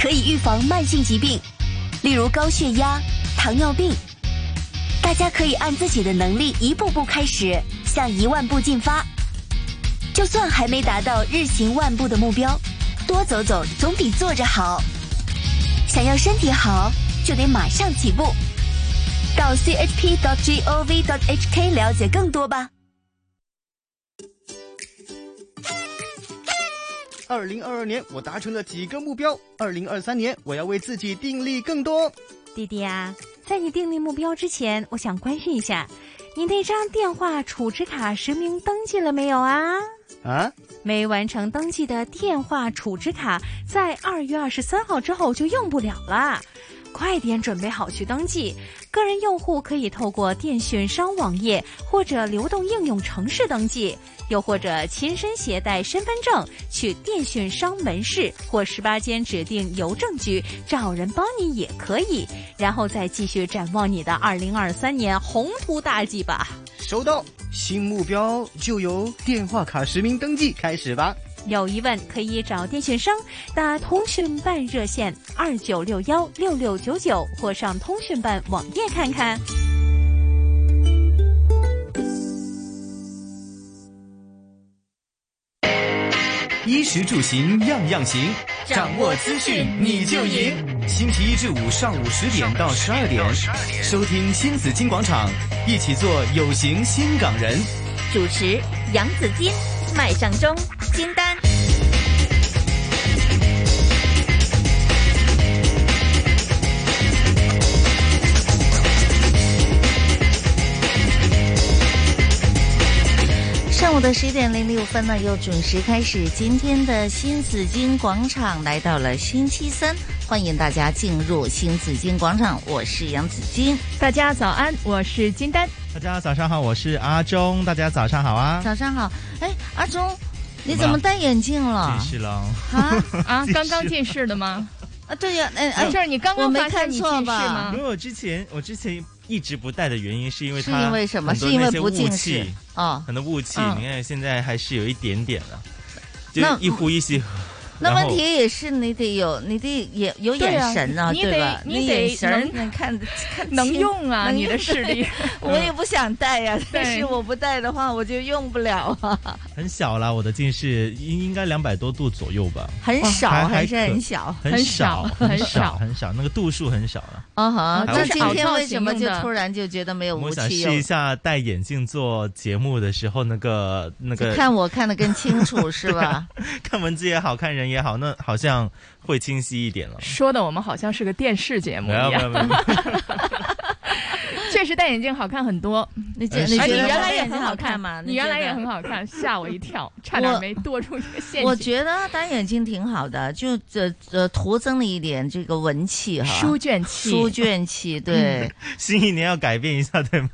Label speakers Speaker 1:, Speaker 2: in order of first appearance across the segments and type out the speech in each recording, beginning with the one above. Speaker 1: 可以预防慢性疾病，例如高血压、糖尿病。大家可以按自己的能力一步步开始，向一万步进发。就算还没达到日行万步的目标，多走走总比坐着好。想要身体好，就得马上起步。到 chp.gov.hk 了解更多吧。
Speaker 2: 二零二二年我达成了几个目标，二零二三年我要为自己定立更多。
Speaker 3: 弟弟啊，在你定立目标之前，我想关心一下，你那张电话储值卡实名登记了没有啊？
Speaker 2: 啊，
Speaker 3: 没完成登记的电话储值卡，在二月二十三号之后就用不了了。快点准备好去登记。个人用户可以透过电讯商网页或者流动应用程式登记，又或者亲身携带身份证去电讯商门市或十八间指定邮政局找人帮你也可以。然后再继续展望你的二零二三年宏图大计吧。
Speaker 2: 收到，新目标就由电话卡实名登记开始吧。
Speaker 3: 有疑问可以找电讯商，打通讯办热线二九六幺六六九九，或上通讯办网页看看。
Speaker 4: 衣食住行样样行，掌握资讯你就赢。星期一至五上午十点到十二点，收听新紫金广场，一起做有型新港人。
Speaker 5: 主持杨紫金、麦尚中、金丹。
Speaker 6: 上午的十点零六分呢，又准时开始今天的新紫金广场，来到了星期三，欢迎大家进入新紫金广场，我是杨紫金。
Speaker 3: 大家早安，我是金丹。
Speaker 7: 大家早上好，我是阿忠。大家早上好啊！
Speaker 6: 早上好，哎，阿忠，你怎么戴眼镜了？
Speaker 7: 近视了
Speaker 6: 啊
Speaker 8: 啊，刚刚近视的吗？
Speaker 6: 啊，对呀、哎哎，
Speaker 8: 没事儿，你刚
Speaker 6: 我
Speaker 8: 刚
Speaker 6: 没
Speaker 8: 发现
Speaker 6: 看
Speaker 8: 你近
Speaker 6: 错
Speaker 8: 视
Speaker 6: 吧
Speaker 8: 吗
Speaker 7: 因？为我之前我之前一直不戴的原因，是因为
Speaker 6: 是
Speaker 7: 它
Speaker 6: 因为什么？
Speaker 7: 很多
Speaker 6: 是因为
Speaker 7: 那些
Speaker 6: 不
Speaker 7: 雾
Speaker 6: 近视
Speaker 7: 气
Speaker 6: 哦。
Speaker 7: 很多雾气，
Speaker 6: 嗯
Speaker 7: 你看现在还是有一点点了，就
Speaker 6: 那
Speaker 7: 一呼一吸。
Speaker 6: 那
Speaker 7: 然
Speaker 6: 问
Speaker 7: 后
Speaker 6: 题也是你得有，你得眼有眼神啊，
Speaker 8: 对啊
Speaker 6: 对吧？
Speaker 8: 你得你得
Speaker 6: 眼神儿能看看
Speaker 8: 能
Speaker 6: 清
Speaker 8: 用啊，
Speaker 6: 能
Speaker 8: 你的
Speaker 6: 用
Speaker 8: 视力。
Speaker 6: 我也不想戴呀、但
Speaker 8: 对
Speaker 6: 是我不戴的话，我就用不了啊，
Speaker 7: 很小啦，我的近视应应该两百多度左右吧，哦
Speaker 6: 很少
Speaker 7: 还
Speaker 6: 还是
Speaker 7: 还可
Speaker 6: 很小。
Speaker 7: 很少
Speaker 8: 很少
Speaker 7: 很
Speaker 8: 很少
Speaker 7: 很少，那个度数很少了。
Speaker 6: 啊哈，
Speaker 7: 还
Speaker 6: 那
Speaker 7: 有
Speaker 6: 今
Speaker 7: 就是
Speaker 6: 天为什么
Speaker 8: 凹造型
Speaker 6: 就
Speaker 8: 用的
Speaker 6: 突然就觉得没有
Speaker 7: 我
Speaker 6: 无
Speaker 7: 想
Speaker 6: 奇
Speaker 7: 试一
Speaker 6: 有？
Speaker 7: 下戴眼镜做节目的时候，那个那个
Speaker 6: 看我看得更清楚是 吧？
Speaker 7: 啊看文字也好看人也好，那好像会清晰一点了。
Speaker 8: 说的我们好像是个电视节目
Speaker 7: 没
Speaker 8: 一
Speaker 7: 有没
Speaker 8: 样，
Speaker 7: 有没有，
Speaker 8: 确实戴眼镜好看很多。
Speaker 6: 你觉
Speaker 7: 哎
Speaker 6: 你
Speaker 8: 哎，
Speaker 6: 觉
Speaker 8: 你
Speaker 6: 得
Speaker 8: 原来
Speaker 6: 戴
Speaker 8: 也
Speaker 6: 眼镜
Speaker 8: 很
Speaker 6: 好
Speaker 8: 看
Speaker 6: 吗？
Speaker 8: 你原来也很
Speaker 6: 好。
Speaker 8: 好看，吓我一跳，差点没多出一个陷
Speaker 6: 我
Speaker 8: 阱。
Speaker 6: 觉得戴眼镜挺好的，就这这徒增了一点这个文气哈，
Speaker 8: 书卷气，
Speaker 6: 书卷气，
Speaker 7: 嗯
Speaker 6: 对，
Speaker 7: 新一年要改变一下，对吗？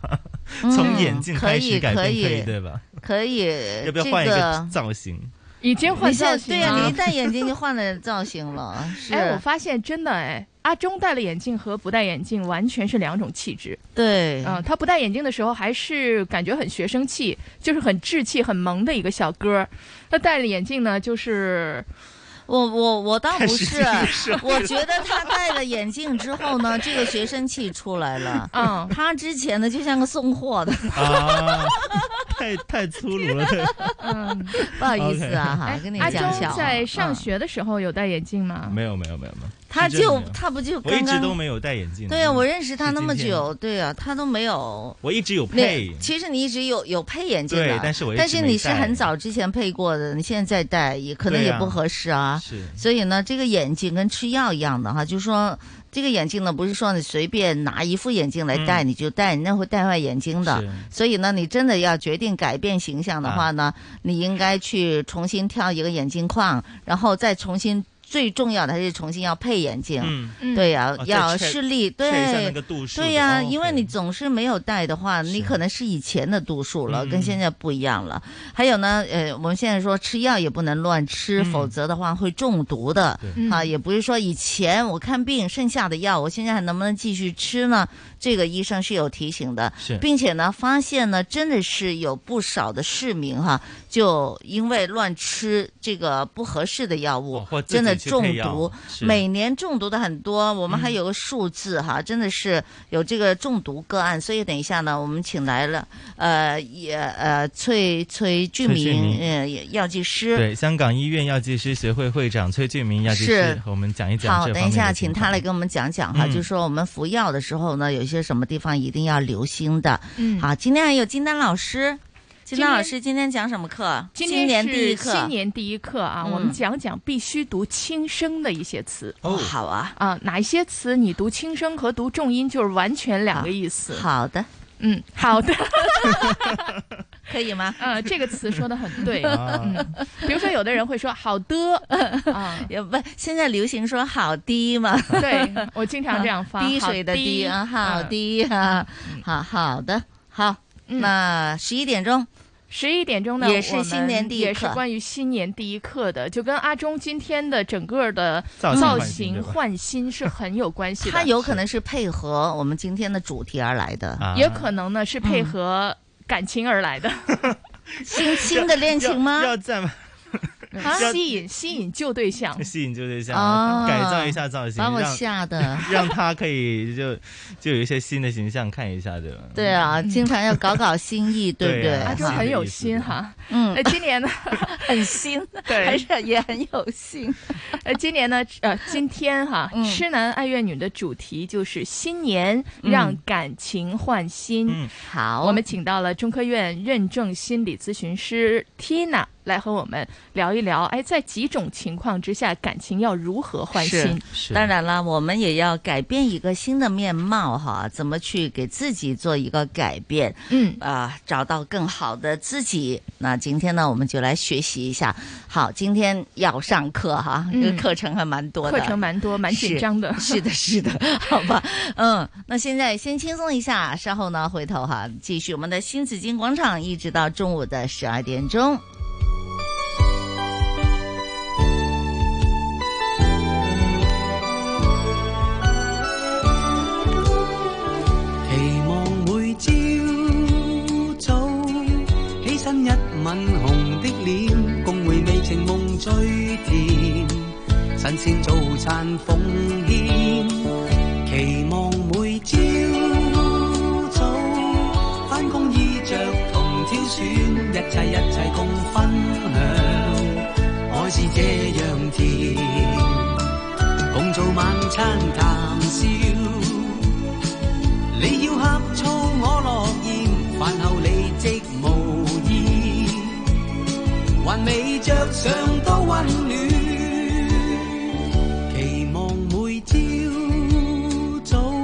Speaker 7: 从眼镜
Speaker 6: 嗯
Speaker 7: 开始改变
Speaker 6: 可
Speaker 7: 可
Speaker 6: 以，
Speaker 7: 对吧？
Speaker 6: 可以，
Speaker 7: 要不要
Speaker 6: 这
Speaker 7: 换一个
Speaker 6: 个
Speaker 7: 造型？
Speaker 8: 已经换
Speaker 6: 你
Speaker 8: 造
Speaker 6: 现
Speaker 8: 型
Speaker 6: 对呀、你
Speaker 8: 了
Speaker 6: 一。戴眼镜就换了造型 了，是，
Speaker 8: 哎，我发现真的哎，阿忠戴了眼镜和不戴眼镜完全是两种气质。
Speaker 6: 对，
Speaker 8: 嗯，他不戴眼镜的时候还是感觉很学生气，就是很稚气、很萌的一个小哥儿。他戴了眼镜呢，就是
Speaker 6: 我我我倒不
Speaker 7: 实
Speaker 6: 是，啊我觉得他戴了眼镜之后呢，这个学生气出来了。，
Speaker 8: 嗯
Speaker 6: 他之前呢，就像个送货的，
Speaker 7: 啊，太太粗鲁了， 对
Speaker 8: 嗯，
Speaker 6: 不好意思啊哈
Speaker 8: 哎，
Speaker 6: 跟你
Speaker 8: 阿
Speaker 6: 讲
Speaker 8: 忠
Speaker 6: 笑啊。
Speaker 8: 在上
Speaker 6: 嗯
Speaker 8: 学的时候有戴眼镜吗？
Speaker 7: 没有没有没有没有，
Speaker 6: 他
Speaker 7: 是真的
Speaker 6: 就
Speaker 7: 没有
Speaker 6: 他不就
Speaker 7: 我一
Speaker 6: 刚
Speaker 7: 直都
Speaker 6: 刚
Speaker 7: 没有戴眼镜。
Speaker 6: 对啊，我认识他
Speaker 7: 是
Speaker 6: 那么
Speaker 7: 今天
Speaker 6: 久，对啊，他都没有。
Speaker 7: 我一直有配
Speaker 6: 那，其实你一直有有配眼镜
Speaker 7: 对
Speaker 6: 的，，
Speaker 7: 但是我一直
Speaker 6: 但是
Speaker 7: 没
Speaker 6: 你是
Speaker 7: 戴
Speaker 6: 很早之前配过的，你现在再戴也可能
Speaker 7: 对
Speaker 6: 也
Speaker 7: 啊
Speaker 6: 不合适啊。
Speaker 7: 是
Speaker 6: 所以呢，这个眼镜跟吃药一样的哈，就说这个眼镜呢，不是说你随便拿一副眼镜来戴、
Speaker 7: 嗯
Speaker 6: 你就戴，你那会戴坏眼睛的。
Speaker 7: 是
Speaker 6: 所以呢，你真的要决定改变形象的话呢，
Speaker 7: 啊
Speaker 6: 你应该去重新挑一个眼镜框，然后再重新，最重要的还是重新要配眼镜。
Speaker 7: 嗯，
Speaker 8: 嗯
Speaker 6: 对呀、
Speaker 7: 哦再
Speaker 6: 要
Speaker 7: check-
Speaker 6: 视力对。
Speaker 7: 确一下那个度数。
Speaker 6: 对呀、
Speaker 7: 哦
Speaker 6: 因为
Speaker 7: OK
Speaker 6: 你总是没有戴的话，你
Speaker 7: 是
Speaker 6: 可能是以前的度数了，
Speaker 7: 嗯
Speaker 6: 跟现在不一样了。还有呢，呃，我们现在说吃药也不能乱吃，
Speaker 7: 嗯
Speaker 6: 否则的话会中毒的。
Speaker 7: 对
Speaker 8: 嗯
Speaker 6: 啊，也不是说以前我看病剩下的药，我现在还能不能继续吃呢？这个医生是有提醒的，
Speaker 7: 是
Speaker 6: 并且呢，发现呢，真的是有不少的市民哈，就因为乱吃这个不合适的药物，
Speaker 7: 哦或自己
Speaker 6: 真的
Speaker 7: 去
Speaker 6: 中
Speaker 7: 配药
Speaker 6: 毒，
Speaker 7: 是
Speaker 6: 每年中毒的很多，我
Speaker 7: 嗯
Speaker 6: 们还有个数字哈，真的是有这个中毒个案，所以等一下呢，我们请来了呃也呃崔崔俊
Speaker 7: 崔俊
Speaker 6: 明
Speaker 7: 明
Speaker 6: 呃药剂师，
Speaker 7: 对，香港医院药剂师学会会长崔俊明药剂
Speaker 6: 是
Speaker 7: 师和我们讲一讲
Speaker 6: 好，
Speaker 7: 这方面的
Speaker 6: 等一下，
Speaker 7: 情
Speaker 6: 请
Speaker 7: 况
Speaker 6: 他来给我们讲讲哈，
Speaker 7: 嗯
Speaker 6: 就是说我们服药的时候呢，有一些什么地方一定要留心的。
Speaker 8: 嗯
Speaker 6: 好，今天还有金丹老师，
Speaker 8: 今
Speaker 6: 金丹
Speaker 8: 天
Speaker 6: 老师今天讲什么课？
Speaker 8: 今天
Speaker 6: 年
Speaker 8: 是
Speaker 6: 第一课，
Speaker 8: 新年第一课啊，
Speaker 6: 嗯
Speaker 8: 我们讲讲必须读轻声的一些词。
Speaker 6: 哦，好啊，
Speaker 8: 啊，哪一些词你读轻声和读重音就是完全两个意思。
Speaker 6: 好的，
Speaker 8: 嗯，好的，
Speaker 6: 可以 吗？
Speaker 8: 呃，这个词说的很对。
Speaker 7: 啊，
Speaker 8: 嗯，比如说有的人会说好 的，啊，
Speaker 6: 也不，现在流行说好滴嘛，
Speaker 8: 对我经常这样发，
Speaker 6: 啊滴水的滴
Speaker 8: 滴嗯
Speaker 6: 啊，好
Speaker 8: 滴。
Speaker 6: 滴啊，好好的，好，
Speaker 8: 嗯
Speaker 6: 那十一点钟，
Speaker 8: 十一点钟呢，
Speaker 6: 也是
Speaker 8: 我们
Speaker 6: 新年第一课
Speaker 8: 也是关于新年第一课的，就跟阿忠今天的整个的
Speaker 7: 造型
Speaker 8: 造
Speaker 7: 换新
Speaker 8: 型
Speaker 7: 对吧
Speaker 8: 换新是很有关系的。
Speaker 6: 它有可能是配合我们今天的主题而来的，
Speaker 7: 啊
Speaker 8: 也可能呢是配合感情而来的，
Speaker 6: 嗯 新新的恋情吗
Speaker 7: 要？要赞要。
Speaker 8: 嗯吸引吸引旧对象
Speaker 7: 吸引就对象，
Speaker 6: 哦
Speaker 7: 改造一下造型，
Speaker 6: 把我
Speaker 7: 让
Speaker 6: 吓的。
Speaker 7: 让他可以就就有一些新的形象看一下，对吧？
Speaker 6: 对啊，
Speaker 8: 嗯
Speaker 6: 经常要搞搞新意，对不
Speaker 7: 对
Speaker 6: 对？
Speaker 7: 啊
Speaker 8: 阿
Speaker 7: 就
Speaker 8: 忠
Speaker 7: 是
Speaker 6: 哈
Speaker 8: 很有心哈，
Speaker 6: 嗯
Speaker 8: 呃，，今年呢，
Speaker 6: 很新，
Speaker 8: 对
Speaker 6: 还是也很有心。
Speaker 8: 呃，今年呢，呃，今天哈，
Speaker 6: 嗯
Speaker 8: 痴男爱怨女的主题就是新年让感情换新。
Speaker 7: 嗯
Speaker 6: 好，
Speaker 8: 我们请到了中科院认证心理咨询师 Tina 来和我们聊一聊，哎，在几种情况之下，感情要如何换新？
Speaker 7: 是
Speaker 6: 当然了，我们也要改变一个新的面貌哈，怎么去给自己做一个改变
Speaker 8: 嗯，
Speaker 6: 啊、找到更好的自己。那今天呢，我们就来学习一下。好，今天要上课哈，
Speaker 8: 嗯
Speaker 6: 这个课程还蛮多的，
Speaker 8: 课程蛮多，蛮紧张的。
Speaker 6: 是的，是的，好吧，嗯，那现在先轻松一下，稍后呢，回头哈，继续我们的新紫金广场，一直到中午的十二点钟。
Speaker 9: 期望每朝早起身一吻紅的臉，共回味情夢最甜。新鮮早餐奉獻，期望每朝早返工衣着同挑選，一切一切共分享，愛是這樣甜，共做晚餐談笑。你要呷醋我樂意，飯後你即無意，還未着上都溫暖。期望每朝早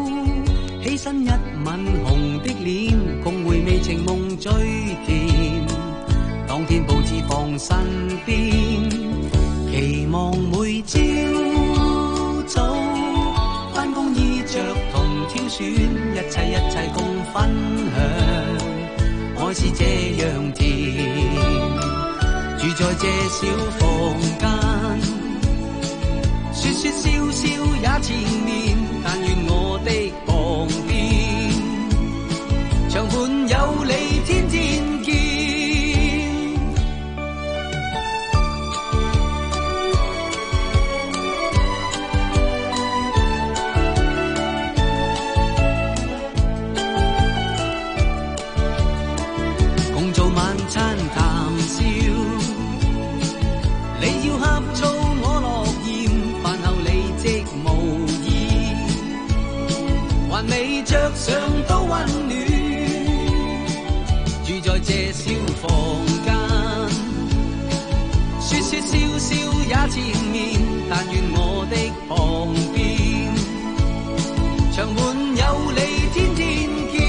Speaker 9: 起身一吻紅的臉，共回味情夢最甜。當天報紙放身邊，期望每朝早。翻工衣着同挑選，一切一切共分享，愛是這樣甜。住在這小房間，說說笑笑也纏綿，但願我的旁邊，長伴有你天天見。共做晚餐談笑。你要呷醋我樂意，飯後你即無意，還未着上都溫暖。住在這小房間，說說笑笑也纏綿，但願我的旁邊，長伴有你天天見。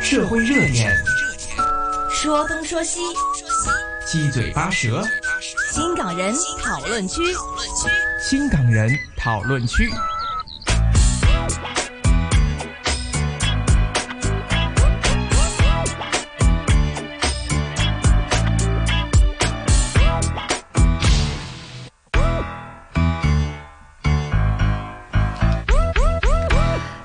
Speaker 4: 社会热点，
Speaker 5: 说东说西，
Speaker 4: 七嘴八舌，
Speaker 5: 新港人讨论区。
Speaker 4: 新港人讨论区。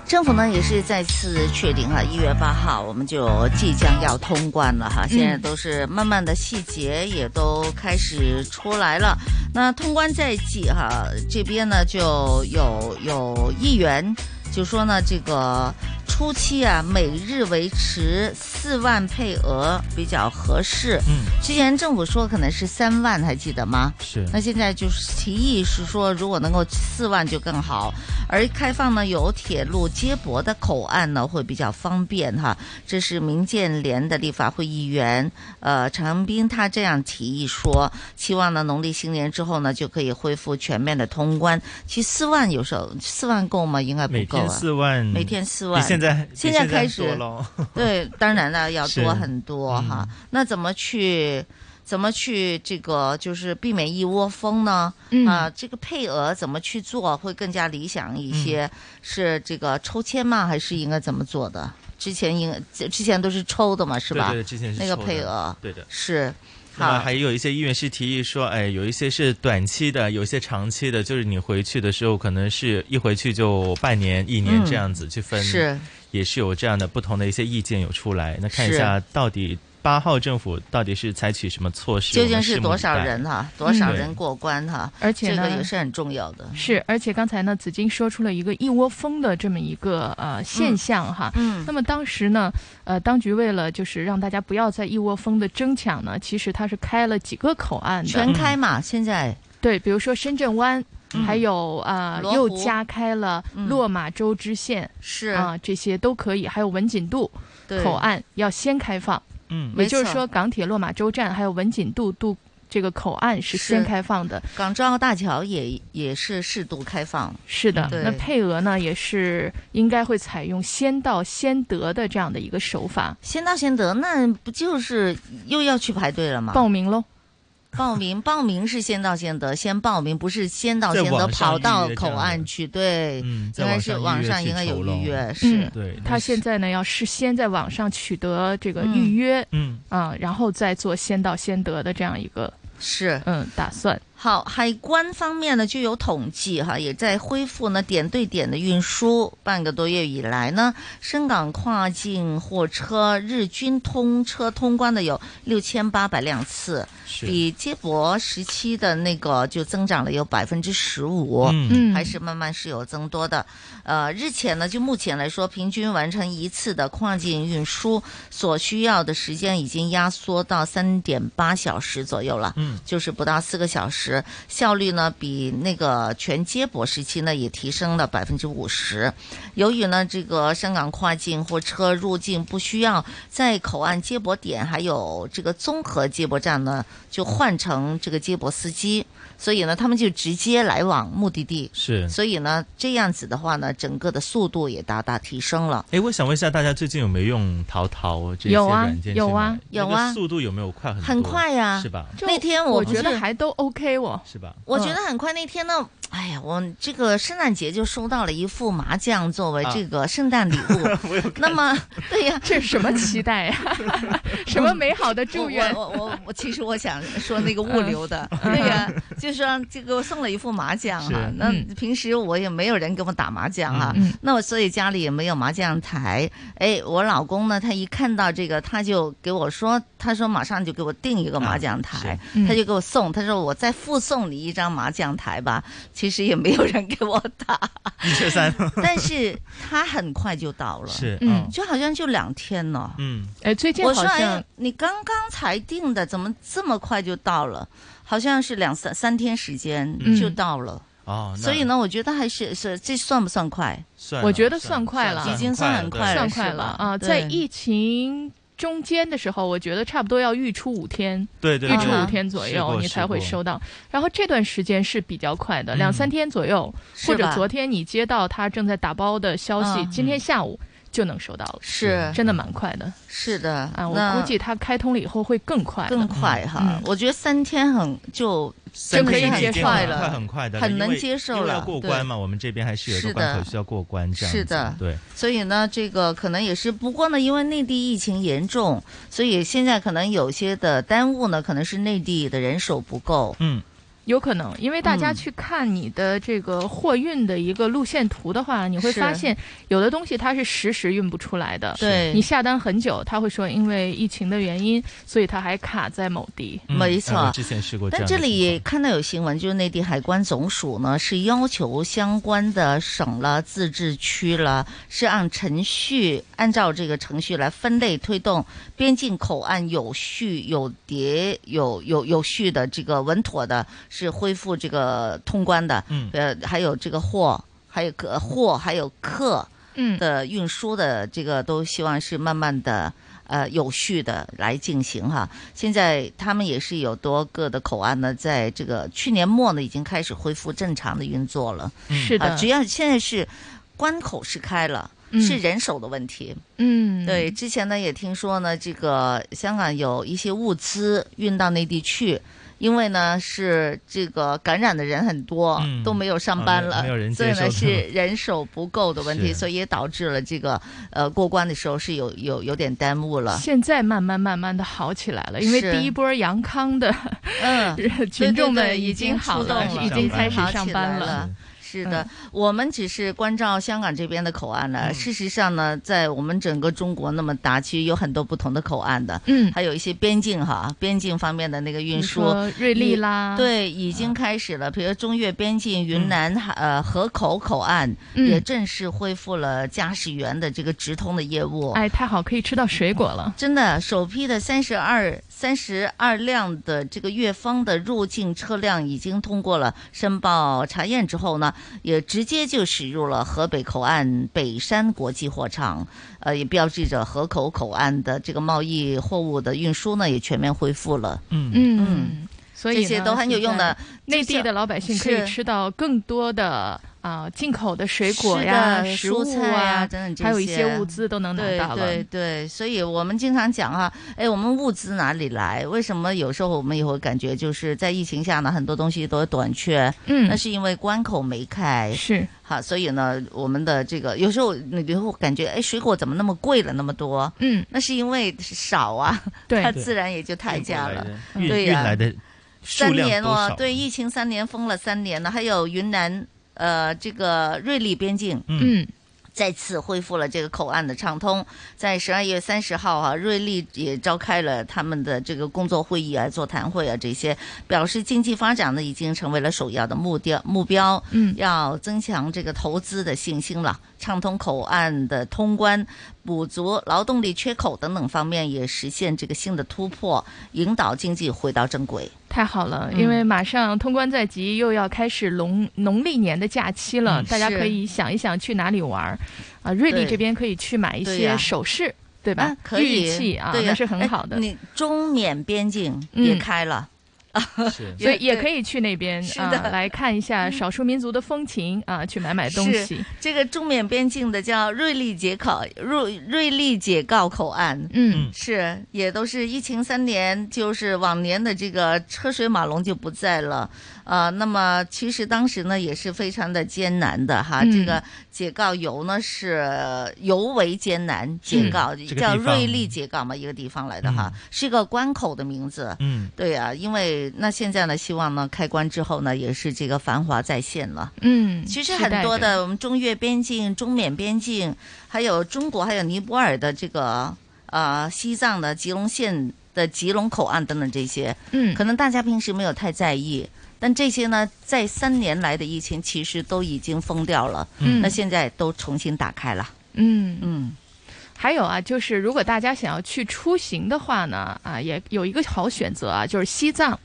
Speaker 6: 周政府呢也是再次确定哈，一月八号我们就即将要通关了哈。
Speaker 5: 嗯
Speaker 6: 现在都是慢慢的细节也都开始出来了。那通关在即哈，这边呢就有有议员就说呢，这个初期啊每日维持四万配额比较合适。
Speaker 7: 嗯，
Speaker 6: 之前政府说可能是三万，还记得吗？
Speaker 7: 是
Speaker 6: 那现在就是提议是说，如果能够四万就更好，而开放呢有铁路接驳的口岸呢会比较方便哈。这是民建联的立法会议员呃陈恒斌他这样提议说，期望呢农历新年之后呢就可以恢复全面的通关。其实四万有时候四万够吗？应该不
Speaker 7: 每
Speaker 6: 够啊。
Speaker 7: 天四万，
Speaker 6: 每天四万
Speaker 7: 嗯比现在呃比
Speaker 6: 现
Speaker 7: 现
Speaker 6: 在
Speaker 7: 在
Speaker 6: 开始
Speaker 7: 多咯
Speaker 6: 对，当然了，要
Speaker 7: 是嗯
Speaker 6: 多很多哈。那怎么去？怎么去这个就是避免一窝蜂呢？
Speaker 5: 嗯
Speaker 6: 啊，这个配额怎么去做会更加理想一些？
Speaker 7: 嗯
Speaker 6: 是这个抽签吗？还是应该怎么做的？之前应之之前都是抽的嘛，是吧？
Speaker 7: 对对，之前是
Speaker 6: 那个
Speaker 7: 抽的
Speaker 6: 配额，
Speaker 7: 对的。
Speaker 6: 是
Speaker 7: 那么
Speaker 6: 好
Speaker 7: 还有一些医院是提议说，哎，有一些是短期的，有一些长期的，就是你回去的时候，可能是一回去就半年、一年
Speaker 6: 嗯
Speaker 7: 这样子去分，
Speaker 6: 是
Speaker 7: 也是有这样的不同的一些意见有出来。那看一
Speaker 6: 是
Speaker 7: 下到底八号政府到底是采取什么措施，
Speaker 6: 究
Speaker 7: 我
Speaker 6: 竟
Speaker 7: 们
Speaker 6: 是
Speaker 7: 拭目
Speaker 6: 多
Speaker 7: 以
Speaker 6: 少
Speaker 7: 待
Speaker 6: 人哈、啊多少
Speaker 7: 嗯
Speaker 6: 人过关哈、
Speaker 8: 而且
Speaker 6: 这个
Speaker 8: 呢
Speaker 6: 也是很重要的。
Speaker 8: 是，而且刚才呢，紫金说出了一个一窝蜂的这么一个呃现象哈。
Speaker 6: 嗯
Speaker 8: 那么当时呢，呃，当局为了就是让大家不要再一窝蜂的争抢呢，其实它是开了几个口岸的，嗯
Speaker 6: 全开嘛，现在嗯
Speaker 8: 对，比如说深圳湾，还有啊、呃
Speaker 6: 罗
Speaker 8: 又
Speaker 6: 湖嗯
Speaker 8: 加开了落马洲支线，
Speaker 6: 是
Speaker 8: 啊、这些都可以，还有文锦渡
Speaker 6: 对
Speaker 8: 口岸要先开放，
Speaker 7: 嗯
Speaker 8: 也
Speaker 6: 没
Speaker 8: 就是
Speaker 6: 错
Speaker 8: 说港铁落马洲站还有文锦渡渡这个口岸是先
Speaker 6: 是
Speaker 8: 开放的，
Speaker 6: 港珠澳大桥也也是适度开放。
Speaker 8: 是的，
Speaker 6: 对
Speaker 8: 那配额呢也是应该会采用先到先得的这样的一个手法
Speaker 6: 先到先得，那不就是又要去排队了吗？
Speaker 8: 报名喽。
Speaker 6: 报名报名是先到先得，先报名不是先到
Speaker 7: 在
Speaker 6: 先得
Speaker 7: 网上
Speaker 6: 跑到
Speaker 7: 预约这
Speaker 6: 口
Speaker 7: 样的
Speaker 6: 岸去，对，
Speaker 7: 嗯，在
Speaker 6: 应该是网上
Speaker 7: 去
Speaker 6: 应该有
Speaker 7: 筹咯
Speaker 6: 预约，
Speaker 8: 嗯
Speaker 6: 是，
Speaker 7: 对，
Speaker 8: 他现在呢要事先在网上取得这个预约，
Speaker 7: 嗯
Speaker 8: 啊、然后再做先到先得的这样一个
Speaker 6: 是
Speaker 8: 嗯打算。
Speaker 6: 好，海关方面呢就有统计哈，也在恢复呢点对点的运输。半个多月以来呢，深港跨境货车日均通车通关的有六千八百辆次，
Speaker 7: 是
Speaker 6: 比接驳时期的那个就增长了有百分之十五，
Speaker 7: 嗯
Speaker 6: 还是慢慢是有增多的。呃，日前呢，就目前来说，平均完成一次的跨境运输所需要的时间已经压缩到三点八小时左右了，
Speaker 7: 嗯
Speaker 6: 就是不到四个小时，效率呢比那个全接驳时期呢也提升了百分之五十。由于呢这个香港跨境货车入境不需要在口岸接驳点还有这个综合接驳站呢就换成这个接驳司机，所以呢他们就直接来往目的地。
Speaker 7: 是
Speaker 6: 所以呢，这样子的话呢，整个的速度也大大提升了。
Speaker 7: 哎，我想问一下大家最近有没有用淘淘这些
Speaker 8: 有啊
Speaker 7: 软件去
Speaker 8: 有啊
Speaker 7: 买那
Speaker 6: 有
Speaker 7: 个
Speaker 6: 啊
Speaker 7: 速度有没有快很多？
Speaker 6: 很快呀
Speaker 7: 是吧？
Speaker 8: 就
Speaker 6: 那天
Speaker 8: 我嗯
Speaker 6: 我不
Speaker 8: 觉得
Speaker 6: 是
Speaker 8: 还都 OK 我。
Speaker 7: 是吧？
Speaker 6: 我觉得很快那天呢，哎呀，我这个圣诞节就收到了一副麻将作
Speaker 7: 啊
Speaker 6: 为这个圣诞礼 物。那么，对呀，
Speaker 8: 这是什么期待呀、 什么美好的祝愿？嗯
Speaker 6: 我我我我其实我想说那个物流的，对呀，就是说这个我送了一副麻将哈、
Speaker 7: 是
Speaker 6: 那
Speaker 8: 嗯
Speaker 6: 平时我也没有人给我打麻将哈、
Speaker 8: 嗯
Speaker 6: 那我所以家里也没有麻将台。哎，我老公呢，他一看到这个，他就给我说，他说马上就给我订一个麻将台，
Speaker 8: 嗯
Speaker 6: 他就给我送，他说我再附送你一张麻将台吧。其实也没有人给我 打，
Speaker 7: 一缺三
Speaker 6: 但是他很快就到了，
Speaker 7: 是
Speaker 8: 嗯
Speaker 6: 就好像就两天呢。
Speaker 7: 嗯
Speaker 8: 哎，最近
Speaker 6: 我
Speaker 8: 好
Speaker 6: 说：“
Speaker 8: 像
Speaker 6: 哎，你刚刚才订的，怎么这么快就到了？好像是两三三天时间
Speaker 8: 嗯
Speaker 6: 就到了。
Speaker 7: 哦，那
Speaker 6: 所以呢，我觉得还是是这算不算快？
Speaker 7: 算了，
Speaker 8: 我觉得
Speaker 7: 算
Speaker 8: 算快了
Speaker 6: 已经算很快
Speaker 8: 算
Speaker 6: 了
Speaker 8: 快
Speaker 6: 是
Speaker 8: 了
Speaker 6: 吧
Speaker 8: 啊，
Speaker 6: 对
Speaker 8: 在疫情。中间的时候，我觉得差不多要预出五天，
Speaker 7: 对对
Speaker 8: 预
Speaker 7: 对，
Speaker 8: 出
Speaker 6: 啊
Speaker 8: 五天左右，你才会收
Speaker 7: 到。
Speaker 8: 到。然后这段时间是比较快的，
Speaker 7: 嗯
Speaker 8: 两三天左右，
Speaker 6: 是
Speaker 8: 或者
Speaker 6: 吧
Speaker 8: 昨天你接到他正在打包的消息，
Speaker 6: 嗯
Speaker 8: 今天下午就能收到了，
Speaker 6: 是
Speaker 8: 真的蛮快的
Speaker 6: 是的
Speaker 8: 啊！我
Speaker 6: 那
Speaker 8: 估计他开通了以后会更快的，
Speaker 6: 更快哈
Speaker 8: 嗯。
Speaker 6: 我觉得三天很就
Speaker 7: 三
Speaker 8: 可以
Speaker 7: 天已
Speaker 8: 接
Speaker 7: 经
Speaker 8: 受
Speaker 7: 很
Speaker 6: 了
Speaker 7: 快很快的了，
Speaker 6: 很
Speaker 7: 因
Speaker 6: 能
Speaker 7: 为
Speaker 6: 接受
Speaker 7: 因为要
Speaker 6: 了
Speaker 7: 过
Speaker 6: 对
Speaker 7: 关嘛，我们这边还是有一
Speaker 6: 是
Speaker 7: 个关
Speaker 6: 的
Speaker 7: 口需要过关，这样
Speaker 6: 是
Speaker 7: 子
Speaker 6: 的
Speaker 7: 对，
Speaker 6: 所以呢，这个可能也是，不过呢，因为内地疫情严重，所以现在可能有些的耽误呢，可能是内地的人手不够。
Speaker 7: 嗯，
Speaker 8: 有可能，因为大家
Speaker 6: 嗯
Speaker 8: 去看你的这个货运的一个路线图的话，你会
Speaker 6: 是
Speaker 8: 发现有的东西它是实时运不出来的。
Speaker 6: 对
Speaker 8: 你下单很久，他会说因为疫情的原因，所以它还卡在某地。
Speaker 7: 嗯
Speaker 6: 没
Speaker 7: 哎
Speaker 6: 错
Speaker 7: 我之前试过样
Speaker 6: 但
Speaker 7: 的
Speaker 6: 这
Speaker 7: 情况。
Speaker 6: 里也看到有新闻，就是内地海关总署呢是要求相关的省了、自治区了，是按程序按照这个程序来分类推动边境口岸有序、有秩、有有有序的这个稳妥的，是恢复这个通关的。
Speaker 7: 嗯
Speaker 6: 呃，还有这个货，还有个货，还有客。
Speaker 8: 嗯
Speaker 6: 的运输的这个都希望是慢慢的。呃，有序的来进行哈。现在他们也是有多个的口岸呢，在这个去年末呢已经开始恢复正常的运作了。
Speaker 8: 嗯是的
Speaker 6: 啊，只要现在是关口是开了，
Speaker 8: 嗯
Speaker 6: 是人手的问题。
Speaker 8: 嗯，
Speaker 6: 对，之前呢也听说呢，这个香港有一些物资运到内地去，因为呢是这个感染的人很多，
Speaker 7: 嗯
Speaker 6: 都没有上
Speaker 7: 啊
Speaker 6: 班
Speaker 7: 没
Speaker 6: 了，
Speaker 7: 没有人
Speaker 6: 所以
Speaker 7: 接
Speaker 6: 呢
Speaker 7: 收
Speaker 6: 是
Speaker 7: 的
Speaker 6: 人手不够的问题，
Speaker 7: 是
Speaker 6: 所以也导致了这个呃过关的时候是有有有点耽误了。
Speaker 8: 现在慢慢慢慢的好起来了，因为
Speaker 6: 是
Speaker 8: 第一波阳康的
Speaker 6: 嗯，
Speaker 8: 群众
Speaker 6: 对对
Speaker 8: 们
Speaker 6: 对
Speaker 8: 已经好
Speaker 6: 出
Speaker 8: 了
Speaker 6: 动，了，
Speaker 8: 已经开始
Speaker 6: 好
Speaker 8: 上
Speaker 6: 起
Speaker 8: 班
Speaker 6: 来
Speaker 8: 了。
Speaker 6: 了。是的，我们只是关照香港这边的口岸呢。
Speaker 7: 嗯
Speaker 6: 事实上呢，在我们整个中国那么大，其实有很多不同的口岸的，
Speaker 8: 嗯，
Speaker 6: 还有一些边境哈，边境方面的那个运
Speaker 8: 你
Speaker 6: 输，
Speaker 8: 说瑞丽
Speaker 6: 已
Speaker 8: 啦，，
Speaker 6: 对，已
Speaker 8: 嗯
Speaker 6: 经开始了。比如中越边境、云南、呃河口口岸、
Speaker 8: 嗯
Speaker 6: 也正式恢复了驾驶员的这个直通的业务。
Speaker 8: 哎，太好，可以吃到水果了。
Speaker 6: 真的，首批的三十二三十二辆的这个粤方的入境车辆已经通过了申报查验之后呢，也直接就驶入了河北口岸北山国际货场，呃，也标志着河口口岸的这个贸易货物的运输呢也全面恢复了，
Speaker 7: 嗯，
Speaker 8: 嗯，所以
Speaker 6: 这些
Speaker 8: 呢
Speaker 6: 都很有用的。。
Speaker 8: 现在内地的老百姓可以
Speaker 6: 是
Speaker 8: 吃到更多的啊、进口的水果
Speaker 6: 是
Speaker 8: 呀、
Speaker 6: 的
Speaker 8: 食
Speaker 6: 蔬
Speaker 8: 物
Speaker 6: 菜
Speaker 8: 啊
Speaker 6: 啊等等这
Speaker 8: 还有一些
Speaker 6: 些
Speaker 8: 物资都能拿
Speaker 6: 对
Speaker 8: 到了。
Speaker 6: 对对，所以我们经常讲啊，哎，我们物资哪里来？为什么有时候我们也会感觉就是在疫情下呢，很多东西都短缺？那
Speaker 8: 嗯，
Speaker 6: 是因为关口没开，
Speaker 8: 是
Speaker 6: 好，所以呢，我们的这个有时候你就会感觉，哎，水果怎么那么贵了那么多？
Speaker 8: 嗯，
Speaker 6: 那是因为少啊，
Speaker 8: 对
Speaker 6: 它自然也就抬价
Speaker 7: 运过来
Speaker 6: 了。
Speaker 7: 的
Speaker 8: 嗯
Speaker 7: 运
Speaker 6: 对
Speaker 7: 运
Speaker 6: 呀
Speaker 7: 来的数
Speaker 6: 三
Speaker 7: 量
Speaker 6: 年
Speaker 7: 多
Speaker 6: 哦
Speaker 7: 少，
Speaker 6: 对，疫情三年封了三年了，还有云南呃这个瑞丽边境，
Speaker 8: 嗯
Speaker 6: 再次恢复了这个口岸的畅通。在十二月三十号啊，瑞丽也召开了他们的这个工作会议啊、座谈会啊这些，表示经济发展呢已经成为了首要的目标目标，
Speaker 8: 嗯
Speaker 6: 要增强这个投资的信心了，畅通口岸的通关。补足劳动力缺口等等方面，也实现这个新的突破，引导经济回到正轨。
Speaker 8: 太好了，
Speaker 6: 嗯
Speaker 8: 啊因为马上通关在即，又要开始农农历年的假期了，
Speaker 7: 嗯
Speaker 8: 大家
Speaker 6: 是
Speaker 8: 可以想一想去哪里玩儿啊。瑞丽
Speaker 6: 对
Speaker 8: 这边可以去买一
Speaker 6: 对
Speaker 8: 些
Speaker 6: 呀
Speaker 8: 首饰，对吧
Speaker 6: 啊？可以
Speaker 8: 玉器啊，
Speaker 6: 对呀
Speaker 8: 那是很好的
Speaker 6: 哎，你中缅边境也
Speaker 8: 嗯
Speaker 6: 开了，
Speaker 7: 是
Speaker 8: 所以也
Speaker 6: 对
Speaker 8: 可以去那边
Speaker 6: 是
Speaker 8: 啊
Speaker 6: 的嗯
Speaker 8: 来看一下少数民族的风情啊，去买买东
Speaker 6: 是
Speaker 8: 西。
Speaker 6: 这个中缅边境的叫瑞丽解口瑞瑞丽解告口岸。
Speaker 8: 嗯
Speaker 7: 嗯
Speaker 6: 是，也都是疫情三年，就是往年的这个车水马龙就不在了，呃，那么其实当时呢也是非常的艰难的哈，
Speaker 8: 嗯
Speaker 6: 这个解告游呢是尤为艰难，解告、
Speaker 7: 这个地
Speaker 6: 叫
Speaker 7: 方
Speaker 6: 瑞丽解告嘛，一个地方来的哈，
Speaker 7: 嗯
Speaker 6: 是一个关口的名字，
Speaker 7: 嗯
Speaker 6: 对啊，因为那现在呢，希望呢开关之后呢，也是这个繁华再现了。
Speaker 8: 嗯，
Speaker 6: 其实
Speaker 8: 期待
Speaker 6: 很多
Speaker 8: 着
Speaker 6: 的，我们中越边境、中缅边境，还有中国还有尼泊尔的这个呃西藏的吉隆县的吉隆口岸等等这些，
Speaker 8: 嗯
Speaker 6: 可能大家平时没有太在意，但这些呢，在三年来的疫情其实都已经封掉了，
Speaker 8: 嗯
Speaker 6: 那现在都重新打开了，
Speaker 8: 嗯嗯，
Speaker 6: 嗯，
Speaker 8: 还有啊，就是如果大家想要去出行的话呢，啊，也有一个好选择啊，就是西藏。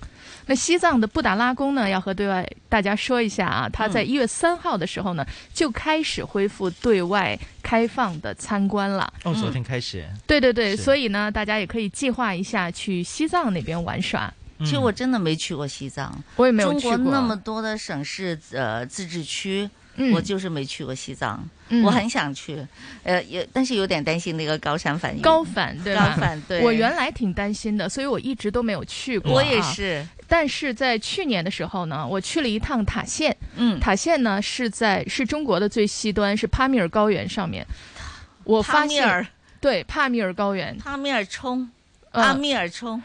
Speaker 8: 那西藏的布达拉宫呢，要和对外大家说一下啊，
Speaker 7: 嗯
Speaker 8: 它在一月三号的时候呢，就开始恢复对外开放的参观了。
Speaker 7: 哦，昨
Speaker 6: 嗯
Speaker 7: 天开始。
Speaker 8: 对对对，
Speaker 7: 是
Speaker 8: 所以呢，大家也可以计划一下去西藏那边玩耍。
Speaker 7: 嗯
Speaker 6: 其实我真的没去过西藏，
Speaker 8: 我也没有
Speaker 6: 中
Speaker 8: 去
Speaker 6: 国
Speaker 8: 过，
Speaker 6: 那么多的省市呃自治区，
Speaker 8: 嗯
Speaker 6: 我就是没去过西藏，
Speaker 8: 嗯
Speaker 6: 我很想去，呃，也但是有点担心那个高山反应。
Speaker 8: 高反对吧
Speaker 6: 高反对
Speaker 8: 我原来挺担心的，所以我一直都没有去过、啊
Speaker 6: 我也。是，
Speaker 8: 但是在去年的时候呢，我去了一趟塔县。
Speaker 6: 嗯，
Speaker 8: 塔县呢是在是中国的最西端，是帕米尔高原上面。我
Speaker 6: 帕
Speaker 8: 发
Speaker 6: 米
Speaker 8: 现
Speaker 6: 尔，
Speaker 8: 对帕米尔高原，
Speaker 6: 帕米尔冲，阿
Speaker 8: 嗯，
Speaker 6: 米尔冲，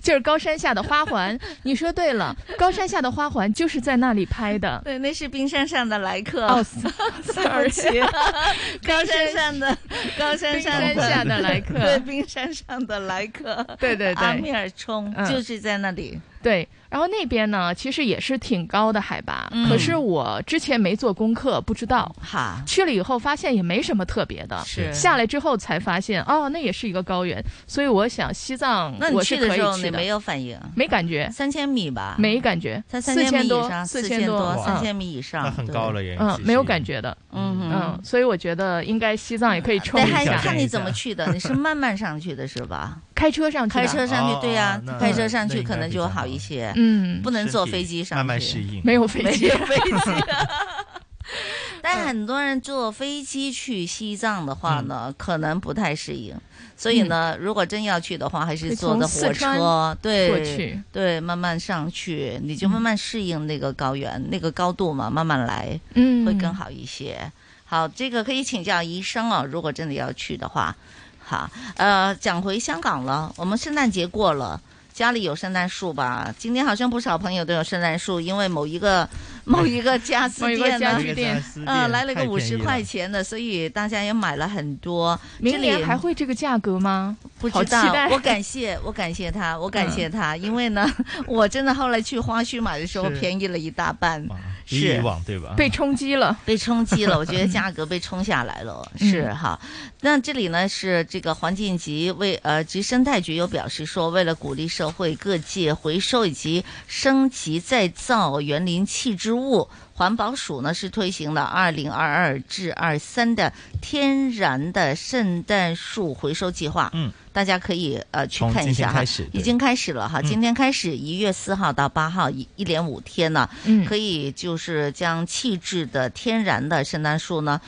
Speaker 8: 就是高山下的花 环。你说对了，高山下的花环就是在那里拍的。
Speaker 6: 对，那是冰山上的来客。
Speaker 8: 哦
Speaker 6: 对 不起，高山上的高山上的
Speaker 8: 冰山下的来客
Speaker 6: 对，冰山上的来客，
Speaker 8: 对对对
Speaker 6: 阿米尔冲
Speaker 8: 嗯
Speaker 6: 就是在那里，
Speaker 8: 对，然后那边呢，其实也是挺高的海拔，
Speaker 6: 嗯
Speaker 8: 可是我之前没做功课，不知道。
Speaker 6: 哈，
Speaker 8: 去了以后发现也没什么特别的，
Speaker 6: 是
Speaker 8: 下来之后才发现哦，那也是一个高原，所以我想西藏
Speaker 6: 那你
Speaker 8: 嗯我
Speaker 6: 去
Speaker 8: 是
Speaker 6: 的
Speaker 8: 可以
Speaker 6: 时候
Speaker 8: 去
Speaker 6: 你
Speaker 8: 的，
Speaker 6: 没有反应？
Speaker 8: 没感觉，
Speaker 6: 啊三千米吧，
Speaker 8: 没感觉，
Speaker 6: 它三
Speaker 8: 四
Speaker 6: 米
Speaker 8: 千
Speaker 6: 以
Speaker 8: 多，
Speaker 6: 上，四
Speaker 8: 千
Speaker 6: 多，三千
Speaker 8: 米，
Speaker 6: 米以上，
Speaker 7: 那很
Speaker 6: 对
Speaker 7: 高了耶。
Speaker 8: 嗯
Speaker 7: 其，实
Speaker 8: 没有感觉的，
Speaker 6: 嗯哼
Speaker 8: 嗯，所以我觉得应该西藏也可以冲
Speaker 6: 那
Speaker 8: 一
Speaker 6: 还
Speaker 8: 下，
Speaker 6: 看你怎么 去的，你是慢慢上去的是吧？
Speaker 8: 开车上去的，
Speaker 6: 开车上
Speaker 7: 哦
Speaker 6: 去，对呀
Speaker 7: 那，
Speaker 6: 开车上
Speaker 7: 那
Speaker 6: 去
Speaker 7: 应该
Speaker 6: 可能
Speaker 7: 比
Speaker 6: 就
Speaker 7: 较
Speaker 6: 好
Speaker 7: 好
Speaker 6: 一些，
Speaker 8: 嗯，
Speaker 6: 不能
Speaker 7: 身
Speaker 6: 坐
Speaker 7: 体
Speaker 6: 飞机上去，
Speaker 7: 慢慢适应。
Speaker 8: 没有飞
Speaker 6: 没
Speaker 8: 机嗯
Speaker 6: 有，飞机。 但很多人坐飞机去西藏的话
Speaker 7: 嗯
Speaker 6: 呢，可能不太适应，所以呢，如果真要去的话，还是坐
Speaker 8: 可
Speaker 6: 的火
Speaker 8: 以从四
Speaker 6: 车
Speaker 8: 川，
Speaker 6: 对，
Speaker 8: 过去
Speaker 6: 对，慢慢上去，你就慢慢适应那个高原、那个高度嘛，慢慢来
Speaker 8: 嗯，
Speaker 6: 会更。好一些。好，这个可以请教医生哦，如果真的要去的话。好，呃，讲回香港了，我们圣诞节过了。家里有圣诞树吧？今天好像不少朋友都有圣诞树，因为某一个某一个家私
Speaker 8: 某一个
Speaker 6: 店呢，
Speaker 8: 家具店
Speaker 6: 呃，来了个五十块
Speaker 7: 钱。
Speaker 6: 钱的，所以大家也买了很多。
Speaker 8: 明
Speaker 6: 这里
Speaker 8: 年还会这个价格吗？
Speaker 6: 不
Speaker 8: 好
Speaker 6: 知
Speaker 8: 期
Speaker 6: 道
Speaker 8: 待，
Speaker 6: 我感谢我感谢他，我感谢他，因为呢， 我真的后来去花墟买的时候
Speaker 7: 是
Speaker 6: 便宜了一大半，
Speaker 7: 哇
Speaker 6: 是
Speaker 7: 比以往对吧？
Speaker 8: 被冲击了， 嗯
Speaker 6: 被冲击了，我 觉得价格被冲下来了，是哈。那这里呢是这个环境局为呃及生态局又表示说，为了鼓励社会各界回收以及升级再造园林弃置物。环保署呢是推行了二零二二至二三的天然的圣诞树回收计划，
Speaker 7: 嗯，
Speaker 6: 大家可以呃去
Speaker 7: 从
Speaker 6: 看一
Speaker 7: 今天
Speaker 6: 下哈
Speaker 7: 开，始嗯
Speaker 6: 已经开始了哈，今天开始一月四号到八号一一连五天呢，
Speaker 8: 嗯，
Speaker 6: 可以就是将气质的天然的圣诞树呢，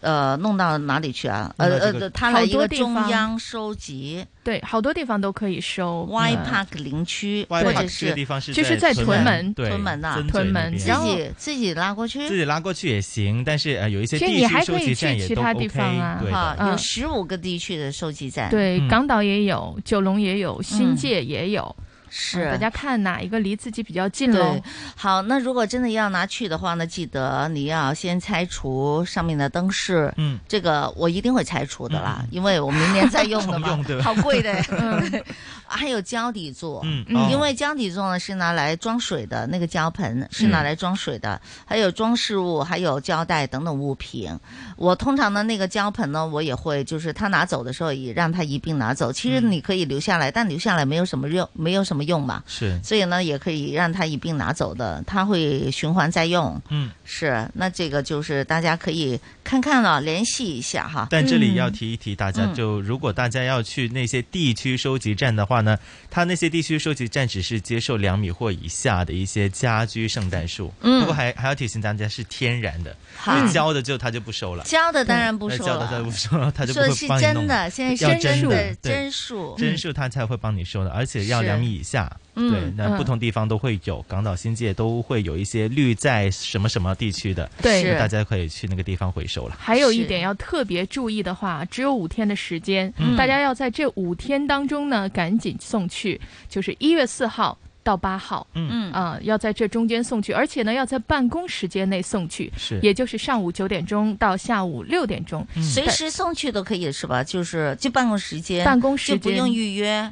Speaker 6: 呃，弄到哪里去啊？呃
Speaker 7: 弄到这个
Speaker 6: 呃，它来一个
Speaker 8: 好多地方
Speaker 6: 中央收集
Speaker 8: 对，好多地方都可以收
Speaker 6: Y
Speaker 8: 嗯
Speaker 6: Park 林区，
Speaker 7: 外
Speaker 6: 或
Speaker 7: 派
Speaker 6: 者
Speaker 7: 这个地
Speaker 6: 是
Speaker 7: 方是
Speaker 8: 就是在
Speaker 7: 在
Speaker 8: 屯
Speaker 7: 门，
Speaker 8: 门
Speaker 7: 对
Speaker 6: 屯门啊
Speaker 7: 增嘴那
Speaker 8: 屯门
Speaker 7: 边
Speaker 8: 然
Speaker 6: 自
Speaker 8: 后
Speaker 6: 己自己拉过
Speaker 7: 自
Speaker 6: 去。
Speaker 7: 己拉过去也行，但是呃有一些
Speaker 8: 其实
Speaker 7: 地
Speaker 8: 你
Speaker 7: 区
Speaker 8: 还
Speaker 7: 收
Speaker 8: 可以
Speaker 7: 集站
Speaker 8: 去
Speaker 7: 也
Speaker 8: 其
Speaker 7: 都
Speaker 8: 他
Speaker 7: OK，
Speaker 8: 地方啊
Speaker 7: 对
Speaker 6: 哈
Speaker 7: 的，，
Speaker 8: 嗯
Speaker 6: 有十五个地区的收集站，，嗯
Speaker 8: 对，
Speaker 7: 嗯
Speaker 8: 港岛也有，九龙也有，新界也有，
Speaker 6: 是
Speaker 8: 嗯大家看哪一个离自己比较近喽
Speaker 6: 对？，好，那如果真的要拿去的话呢，记得你要先拆除上面的灯饰。
Speaker 7: 嗯，
Speaker 6: 这个我一定会拆除的啦，
Speaker 7: 嗯
Speaker 6: 因为我 明年再用 的嘛，
Speaker 7: 重用对吧
Speaker 6: 好贵的。
Speaker 8: 嗯
Speaker 6: 还有胶底座，
Speaker 7: 嗯
Speaker 8: 嗯，
Speaker 6: 因为胶底座呢是拿来装水的，那个胶盆是
Speaker 7: 嗯
Speaker 6: 拿来装水的，还有装饰物，还有胶带等等物品。我通常呢那个胶盆呢，我也会就是他拿走的时候也让他一并拿走。其实
Speaker 7: 嗯
Speaker 6: 你可以留下来，但留下来没有什么用，没有什么用嘛。
Speaker 7: 是，
Speaker 6: 所以呢，也可以让他一并拿走的，他会循环再用。
Speaker 7: 嗯，
Speaker 6: 是，那这个就是大家可以看看了，联系一下哈。
Speaker 7: 但这里
Speaker 8: 嗯
Speaker 7: 要提一提大家，
Speaker 6: 嗯
Speaker 7: 就如果大家要去那些地区收集站的话呢，它那些地区收集站只是接受两米或以下的一些家居圣诞树，
Speaker 6: 嗯
Speaker 7: 不过还还要提醒大家是天然的，
Speaker 6: 好，
Speaker 7: 胶的就它就不收了，
Speaker 6: 胶的当然不
Speaker 7: 那
Speaker 6: 收
Speaker 7: 胶的它
Speaker 6: 了
Speaker 7: 就不，收了，它就不
Speaker 6: 说的
Speaker 7: 会
Speaker 6: 是
Speaker 7: 帮你弄
Speaker 6: 真。的，现在
Speaker 7: 要
Speaker 6: 是
Speaker 7: 真
Speaker 6: 的
Speaker 7: 的对
Speaker 6: 真树，
Speaker 7: 真树它才会帮你收的，而且要
Speaker 6: 是
Speaker 7: 两米以下。
Speaker 6: 嗯
Speaker 7: 对，那
Speaker 8: 嗯
Speaker 7: 不同地方都会有，港岛新界都会有一些绿在什么什么地区的，
Speaker 8: 对
Speaker 6: 是
Speaker 7: 大家可以去那个地方回收了。
Speaker 8: 还有一
Speaker 6: 是
Speaker 8: 点要特别注意的话，只有五天的时间，
Speaker 7: 嗯
Speaker 8: 大家要在这五天当中呢，赶紧送去，就是一月四号到八号，
Speaker 6: 嗯
Speaker 8: 啊、要在这中间送去，而且呢，要在办公时间内送去，
Speaker 7: 是，
Speaker 8: 也就是上午九点钟到下午六点钟，
Speaker 7: 嗯
Speaker 6: 随时送去都可以是吧？就是就办公时间，
Speaker 8: 办公时
Speaker 6: 就
Speaker 8: 间
Speaker 6: 不用预约。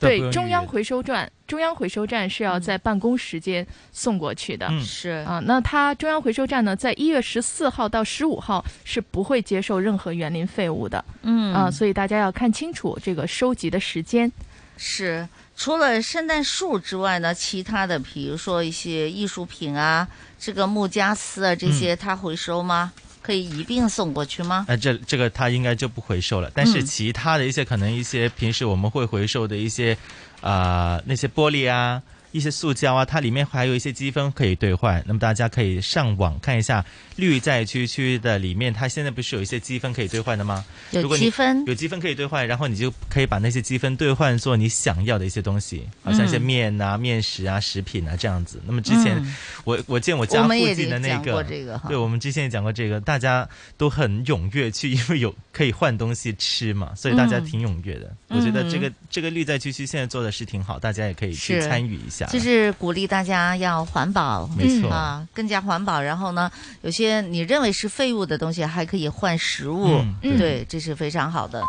Speaker 7: 都不
Speaker 8: 对
Speaker 7: 用，
Speaker 8: 中
Speaker 7: 预
Speaker 8: 央
Speaker 7: 约嗯
Speaker 8: 回收站，中央回收站是要在办公时间送过去的。
Speaker 7: 嗯
Speaker 6: 是，
Speaker 8: 啊，那它中央回收站呢，在一月十四号到十五号是不会接受任何园林废物的、
Speaker 6: 嗯
Speaker 8: 啊，所以大家要看清楚这个收集的时间。
Speaker 6: 是。除了圣诞树之外呢，其他的比如说一些艺术品啊，这个木家私啊这
Speaker 7: 嗯
Speaker 6: 些，他回收吗？可以一并送过去吗？
Speaker 7: 那哎这这个它应该就不回收了，但是
Speaker 6: 嗯
Speaker 7: 其呃他的一些可能一些平时我们会回收的一些，啊、那些玻璃啊，一些塑胶啊，它里面还有一些积分可以兑换。那么大家可以上网看一下绿在区区的里面，它现在不是有一些积分可以兑换的吗？
Speaker 6: 有
Speaker 7: 如果你
Speaker 6: 积分
Speaker 7: 有积分可以兑换，然后你就可以把那些积分兑换做你想要的一些东西，好像一些
Speaker 6: 嗯
Speaker 7: 面啊、面食啊、食品啊这样子。那么之前
Speaker 6: 嗯
Speaker 7: 我我见我家
Speaker 6: 我
Speaker 7: 附
Speaker 6: 们也
Speaker 7: 近的那
Speaker 6: 讲过这个哈
Speaker 7: 对，我们之前也讲过这个，大家都很踊跃去， 因为有可以换东西吃嘛，所以大家
Speaker 6: 嗯
Speaker 7: 挺踊跃的。我觉得这个
Speaker 6: 嗯
Speaker 7: 这个绿在区区现在做的是挺好，大家也可以去
Speaker 6: 是
Speaker 7: 参与一下。
Speaker 6: 就是鼓励大家要环保，
Speaker 7: 没错
Speaker 6: 嗯啊，更加环保。然后呢，有些你认为是废物的东西，还可以换食物，
Speaker 7: 嗯
Speaker 6: 对
Speaker 7: 对
Speaker 6: 这是非常好的。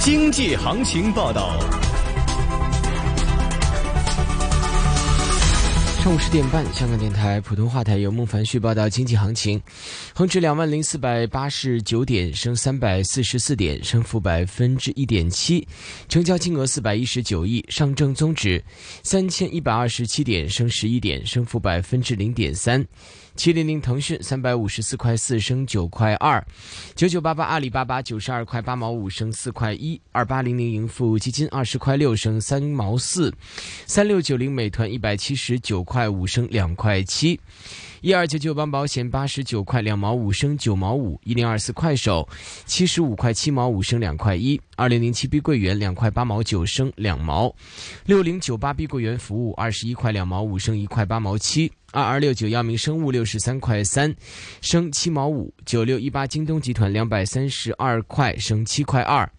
Speaker 4: 经济行情报道。
Speaker 10: 上午十点半，香港电台普通话台由孟凡旭报道经济行情。恒指两万零四百八十九点，升三百四十四点，升幅百分之一点七，成交金额四百一十九亿。上证综指三千一百二十七点，升十一点，升幅百分之零点三。七零零腾讯三百五十四块四升九块二，九九八八阿里巴巴九十二块八毛五升四块一，二八零零盈富基金二十块六升三毛四，三六九零美团一百七十九块五升两块七。一二九九八保险八十九块两毛五升九毛五，一零二四快手七十五块七毛五升两块一，二零零七碧桂园两块八毛九升两毛，六零九八碧桂园服务二十一块两毛五升一块八毛七，二二六九药明生物六十三块三升七毛五，九六一八京东集团两百三十二块升七块二，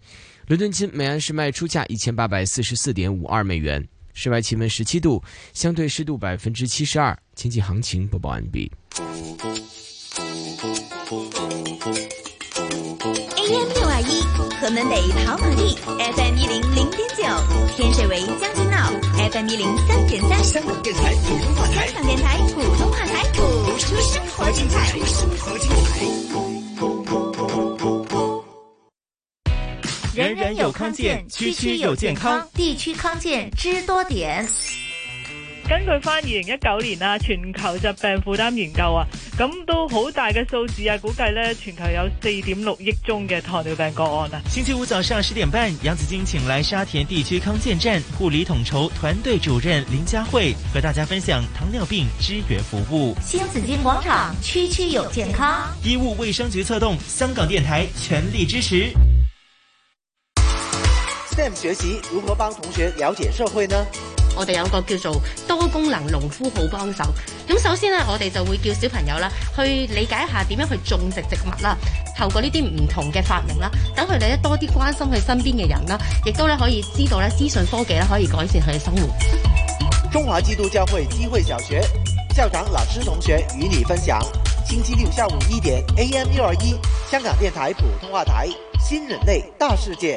Speaker 10: 伦敦金每安士卖出价一千八百四十四点五二美元。室外气温十七度，相对湿度百分之七十二。经济行情播报完毕。
Speaker 5: AM 六二一，河门北跑马地；FM 一零零点九，天水围将军澳；FM 一零三点三。香港电台普通话台，香港电台普通话台，播出生活精彩。
Speaker 4: 人人有康健，区区有健康。
Speaker 5: 地区康健知多点。
Speaker 11: 根據翻二零一九年啊，全球疾病負擔研究啊，咁都好大嘅數字啊，估計呢，全球有四點六億宗嘅糖尿病個案啊。
Speaker 7: 星期五早上十点半，杨子晶请来沙田地区康健站护理统筹团队主任林佳慧，和大家分享糖尿病支援服务。
Speaker 5: 新紫金广场，区区有健康。
Speaker 7: 医务卫生局策动，香港电台全力支持。
Speaker 12: STEM 学习如何帮同学了解社會呢？
Speaker 13: 我哋有個叫做多功能農夫好幫手。咁首先咧，我哋就會叫小朋友啦，去理解一下點樣去種植植物啦，透過呢啲唔同嘅發明啦，等佢哋咧多啲關心佢身邊嘅人啦，亦都咧可以知道咧資訊科技咧可以改善佢嘅生活。
Speaker 12: 中華基督教會基慧小學校長老師同學與你分享，星期六下午一點 AM 六二一香港電台普通話台《新人類大世界》。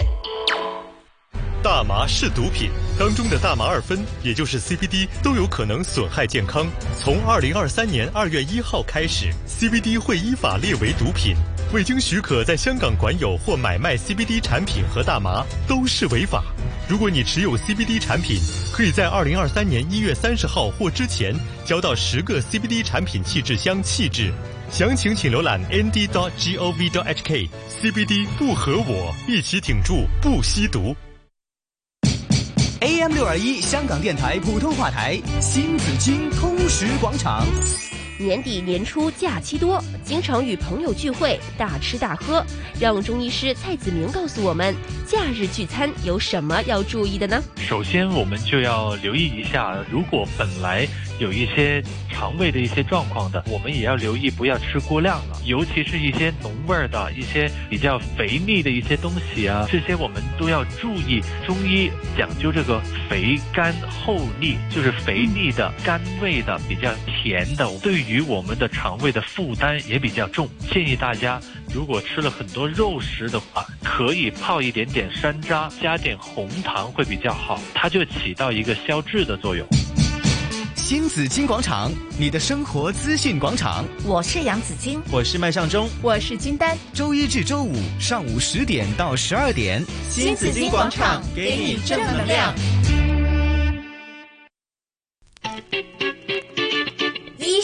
Speaker 14: 大麻是毒品，当中的大麻二酚，也就是 CBD，都有可能损害健康。从二零二三年二月一号开始，CBD 会依法列为毒品。未经许可在香港管有或买卖 CBD 产品和大麻都是违法。如果你持有 CBD 产品，可以在二零二三年一月三十号或之前交到十个 CBD 产品气质箱气质。详情请浏览 nd.gov.hk。CBD 不和我，一起挺住，不吸毒。
Speaker 4: AM 六二一香港电台普通话台新紫金通识广场。
Speaker 15: 年底年初假期多，经常与朋友聚会，大吃大喝。让中医师蔡子明告诉我们，假日聚餐有什么要注意的呢？
Speaker 16: 首先，我们就要留意一下，如果本来有一些肠胃的一些状况的，我们也要留意不要吃过量了，尤其是一些浓味儿的、一些比较肥腻的一些东西啊，这些我们都要注意。中医讲究这个肥甘厚腻，就是肥腻的、甘味的、比较甜的，对于我们的肠胃的负担也比较重。建议大家，如果吃了很多肉食的话，可以泡一点点山楂，加点红糖会比较好，它就起到一个消滞的作用。
Speaker 4: 新紫金广场，你的生活资讯广场。
Speaker 5: 我是杨子晶，
Speaker 4: 我是麦尚中，
Speaker 5: 我是金丹。
Speaker 4: 周一至周五上午十点到十二点，
Speaker 5: 新紫金广场给你正能量。衣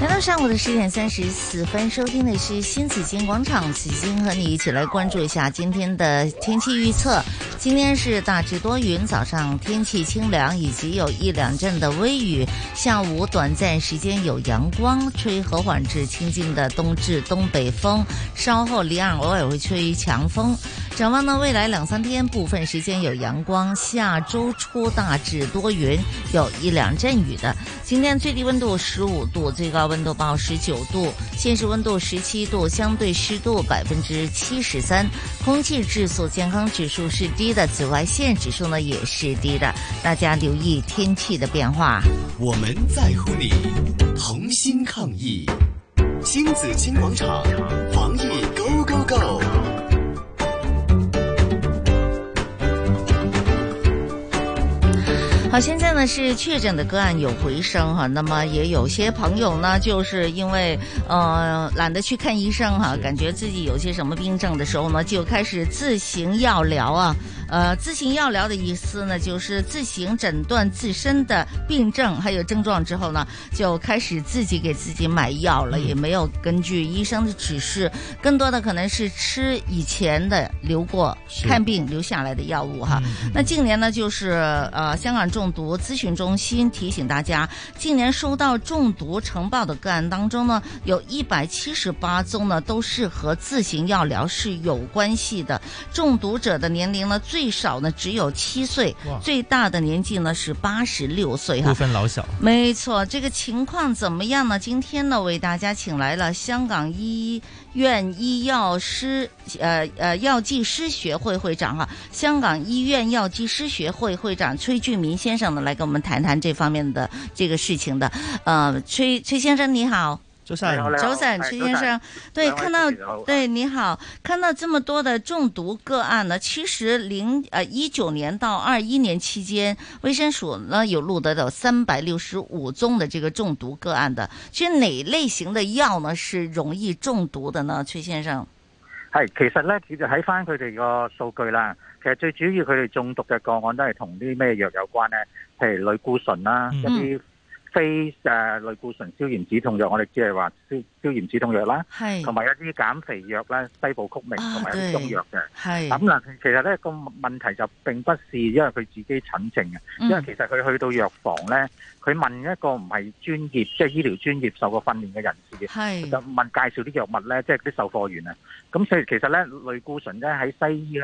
Speaker 6: 来到上午的十点三十四分，收听的是新紫金广场，紫金和你一起来关注一下今天的天气预测。今天是大致多云，早上天气清凉，以及有一两阵的微雨。下午短暂时间有阳光，吹和缓至清劲的东至东北风，稍后离岸偶尔会吹强风。展望呢，未来两三天部分时间有阳光，下周初大致多云，有一两阵雨的。今天最低温度十五度，最高温度报十九度，现实温度十七度，相对湿度百分之七十三，空气质素健康指数是低的，紫外线指数呢也是低的，大家留意天气的变化。
Speaker 4: 我们在乎你，同心抗疫。新紫金广场，防疫 Go Go Go。
Speaker 6: 好，现在呢是确诊的个案有回升哈、那么也有些朋友呢，就是因为呃懒得去看医生哈、感觉自己有些什么病症的时候呢，就开始自行药疗啊。呃，自行药疗的意思呢，就是自行诊断自身的病症还有症状之后呢，就开始自己给自己买药了，也没有根据医生的指示，更多的可能是吃以前的留过
Speaker 17: 是
Speaker 6: 看病留下来的药物哈。
Speaker 7: 嗯
Speaker 6: 那近年呢，就是呃，香港中毒咨询中心提醒大家，近年收到中毒呈报的个案当中呢，有一百七十八宗呢都是和自行药疗是有关系的。中毒者的年龄呢，最少呢只有七岁
Speaker 7: 哇，
Speaker 6: 最大的年纪呢是八十六岁哈
Speaker 7: 不。分老小。
Speaker 6: 没错，这个情况怎么样呢？今天呢，为大家请来了香港医院医药师呃呃药剂师学会会长哈，香港医院药剂师学会会长崔俊明先生呢，来跟我们谈谈这方面的这个事情的。呃，崔崔先生你好。
Speaker 7: 周
Speaker 18: 晨你好你好
Speaker 6: 周晨，
Speaker 18: 哎
Speaker 6: 崔
Speaker 18: 早
Speaker 6: 先
Speaker 18: 晨
Speaker 6: 生，对，
Speaker 18: 两位
Speaker 6: 看到
Speaker 18: 主持人好
Speaker 6: 对你好，看到这么多的中毒个案呢，其实零呃一九年到二一年期间，卫生署呢有录得到三百六十五宗的这个中毒个案的。其实哪类型的药呢是容易中毒的呢？崔先生，
Speaker 18: 係，其實咧，其實睇翻佢哋個數據啦，其實最主要佢哋中毒嘅個案都係同啲咩藥有關咧，譬如類固醇啦，
Speaker 19: 嗯
Speaker 18: 一啲非誒類固醇消炎止痛藥，我哋只係話消消炎止痛藥啦，
Speaker 19: 係啊
Speaker 18: 同埋一啲減肥藥啦、西部曲明同埋一啲中藥嘅。
Speaker 6: 嗯係
Speaker 18: 咁嗱，其實咧個問題就並不是因為佢自己診症嘅，
Speaker 19: 嗯
Speaker 18: 因為其實佢去到藥房咧，佢問一個唔係專業，即、係、醫療專業受過訓練嘅人士，
Speaker 6: 係
Speaker 18: 就問介紹啲藥物咧，即係啲售貨員啊。咁所以其實咧，類固醇咧喺西醫學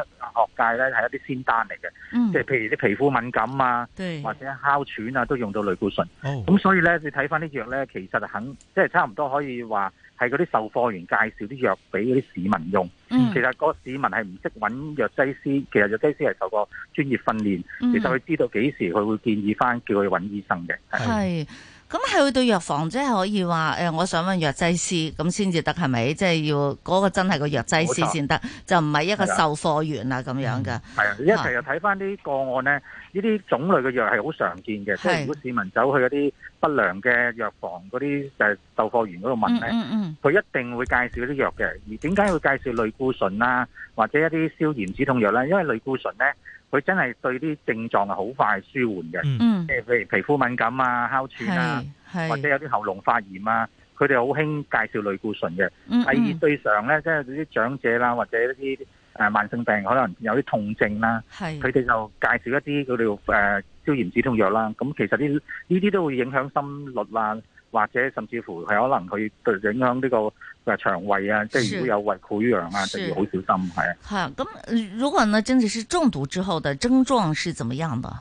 Speaker 18: 界咧係一啲仙丹嚟嘅，
Speaker 6: 嗯
Speaker 18: 即係譬如啲皮膚敏感啊
Speaker 6: 對，
Speaker 18: 或者哮喘啊，都用到類固醇。
Speaker 7: 哦
Speaker 18: 咁所以咧，你睇翻啲藥咧，其實肯即係差唔多可以話係嗰啲售貨員介紹啲藥俾嗰啲市民用。
Speaker 19: 嗯
Speaker 18: 其實個市民係唔識揾藥劑師，其實藥劑師係受過專業訓練，
Speaker 6: 嗯
Speaker 18: 其實佢知道幾時佢會建議翻叫佢揾醫生嘅。哎
Speaker 6: 係咁係去到藥房即係可以話誒、呃我想問藥劑師咁先至得係咪？即係要嗰、個真係個藥劑
Speaker 18: 冇
Speaker 6: 師
Speaker 18: 錯
Speaker 6: 先得，就唔係一個
Speaker 18: 係啊
Speaker 6: 售貨員啊咁樣嘅。
Speaker 18: 係啊，一齊又睇翻啲個案咧，呢啲種類嘅藥係好常見嘅，即
Speaker 6: 係
Speaker 18: 係如果市民走去嗰啲不良嘅藥房嗰啲誒售貨員嗰度問咧，
Speaker 6: 嗯嗯
Speaker 18: 佢一定會介紹啲藥嘅。而點解會介紹類固醇啊，或者一啲消炎止痛藥咧？因為類固醇咧，佢真係對啲症狀係好快舒緩嘅，
Speaker 6: 嗯
Speaker 18: 即係譬如皮膚敏感啊、哮喘啊
Speaker 6: 係係，
Speaker 18: 或者有啲喉嚨發炎啊。佢哋好興介紹類固醇嘅，
Speaker 6: 嗯
Speaker 18: 第二最常咧，即係啲長者啦，或者一啲誒慢性病，可能有啲痛症啦，
Speaker 6: 係
Speaker 18: 佢哋就介紹一啲佢哋誒消炎止痛藥啦。咁其實呢呢啲都會影響心率啦，或者甚至乎係可能佢對影響呢個誒腸胃啊，即係
Speaker 6: 是
Speaker 18: 如果有胃潰瘍啊，就要好小心係啊。
Speaker 6: 好，咁呃如果呢，真的是中毒之後的症狀是怎麼樣的？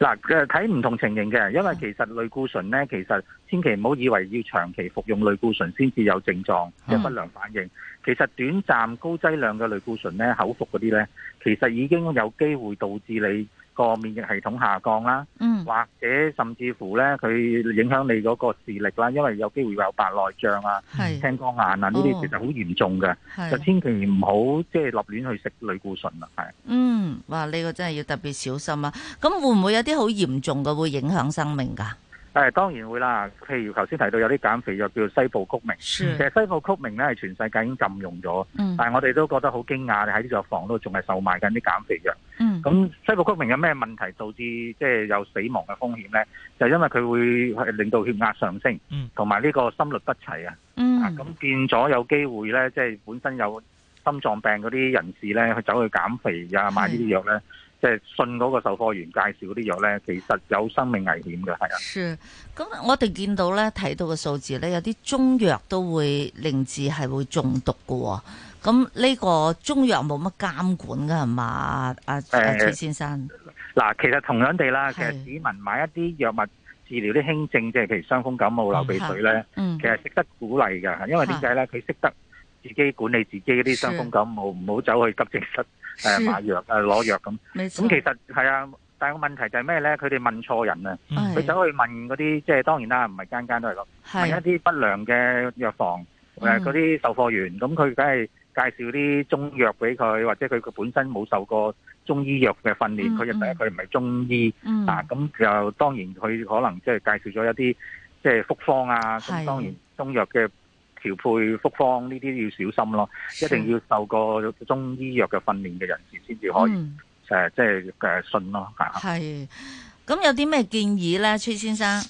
Speaker 18: 嗱，誒睇唔同情形嘅，因
Speaker 19: 嗯
Speaker 18: 為其實類固醇咧，其實千祈唔好以為要長期服用類固醇先至有症狀
Speaker 19: 嗯
Speaker 18: 有不良反應。其實短暫高劑量嘅類固醇咧，口服嗰啲咧，其實已經有機會導致你個免疫系統下降啦，
Speaker 19: 嗯
Speaker 18: 或者甚至乎咧佢影響你嗰個視力啦，因為有機會有白內障啊、
Speaker 6: 係
Speaker 18: 青光眼啊呢
Speaker 6: 哦
Speaker 18: 啲其實好嚴重嘅，
Speaker 6: 係
Speaker 18: 就千祈唔好即係立亂去食類固醇啦，係。
Speaker 6: 嗯，哇，呢、個真係要特別小心啊！咁會唔會有啲好嚴重嘅會影響生命㗎？
Speaker 18: 誒當然會啦，譬如頭先提到有啲減肥藥叫西部曲明，其
Speaker 6: 是
Speaker 18: 實西部曲明咧係全世界已經禁用咗，
Speaker 6: 嗯
Speaker 18: 但係我哋都覺得好驚訝，喺啲藥房都仲係售賣緊啲減肥藥。
Speaker 6: 嗯
Speaker 18: 咁西部曲明有咩問題導致即係有死亡嘅風險咧？就係因為佢會令到血壓上升，同埋呢個心律不齊啊。
Speaker 6: 嗯
Speaker 18: 啊，咁變咗有機會咧，即係本身有心臟病嗰啲人士咧，去走去減肥啊，買呢啲藥咧，即係信嗰個售貨員介紹嗰啲藥咧，其實有生命危險嘅，係啊。
Speaker 6: 是，咁我哋見到咧睇到嘅數字咧，有啲中藥都會令至係會中毒嘅喎、咁呢個中藥冇乜監管㗎係嘛？啊啊啊，
Speaker 18: 誒
Speaker 6: 崔先生，
Speaker 18: 嗱，其實同樣地啦，其實市民買一啲藥物治療啲輕症，即係譬如傷風感冒、流鼻水咧，
Speaker 6: 嗯
Speaker 18: 其實值得鼓勵㗎，因為點解咧？佢識得自己管理自己嗰啲傷風感冒，唔好走去急症室
Speaker 6: 是
Speaker 18: 誒買藥誒攞藥咁。
Speaker 6: 沒
Speaker 18: 咁其實係啊，但係個問題就係咩咧？佢哋問錯人
Speaker 6: 嗯
Speaker 18: 啊！佢走去問嗰啲，即係當然啦，唔係間間都係咁，
Speaker 6: 係
Speaker 18: 問一啲不良嘅藥房誒
Speaker 6: 嗯
Speaker 18: 嗰啲售貨員，咁佢梗係介紹啲中藥俾佢，或者佢佢本身冇受過中醫藥嘅訓練，
Speaker 6: 嗯
Speaker 18: 佢就
Speaker 6: 嗯
Speaker 18: 第一佢唔係中醫
Speaker 6: 嗯
Speaker 18: 啊，咁就當然佢可能即係介紹咗一啲即係複方啊，
Speaker 6: 係
Speaker 18: 咁當然中藥嘅。調配複方呢啲要小心咯，一定要受過中醫藥嘅訓練嘅人士先至可以
Speaker 6: 嗯，
Speaker 18: 誒、即係誒信咯啊嚇。
Speaker 6: 係，咁有啲咩建議咧，崔先生？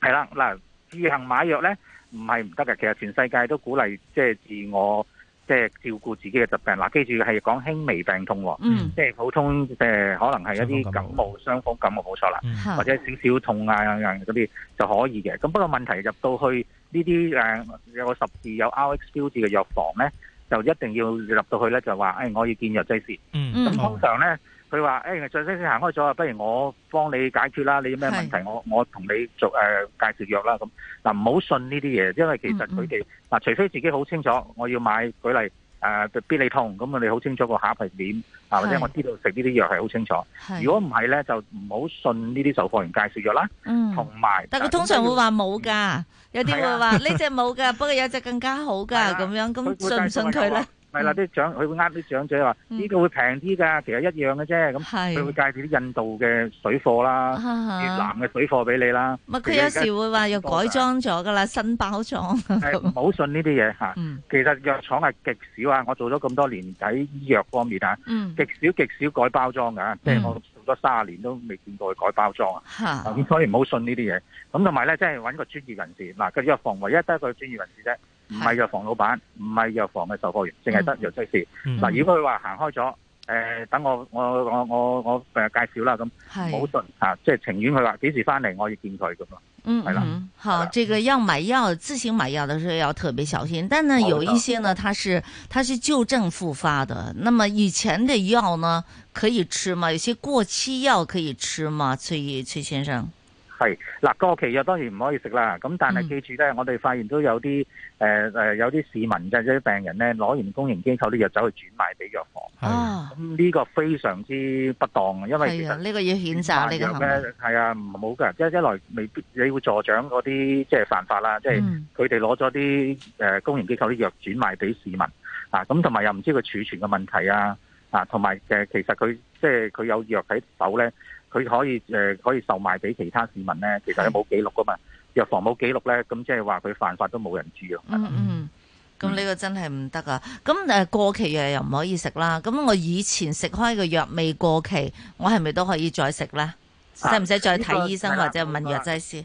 Speaker 18: 係啦，嗱，自行買藥咧唔係唔得嘅，其實全世界都鼓勵即係自我即係照顧自己嘅疾病。嗱，記住係講輕微病痛喎，
Speaker 6: 嗯
Speaker 18: 即係普通誒、可能係一啲感冒、傷風感冒冇錯啦，
Speaker 6: 嚇
Speaker 18: 或者少少痛啊嗰啲就可以嘅。咁不過問題入到去呢啲誒有個十字有 RX 標誌嘅藥房咧，就一定要入到去咧就話誒、我要見藥劑師。
Speaker 17: 嗯
Speaker 18: 咁通常咧，佢話：誒、哎上先生行開咗啊，不如我幫你解決啦。你有咩問題，我我同你做誒、介紹藥啦。咁嗱，唔好信呢啲嘢，因為其實佢
Speaker 6: 嗯
Speaker 18: 哋嗱，除非自己好清楚，我要買舉例誒、呃必理痛，咁我哋好清楚個盒係點啊，或者
Speaker 6: 係
Speaker 18: 我知道食呢啲藥係好清楚
Speaker 6: 係。
Speaker 18: 如果唔係咧，就唔好信呢啲售貨員介紹藥啦。
Speaker 6: 嗯
Speaker 18: 同埋，
Speaker 6: 但佢通常會話冇㗎，有啲會話
Speaker 18: 係啊啊
Speaker 6: 呢只冇㗎，不 過有隻更加好㗎咁樣，
Speaker 18: 佢
Speaker 6: 咁
Speaker 18: 會
Speaker 6: 信唔嗯信佢咧？
Speaker 18: 係啦，啲長佢會呃啲長者話呢個會平啲㗎，其實一樣嘅啫。咁
Speaker 6: 嗯係
Speaker 18: 佢會介紹啲印度嘅水貨啦、
Speaker 6: 啊
Speaker 18: 越南嘅水貨俾你啦。
Speaker 6: 咪啊佢有時會話又改裝咗㗎啦，新包裝。
Speaker 18: 係唔好信呢啲嘢嚇。
Speaker 6: 嗯
Speaker 18: 其實藥廠係極少啊，我做咗咁多年喺醫藥方面啊，
Speaker 6: 嗯
Speaker 18: 極少極少改包裝㗎，即係我做咗三十年都未見過佢改包裝啊。
Speaker 6: 嚇
Speaker 18: 咁所以唔好信呢啲嘢。咁同埋咧，即係揾個專業人士。嗱，個藥房唯一得一個專業人士啫，唔係藥房老闆，唔係藥房嘅售貨員，淨係得藥劑師。
Speaker 17: 嗯
Speaker 18: 嗱，如果佢話行開咗，誒、等我我我我我誒介紹啦，咁
Speaker 6: 係
Speaker 18: 唔好信嚇，即係情願佢話幾時翻嚟，我要見佢咁咯。
Speaker 6: 嗯，
Speaker 18: 係啦
Speaker 6: 嗯好，这个要买药，自行买药的时候要特别小心。但呢，
Speaker 18: 好的
Speaker 6: 有一些呢，它是它是就症复发的。那么以前的药呢，可以吃吗？有些过期药可以吃吗？崔崔先生，
Speaker 18: 係嗱，過期藥當然唔可以食啦。咁但
Speaker 6: 嗯
Speaker 18: 係記住咧，我哋發現都有啲誒誒有啲市民嘅啲病人咧，攞完公營機構啲藥走去轉賣俾藥房。
Speaker 6: 啊，
Speaker 18: 咁呢個非常之不當，因為其
Speaker 6: 係
Speaker 18: 實
Speaker 6: 啊，呢個要譴責呢個行為。
Speaker 18: 咧係啊，唔好㗎，即係一來未必你會助長嗰啲即係犯法啦，即係
Speaker 6: 嗯
Speaker 18: 佢哋攞咗啲誒公營機構啲藥轉賣俾市民啊，咁同埋又唔知佢儲存嘅問題啊，啊，同埋誒其實佢即係佢有藥喺手咧，佢可以誒、呃可以售賣俾其他市民咧，其實佢冇記錄噶嘛，藥房冇記錄咧，咁即係話佢犯法都冇人知咯。
Speaker 6: 嗯嗯，咁呢個真係唔得啊！咁誒過期藥又唔可以食啦。咁我以前食開嘅藥未過期，我係咪都可以再食咧？使唔使再睇醫生
Speaker 18: 呢個
Speaker 6: 或者問藥劑師？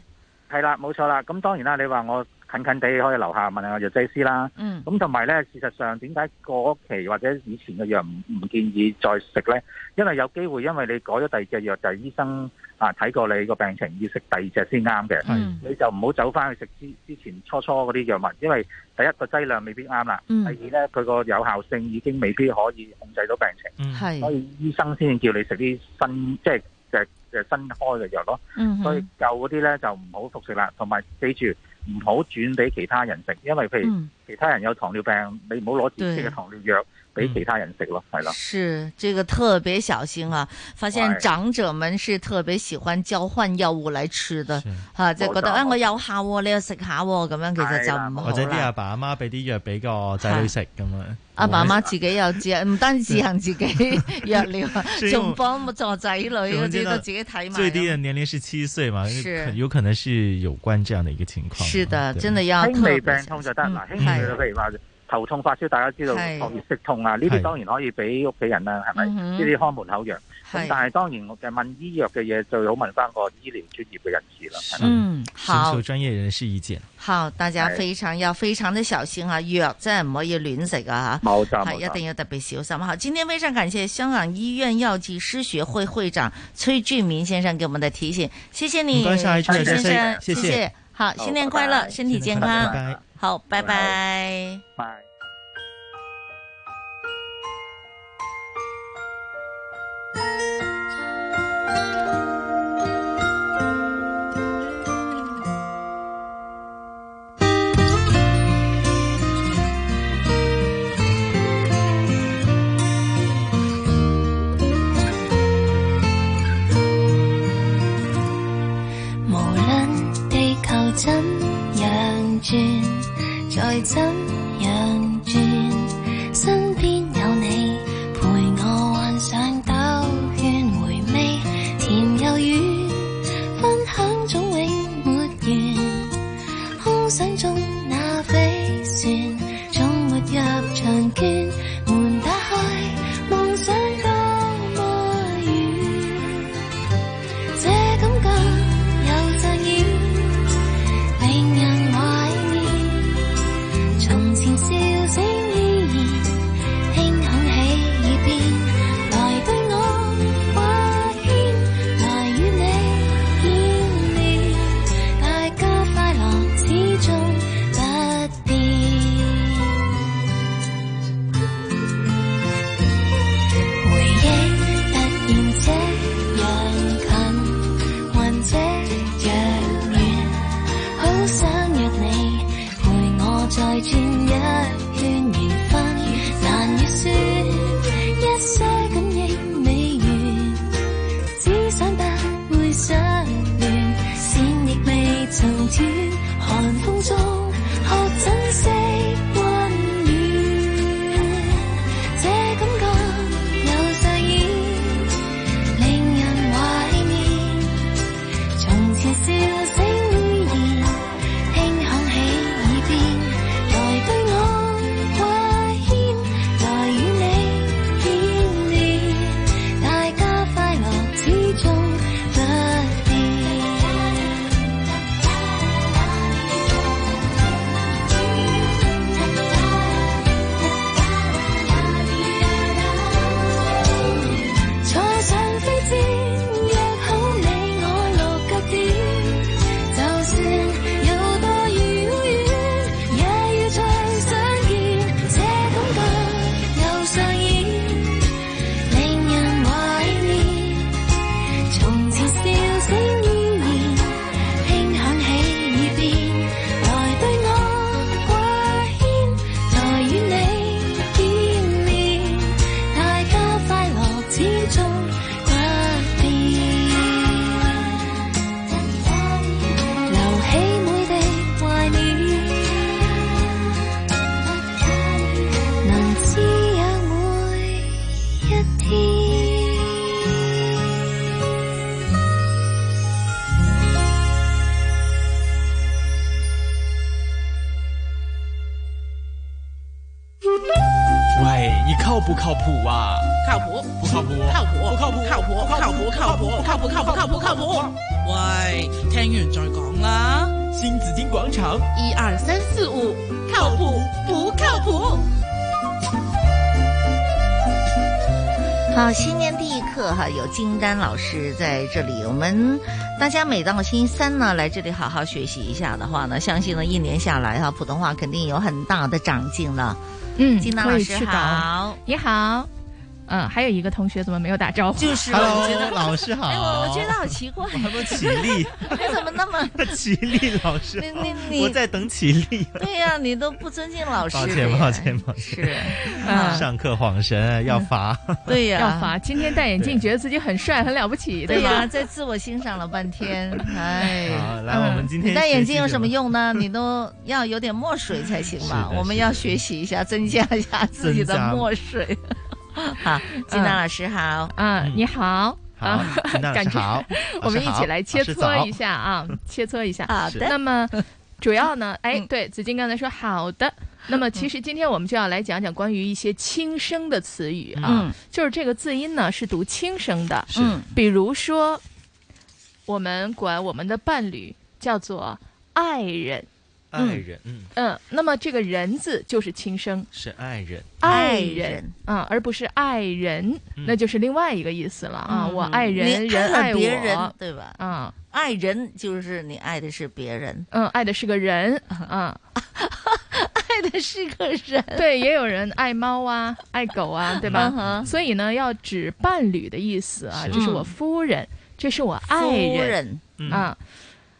Speaker 18: 係啦，冇錯啦。咁當然啦，你話我近近地可以樓下問下藥劑師啦。
Speaker 6: 嗯
Speaker 18: 咁同埋咧，事實上點解過期或者以前嘅藥唔唔建議再食咧？因為有機會，因為你改咗第二隻藥，就係、醫生啊睇過你個病情，要食第二隻先啱嘅。
Speaker 6: 嗯
Speaker 18: 你就唔好走翻去食之之前初初嗰啲藥物，因為第一個劑量未必啱啦，
Speaker 6: 嗯
Speaker 18: 第二咧佢個有效性已經未必可以控制到病情。
Speaker 6: 嗯係
Speaker 18: 所以醫生先叫你食啲新即係誒誒新開嘅藥咯。
Speaker 6: 嗯哼
Speaker 18: 所以舊嗰啲咧就唔好服食啦，同埋記住唔好轉俾其他人食，因為譬如
Speaker 6: 嗯
Speaker 18: 其他人有糖尿病，你唔好攞自己嘅糖尿藥俾其他人食咯，係啦。
Speaker 6: 嗯是这个特别小心啊！发现
Speaker 18: 啊喂
Speaker 6: 长者们是特别喜欢交换药物来吃的，吓就觉
Speaker 7: 冇
Speaker 6: 得
Speaker 7: 錯
Speaker 6: 啊我有效喎，你又食下喎咁樣，其實就唔好
Speaker 7: 或者啲阿
Speaker 6: 啦。
Speaker 7: 爸阿媽俾啲藥俾個仔女食咁樣。
Speaker 6: 阿爸啊媽自己又自唔單止自行 自己藥療啊，
Speaker 7: 所以我
Speaker 6: 仲幫助仔女嗰啲都自己睇埋
Speaker 7: 最低
Speaker 6: 咁。
Speaker 7: 的年齡是七歲嘛，
Speaker 6: 是
Speaker 7: 可有可能是有關這樣的一個情況。
Speaker 6: 是的，
Speaker 7: 哦對
Speaker 6: 真的要
Speaker 18: 輕微
Speaker 6: 特
Speaker 18: 病
Speaker 6: 別小
Speaker 18: 痛
Speaker 6: 心
Speaker 18: 就
Speaker 6: 嗯
Speaker 18: 得，嗱輕微譬如話頭痛發燒，大家知道
Speaker 6: 係
Speaker 18: 撲熱息痛啊，呢
Speaker 6: 係
Speaker 18: 啲當然可以俾屋企人啊啦，係咪？
Speaker 6: 嗯哼
Speaker 18: 呢啲看門口藥。
Speaker 6: 係
Speaker 18: 咁但係當然我嘅問醫藥嘅嘢最好問翻個醫療專業嘅人士啦。係咪
Speaker 6: 嗯，
Speaker 7: 尋
Speaker 6: 好哎
Speaker 7: 求。專業人士意見。
Speaker 6: 好，大家
Speaker 18: 係
Speaker 6: 非常要非常的小心啊，藥真係唔可以亂食啊吓，
Speaker 18: 冇錯
Speaker 6: 係
Speaker 18: 冇
Speaker 6: 一
Speaker 18: 錯
Speaker 6: 定要特別小心哈。今天非常感謝香港醫院藥劑師學會會長崔俊明先生給我們的提醒，謝謝你，
Speaker 7: 唔該晒
Speaker 6: 崔
Speaker 7: 崔
Speaker 6: 先
Speaker 7: 先
Speaker 6: 生
Speaker 7: 生，
Speaker 6: 謝
Speaker 7: 謝謝
Speaker 6: 謝，好，
Speaker 7: 好
Speaker 6: 新年快樂，
Speaker 7: 拜拜
Speaker 6: 身體健
Speaker 7: 新年快樂拜
Speaker 6: 康，
Speaker 7: 拜
Speaker 6: 好，拜拜，
Speaker 18: 拜。
Speaker 17: 無論地球怎樣轉，再怎樣轉，身邊有你陪我幻想兜圈，回味甜又軟，分享總永沒完。空想中那飛船，總沒入場券，門打開，夢想多麼遠。這感覺有扎染，令人懷念。從前笑聲依然，輕響起耳邊。來對我畫圈，來與你見面，大家快樂始終不變。回憶突然這樣近，還這樣遠，好想約你陪我再轉一圈，緣分難預算，一些感應未完，只想不會相戀，線亦未曾斷，寒風中學珍惜溫暖。這感覺有實現，令人懷念。從前笑聲依然，輕響起耳邊。來對我掛牽，來與你見面，大家快樂始終不變。坐上飛氈，約好你我落腳點，就算有多遙遠，也要再相見。這感覺又上演，令人懷念。從前笑聲依然，輕響起耳邊，來對我掛牽，來與你見面。大家快樂始終不變，留起每滴懷念，能滋養每一天。
Speaker 19: 喂，你靠不靠谱啊？
Speaker 20: 靠谱，
Speaker 19: 不靠谱，啊
Speaker 20: 靠谱，靠谱，靠谱，靠谱，靠谱，靠谱，靠谱，靠谱，靠谱。喂，聽完再講啦。
Speaker 19: 新紫金广场，
Speaker 20: 一二三四五，靠譜不靠譜？
Speaker 6: 好，新年第一课哈，有金丹老师在这里。我们大家每到星期三呢，来这里好好学习一下的话呢，相信呢一年下来啊哈，普通话肯定有很大的长进了。
Speaker 3: 嗯
Speaker 6: 金丹
Speaker 3: 可
Speaker 6: 老
Speaker 3: 以
Speaker 6: 师
Speaker 3: 去搞
Speaker 6: 好，
Speaker 3: 你好。
Speaker 8: 嗯，还有一个同学怎么没有打招呼？
Speaker 6: 就是我 Hello，觉 得老师好哎我我觉得好
Speaker 8: 奇怪，
Speaker 7: 还不起立，
Speaker 6: 你 怎么那么
Speaker 7: 起立老师好，
Speaker 6: 你你
Speaker 7: 我在等起立。
Speaker 6: 对呀、你都不尊敬老师哎
Speaker 7: 抱
Speaker 6: 的
Speaker 7: 歉，
Speaker 6: 呀，
Speaker 7: 抱歉，抱 歉。
Speaker 6: 啊
Speaker 7: 上课晃神要罚。
Speaker 6: 对呀、
Speaker 8: 要罚。今天戴眼镜，觉得自己很帅，很了不起，
Speaker 6: 对呀、
Speaker 8: 吧？
Speaker 6: 在自我欣赏了半天，哎。
Speaker 7: 好，来，我们今天
Speaker 6: 你戴眼
Speaker 7: 学习
Speaker 6: 镜有什
Speaker 7: 么？
Speaker 6: 么用呢？你都要有点墨水才行 吧
Speaker 7: 是？的
Speaker 6: 我们
Speaker 7: 是
Speaker 6: 要学习一下，增加一下自己
Speaker 7: 增
Speaker 6: 的
Speaker 7: 加
Speaker 6: 墨水。好，金丹老师好。
Speaker 8: 嗯，你好。
Speaker 6: 好
Speaker 8: 啊
Speaker 6: 金娜老师
Speaker 8: 感觉
Speaker 6: 好
Speaker 8: 我们一
Speaker 6: 老师好
Speaker 8: 起来切
Speaker 6: 老师早
Speaker 8: 磋一下啊，切磋一下。
Speaker 6: 好的嗯
Speaker 8: 那么主要 呢，哎，对，子金刚才说好的。那么其实今天我们就要来讲讲关于一些轻声的词语啊
Speaker 6: 嗯，
Speaker 8: 就是这个字音呢是读轻声的，
Speaker 6: 是嗯
Speaker 8: 比如说我们管我们的伴侣叫做爱人，
Speaker 7: 爱人，嗯，
Speaker 8: 嗯，那么这个人字就是轻声，
Speaker 7: 是爱人。
Speaker 8: 爱人啊、而不是爱人，那就是另外一个意思了啊。
Speaker 6: 嗯
Speaker 8: 我爱人，
Speaker 6: 你
Speaker 8: 人
Speaker 6: 了
Speaker 8: 爱我，
Speaker 6: 别人，对吧？
Speaker 8: 啊，
Speaker 6: 爱人就是你爱的是别人，
Speaker 8: 嗯，爱的是个 人，啊，
Speaker 6: 爱的是个人。
Speaker 8: 对，也有人爱猫 啊，爱狗啊，对吧？
Speaker 6: 嗯哼
Speaker 8: 所以呢，要指伴侣的意思啊，
Speaker 6: 是
Speaker 8: 这是我
Speaker 6: 嗯
Speaker 8: 夫人，这是我爱
Speaker 6: 夫
Speaker 8: 人
Speaker 6: 人嗯
Speaker 8: 啊。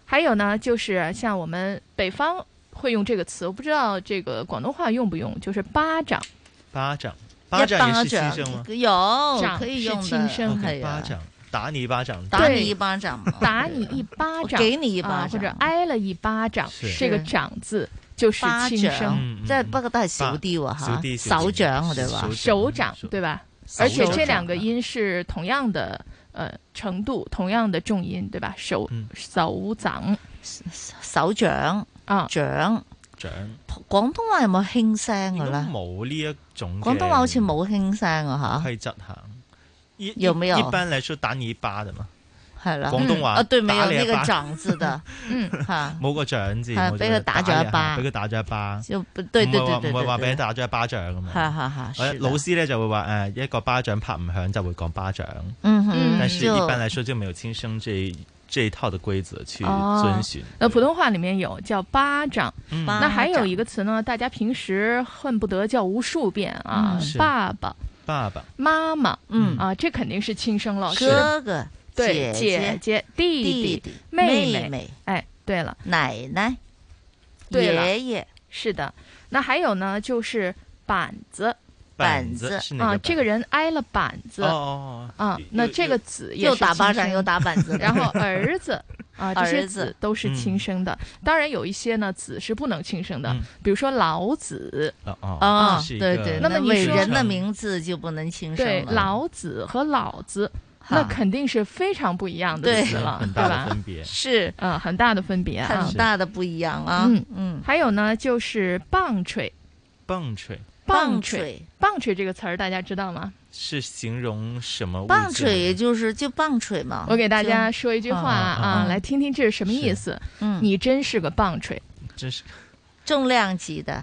Speaker 8: 还有呢，就是像我们北方会用这个词，我不知道这个广东话用不用，就是巴掌。
Speaker 7: 巴掌，巴掌也是轻声吗？
Speaker 6: 有
Speaker 8: 掌
Speaker 6: 可以
Speaker 8: 是
Speaker 6: 用的
Speaker 8: 轻声
Speaker 7: OK，
Speaker 8: 可以
Speaker 7: 巴
Speaker 8: 啊
Speaker 7: 掌，打你一巴掌，
Speaker 8: 打你一
Speaker 6: 巴掌，
Speaker 8: 打你一巴掌，
Speaker 6: 我给你一巴掌
Speaker 8: 啊或者挨了一巴掌
Speaker 6: 是，
Speaker 8: 这个掌字就是
Speaker 6: 巴
Speaker 8: 轻
Speaker 6: 掌
Speaker 8: 声，，
Speaker 6: 即係不過都係小啲喎
Speaker 8: 小啲
Speaker 6: 嚇，
Speaker 8: 小啲
Speaker 6: 手掌對吧？
Speaker 8: 手掌对吧？
Speaker 6: 手
Speaker 8: 而且
Speaker 6: 手
Speaker 8: 这
Speaker 6: 掌
Speaker 8: 两个音是同样的呃程度，同样的重音对吧？手手掌，
Speaker 6: 手掌
Speaker 8: 啊
Speaker 6: 掌。
Speaker 7: 掌
Speaker 6: 廣東話有冇輕聲㗎
Speaker 7: 都
Speaker 6: 啦？
Speaker 7: 冇呢一種嘅。
Speaker 6: 廣東話好似冇輕聲啊
Speaker 7: 規則下，一
Speaker 6: 有沒有
Speaker 7: 一般來說打你一巴的嘛？
Speaker 6: 嚇，係啦。
Speaker 7: 廣東話
Speaker 6: 啊，對，沒有
Speaker 7: 打你一
Speaker 6: 那個
Speaker 7: 巴
Speaker 6: 掌 字的，嗯 嚇，
Speaker 7: 冇個掌字，
Speaker 6: 係
Speaker 7: 我
Speaker 6: 啊俾
Speaker 7: 覺
Speaker 6: 佢
Speaker 7: 得
Speaker 6: 打咗
Speaker 7: 人
Speaker 6: 一巴
Speaker 7: 係俾佢打咗一巴，
Speaker 6: 就不對對
Speaker 7: 唔會話
Speaker 6: 對對
Speaker 7: 唔會話
Speaker 6: 對
Speaker 7: 俾哎佢打咗一巴掌咁
Speaker 6: 嚇
Speaker 7: 樣。
Speaker 6: 嚇嚇，
Speaker 7: 或者
Speaker 6: 是的
Speaker 7: 老師咧就會話誒一個巴掌拍唔響就會講巴掌，
Speaker 6: 嗯哼
Speaker 7: 但是
Speaker 6: 就
Speaker 7: 一般來說就沒有輕聲這一這一套的規則去
Speaker 8: 哦
Speaker 7: 遵循。，
Speaker 8: 那普通话里面有叫巴掌，
Speaker 7: 嗯
Speaker 8: 那还有一个词呢，大家平时恨不得叫无数遍啊
Speaker 7: 嗯，是
Speaker 8: 爸爸、
Speaker 7: 爸爸
Speaker 8: 妈妈，
Speaker 7: 嗯
Speaker 8: 啊，这肯定是亲生了，
Speaker 6: 哥
Speaker 8: 是
Speaker 6: 哥
Speaker 8: 对，
Speaker 6: 姐姐
Speaker 8: 姐弟
Speaker 6: 弟弟
Speaker 8: 弟、妹
Speaker 6: 妹妹
Speaker 8: 哎，对了，
Speaker 6: 奶奶、
Speaker 8: 对了
Speaker 6: 爷爷，
Speaker 8: 是的。那还有呢，就是板子，
Speaker 6: 板子板子是哪个
Speaker 8: 啊，
Speaker 6: 板
Speaker 8: 这个人挨了板子，
Speaker 6: 哦哦哦
Speaker 8: 啊
Speaker 6: 又，
Speaker 8: 那
Speaker 6: 又
Speaker 8: 这个子也
Speaker 6: 又
Speaker 8: 是
Speaker 6: 打巴
Speaker 8: 亲
Speaker 6: 掌
Speaker 8: 生
Speaker 6: 又打板 子
Speaker 8: 然后儿子。啊，这
Speaker 6: 儿
Speaker 8: 些
Speaker 6: 子
Speaker 8: 子都是
Speaker 6: 嗯
Speaker 8: 亲生的，当然有一些呢子是不能亲生的，比如说老子
Speaker 7: 哦哦
Speaker 6: 啊，
Speaker 8: 啊
Speaker 6: 对对，
Speaker 8: 那么你
Speaker 6: 伟
Speaker 8: 说
Speaker 6: 人的名字就不能轻声
Speaker 8: 对
Speaker 6: 了，
Speaker 8: 老子和老子，那肯定是非常不一样的
Speaker 6: 对
Speaker 8: 词了，
Speaker 6: 很
Speaker 8: 对
Speaker 6: 大的
Speaker 8: 吧
Speaker 6: 分 别？
Speaker 8: 是，嗯，很大的分别啊，
Speaker 6: 很大的不一样啊，
Speaker 8: 嗯
Speaker 6: 嗯，
Speaker 8: 还有呢，就是棒槌，
Speaker 7: 棒槌
Speaker 8: 棒槌，棒槌这个词儿大家知道吗？
Speaker 7: 是形容什么物
Speaker 6: 棒
Speaker 7: 件
Speaker 6: 槌也就是就棒槌嘛，
Speaker 8: 我给大家
Speaker 6: 就
Speaker 8: 说一句话
Speaker 6: 嗯
Speaker 8: 啊，
Speaker 6: 嗯嗯
Speaker 8: 来听听这是什么意思。
Speaker 6: 嗯
Speaker 8: 你真是个棒槌。
Speaker 7: 真是
Speaker 6: 重量 级的，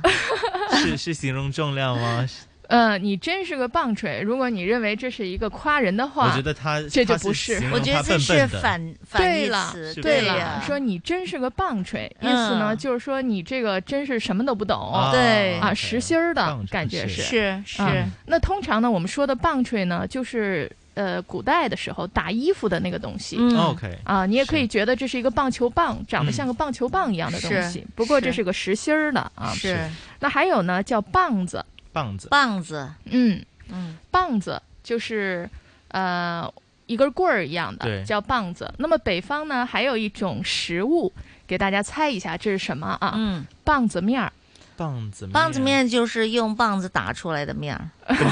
Speaker 7: 是是形容重量吗？
Speaker 8: 呃，你真是个棒槌。如果你认为这是一个夸人的话，
Speaker 7: 我觉得他
Speaker 8: 这就
Speaker 7: 他是
Speaker 8: 不是
Speaker 7: 形，容我觉得他这笨笨是的反反义
Speaker 8: 对了
Speaker 7: 词，
Speaker 8: 对
Speaker 7: 对
Speaker 8: 了
Speaker 7: 呀，
Speaker 8: 说你真是个棒槌，意思呢
Speaker 6: 嗯
Speaker 8: 就是说你这个真是什么都不懂
Speaker 6: 啊，对
Speaker 8: 啊，实心儿的感觉
Speaker 6: 是
Speaker 8: 是
Speaker 6: 是
Speaker 8: 啊
Speaker 6: 是
Speaker 8: 那通常呢，我们说的棒槌呢，就是呃古代的时候打衣服的那个东西。
Speaker 6: 嗯
Speaker 7: 哦
Speaker 6: OK
Speaker 8: 啊，你也可以觉得这是一个棒球棒，长得
Speaker 7: 嗯
Speaker 8: 像个棒球棒一样的东
Speaker 6: 是
Speaker 8: 西，不过这
Speaker 6: 是
Speaker 8: 是个实心儿的啊。
Speaker 6: 是。
Speaker 8: 那还有呢，叫棒子。
Speaker 7: 棒子
Speaker 6: 棒子，
Speaker 8: 嗯，
Speaker 6: 嗯，
Speaker 8: 棒子就是呃一根棍儿一样的，
Speaker 6: 对
Speaker 8: 叫棒子。那么北方呢，还有一种食物，给大家猜一下这是什么啊？
Speaker 6: 嗯，
Speaker 8: 棒子面儿。
Speaker 7: 棒子
Speaker 6: 棒子面就是用棒子打出来的面儿，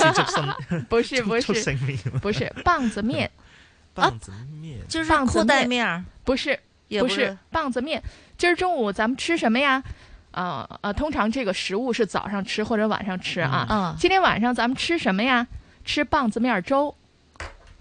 Speaker 8: 不是不
Speaker 6: 畜
Speaker 8: 是
Speaker 6: 生面吗
Speaker 8: 不是棒子面，
Speaker 7: 棒子面
Speaker 6: 就是
Speaker 8: 棒子
Speaker 6: 裤带面儿，
Speaker 8: 不是
Speaker 6: 也
Speaker 8: 不
Speaker 6: 不
Speaker 8: 是
Speaker 6: 是
Speaker 8: 棒子面。今儿中午咱们吃什么呀？啊、啊、通常这个食物是早上吃或者晚上吃啊。
Speaker 6: 嗯嗯
Speaker 8: 今天晚上咱们吃什么呀？吃棒子面粥。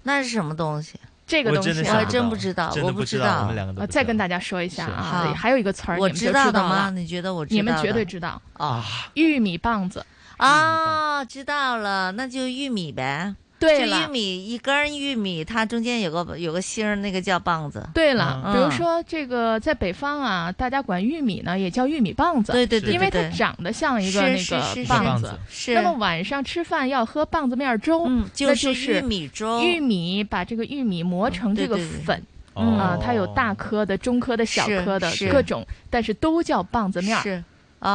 Speaker 6: 那是什么东西？
Speaker 8: 这个
Speaker 6: 我
Speaker 8: 东西
Speaker 6: 真的想不我还真不知道到真的我不不知知道道我们两个都
Speaker 8: 呃
Speaker 6: 不
Speaker 8: 再跟大家说一下啊
Speaker 6: 好，
Speaker 8: 还有一个词儿，
Speaker 6: 我
Speaker 8: 你们就
Speaker 6: 知道的
Speaker 8: 道
Speaker 6: 吗
Speaker 8: 了
Speaker 6: 你觉得我知
Speaker 8: 你们
Speaker 6: 道的
Speaker 8: 绝对知道
Speaker 6: 啊？
Speaker 8: 玉米棒子，
Speaker 6: 啊，知道了，那就玉米呗。
Speaker 8: 对
Speaker 6: 就
Speaker 8: 了
Speaker 6: 玉米一根玉米，它中间有个有个芯儿，那个叫棒子。
Speaker 8: 对了，
Speaker 6: 嗯
Speaker 8: 比如说这个在北方啊，大家管玉米呢也叫玉米棒子，
Speaker 6: 对对对
Speaker 8: 因为
Speaker 6: 对
Speaker 8: 它
Speaker 6: 对
Speaker 8: 长得像一个
Speaker 6: 是
Speaker 8: 那
Speaker 6: 是
Speaker 8: 个
Speaker 6: 是是
Speaker 8: 棒
Speaker 6: 棒子是
Speaker 8: 那么晚上吃饭要喝棒子面粥，
Speaker 6: 就
Speaker 8: 那
Speaker 6: 是
Speaker 8: 嗯就是
Speaker 6: 玉米粥
Speaker 8: 玉米把这个玉米磨成这个
Speaker 6: 对对对
Speaker 8: 粉。
Speaker 6: 嗯
Speaker 8: 啊，它有大颗的、中颗的、小
Speaker 6: 是
Speaker 8: 颗的
Speaker 6: 是
Speaker 8: 各种，但是都叫棒子面儿
Speaker 6: 是哦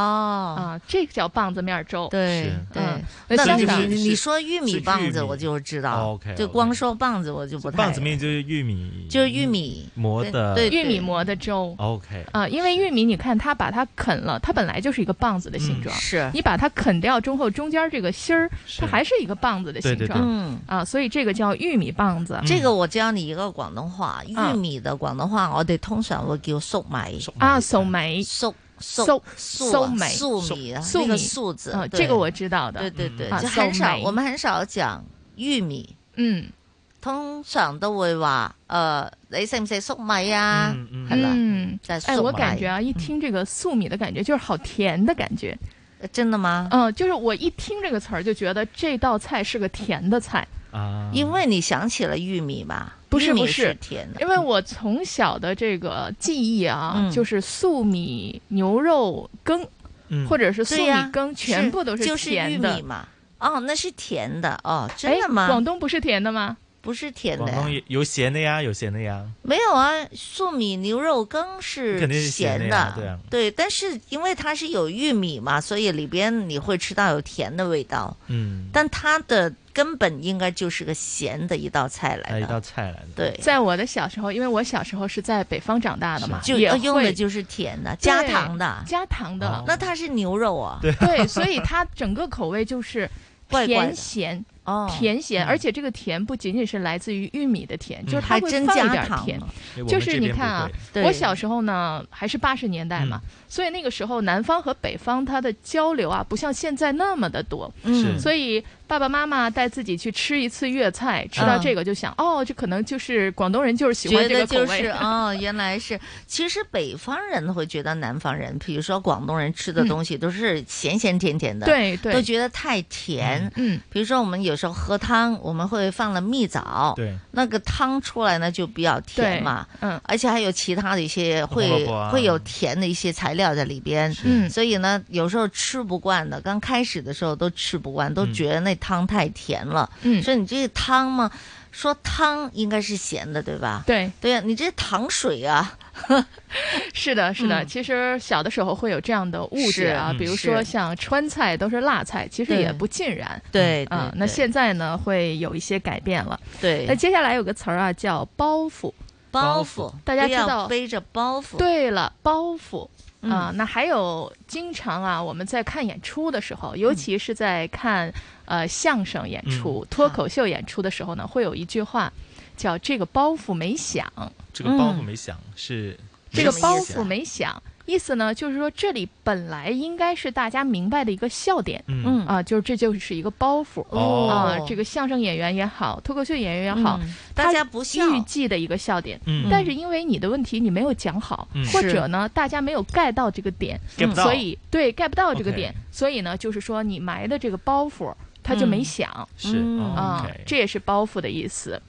Speaker 8: 啊，这个叫棒子面粥。
Speaker 6: 对对
Speaker 8: 嗯，
Speaker 6: 那
Speaker 8: 香
Speaker 6: 你
Speaker 8: 港
Speaker 6: 你你说玉米棒子，我就知道。
Speaker 7: OK，
Speaker 6: 就光说棒子，我就不太。
Speaker 7: 棒子面就是玉米
Speaker 6: 就是玉米
Speaker 7: 磨的，
Speaker 6: 对
Speaker 8: 玉米磨的粥。
Speaker 7: OK，
Speaker 8: 啊，因为玉米，你看它把它啃了，它本来就是一个棒子的形状。
Speaker 7: 嗯是
Speaker 8: 你把它啃掉之后，中间这个芯儿，它还是一个棒子的形
Speaker 6: 对对
Speaker 8: 状。
Speaker 6: 对嗯
Speaker 8: 啊，所以这个叫玉米棒子。
Speaker 6: 这个我教你一个广東話，
Speaker 7: 啊
Speaker 6: 玉米嘅廣東話，我哋通常會叫粟米。
Speaker 8: 啊，粟米，
Speaker 6: 粟粟
Speaker 8: 粟
Speaker 6: 粟
Speaker 8: 米，
Speaker 6: 粟米啊，
Speaker 8: 粟
Speaker 6: 那
Speaker 8: 米
Speaker 6: 个粟字
Speaker 8: 啊，，
Speaker 6: 对
Speaker 8: 这个我知道的。
Speaker 6: 对对对，
Speaker 8: 啊
Speaker 6: 就很少，
Speaker 8: 粟米
Speaker 6: 我们很少講玉米。
Speaker 8: 嗯，
Speaker 6: 通常都會話誒，你食唔食粟米啊？係啦，
Speaker 8: 嗯，
Speaker 6: 就係粟
Speaker 8: 哎，
Speaker 6: 米。
Speaker 8: 我感觉啊，一听这个粟米的感觉，就是好甜的感觉。
Speaker 6: 呃真的吗？
Speaker 8: 嗯，就是我一听这个词儿就觉得这道菜是个甜的菜。
Speaker 7: 啊，
Speaker 6: 因为你想起了玉米嘛，
Speaker 8: 不是
Speaker 6: 玉米
Speaker 8: 不
Speaker 6: 是
Speaker 8: 是
Speaker 6: 甜的，
Speaker 8: 因为我从小的这个记忆啊，
Speaker 6: 嗯
Speaker 8: 就是粟米牛肉羹，
Speaker 6: 嗯
Speaker 8: 或者是粟
Speaker 6: 对呀
Speaker 8: 米羹，全部都
Speaker 6: 是就是玉
Speaker 8: 甜的。
Speaker 6: 米嘛。哦，那是甜的哦，真
Speaker 8: 哎
Speaker 6: 的吗？
Speaker 8: 广东不是甜的吗？
Speaker 6: 不是甜的
Speaker 7: 广
Speaker 6: 呀，
Speaker 7: 东有有咸的呀，有咸的呀。
Speaker 6: 没有啊，粟米牛肉羹是
Speaker 7: 肯定是咸的
Speaker 6: 咸
Speaker 7: 呀对啊
Speaker 6: 但是因为它是有玉米嘛，所以里边你会吃到有甜的味道，
Speaker 7: 嗯，
Speaker 6: 但它的根本应该就是个咸的一道菜来
Speaker 7: 哎来一
Speaker 6: 的，
Speaker 7: 道菜来的。
Speaker 6: 对，
Speaker 8: 在我的小时候，因为我小时候是在北方长大的嘛，
Speaker 6: 就
Speaker 8: 也
Speaker 6: 要用的
Speaker 8: 会
Speaker 6: 就是甜的，
Speaker 8: 对
Speaker 6: 加糖的，
Speaker 8: 加糖的。
Speaker 6: 那它是牛肉啊，
Speaker 7: 对
Speaker 8: 对，所以它整个口味就是
Speaker 6: 怪怪的
Speaker 8: 甜咸。
Speaker 6: 哦
Speaker 8: 甜咸，而且这个甜不仅仅是来自于玉米的甜，
Speaker 6: 嗯
Speaker 8: 就是它
Speaker 6: 还
Speaker 8: 会
Speaker 6: 真
Speaker 8: 放一
Speaker 6: 加
Speaker 8: 点
Speaker 6: 糖
Speaker 8: 甜
Speaker 6: 了哎。我
Speaker 8: 就
Speaker 6: 们
Speaker 8: 是
Speaker 6: 这
Speaker 8: 你
Speaker 6: 边
Speaker 8: 看
Speaker 6: 不
Speaker 8: 啊
Speaker 6: 会，嗯对
Speaker 8: 我小时候呢还是八十年代嘛，所以那个时候南方和北方它的交流啊，不像现在那么的多。
Speaker 6: 嗯是
Speaker 8: 所以爸爸妈妈带自己去吃一次粤菜，吃到
Speaker 6: 嗯
Speaker 8: 这个就想，哦，这可能就是广东人就是喜
Speaker 6: 觉
Speaker 8: 欢这
Speaker 6: 得
Speaker 8: 个口
Speaker 6: 就
Speaker 8: 味。
Speaker 6: 是哦，原来是。其实北方人会觉得南方人，比如说广东人吃的东西都是咸咸甜甜的，
Speaker 8: 嗯对对
Speaker 6: 都觉得太甜。
Speaker 8: 嗯，
Speaker 6: 比如说我们有时候喝汤，我们会放了蜜枣，
Speaker 7: 对，
Speaker 6: 那个汤出来呢就比较甜嘛，
Speaker 8: 嗯，
Speaker 6: 而且还有其他的一些会
Speaker 7: 胡萝卜啊
Speaker 6: 会有甜的一些材料在里边，
Speaker 7: 嗯
Speaker 6: 所以呢有时候吃不惯的，刚开始的时候都吃不惯，都觉得那汤太甜了，
Speaker 8: 嗯
Speaker 6: 所以你这个汤嘛。说汤应该是咸的，对吧？
Speaker 8: 对
Speaker 6: 对呀、你这糖水啊，
Speaker 8: 是的，是的。
Speaker 6: 嗯
Speaker 8: 其实小的时候会有这样的误解啊
Speaker 6: 是，嗯
Speaker 8: 比如说
Speaker 6: 是
Speaker 8: 像川菜都是辣菜，其实
Speaker 6: 对
Speaker 8: 也不尽然。
Speaker 6: 对对
Speaker 8: 啊、那
Speaker 6: 对
Speaker 8: 现在呢会有一些改变了。
Speaker 6: 对
Speaker 8: 那接下来有个词儿啊，叫包袱。
Speaker 6: 包袱
Speaker 8: 大家
Speaker 6: 不
Speaker 8: 知
Speaker 6: 要
Speaker 8: 道
Speaker 6: 背着包袱。
Speaker 8: 对了，包袱。
Speaker 6: 嗯
Speaker 8: 啊、那还有经常啊，我们在看演出的时候，
Speaker 6: 嗯
Speaker 8: 尤其是在看、呃相声演出、
Speaker 6: 嗯
Speaker 8: 脱口秀演出的时候呢，会有一句话叫“这个包袱没响”。
Speaker 7: 这个包袱没响是
Speaker 8: 这个
Speaker 7: 没
Speaker 8: 嗯包
Speaker 7: 响
Speaker 8: 袱没响，意思呢就是说这里本来应该是大家明白的一个笑点，
Speaker 7: 嗯
Speaker 8: 啊，就是这就是一个包袱
Speaker 6: 哦
Speaker 8: 啊，这个相声演员也好，脱口秀演员也好
Speaker 6: 嗯，
Speaker 8: 大
Speaker 6: 家不笑
Speaker 8: 预计的一个笑点
Speaker 6: 嗯，
Speaker 8: 但是因为你的问题你没有讲好
Speaker 6: 嗯，
Speaker 8: 或
Speaker 6: 是
Speaker 8: 者呢大家没有 get 到这个点嗯
Speaker 6: get 不，到
Speaker 8: 所以对 get 不到这个
Speaker 6: OK
Speaker 8: 点，所以呢就是说你埋的这个包袱它就没
Speaker 6: 嗯
Speaker 8: 响，
Speaker 6: 是哦
Speaker 8: 啊
Speaker 6: OK，
Speaker 8: 这也是包袱的意思。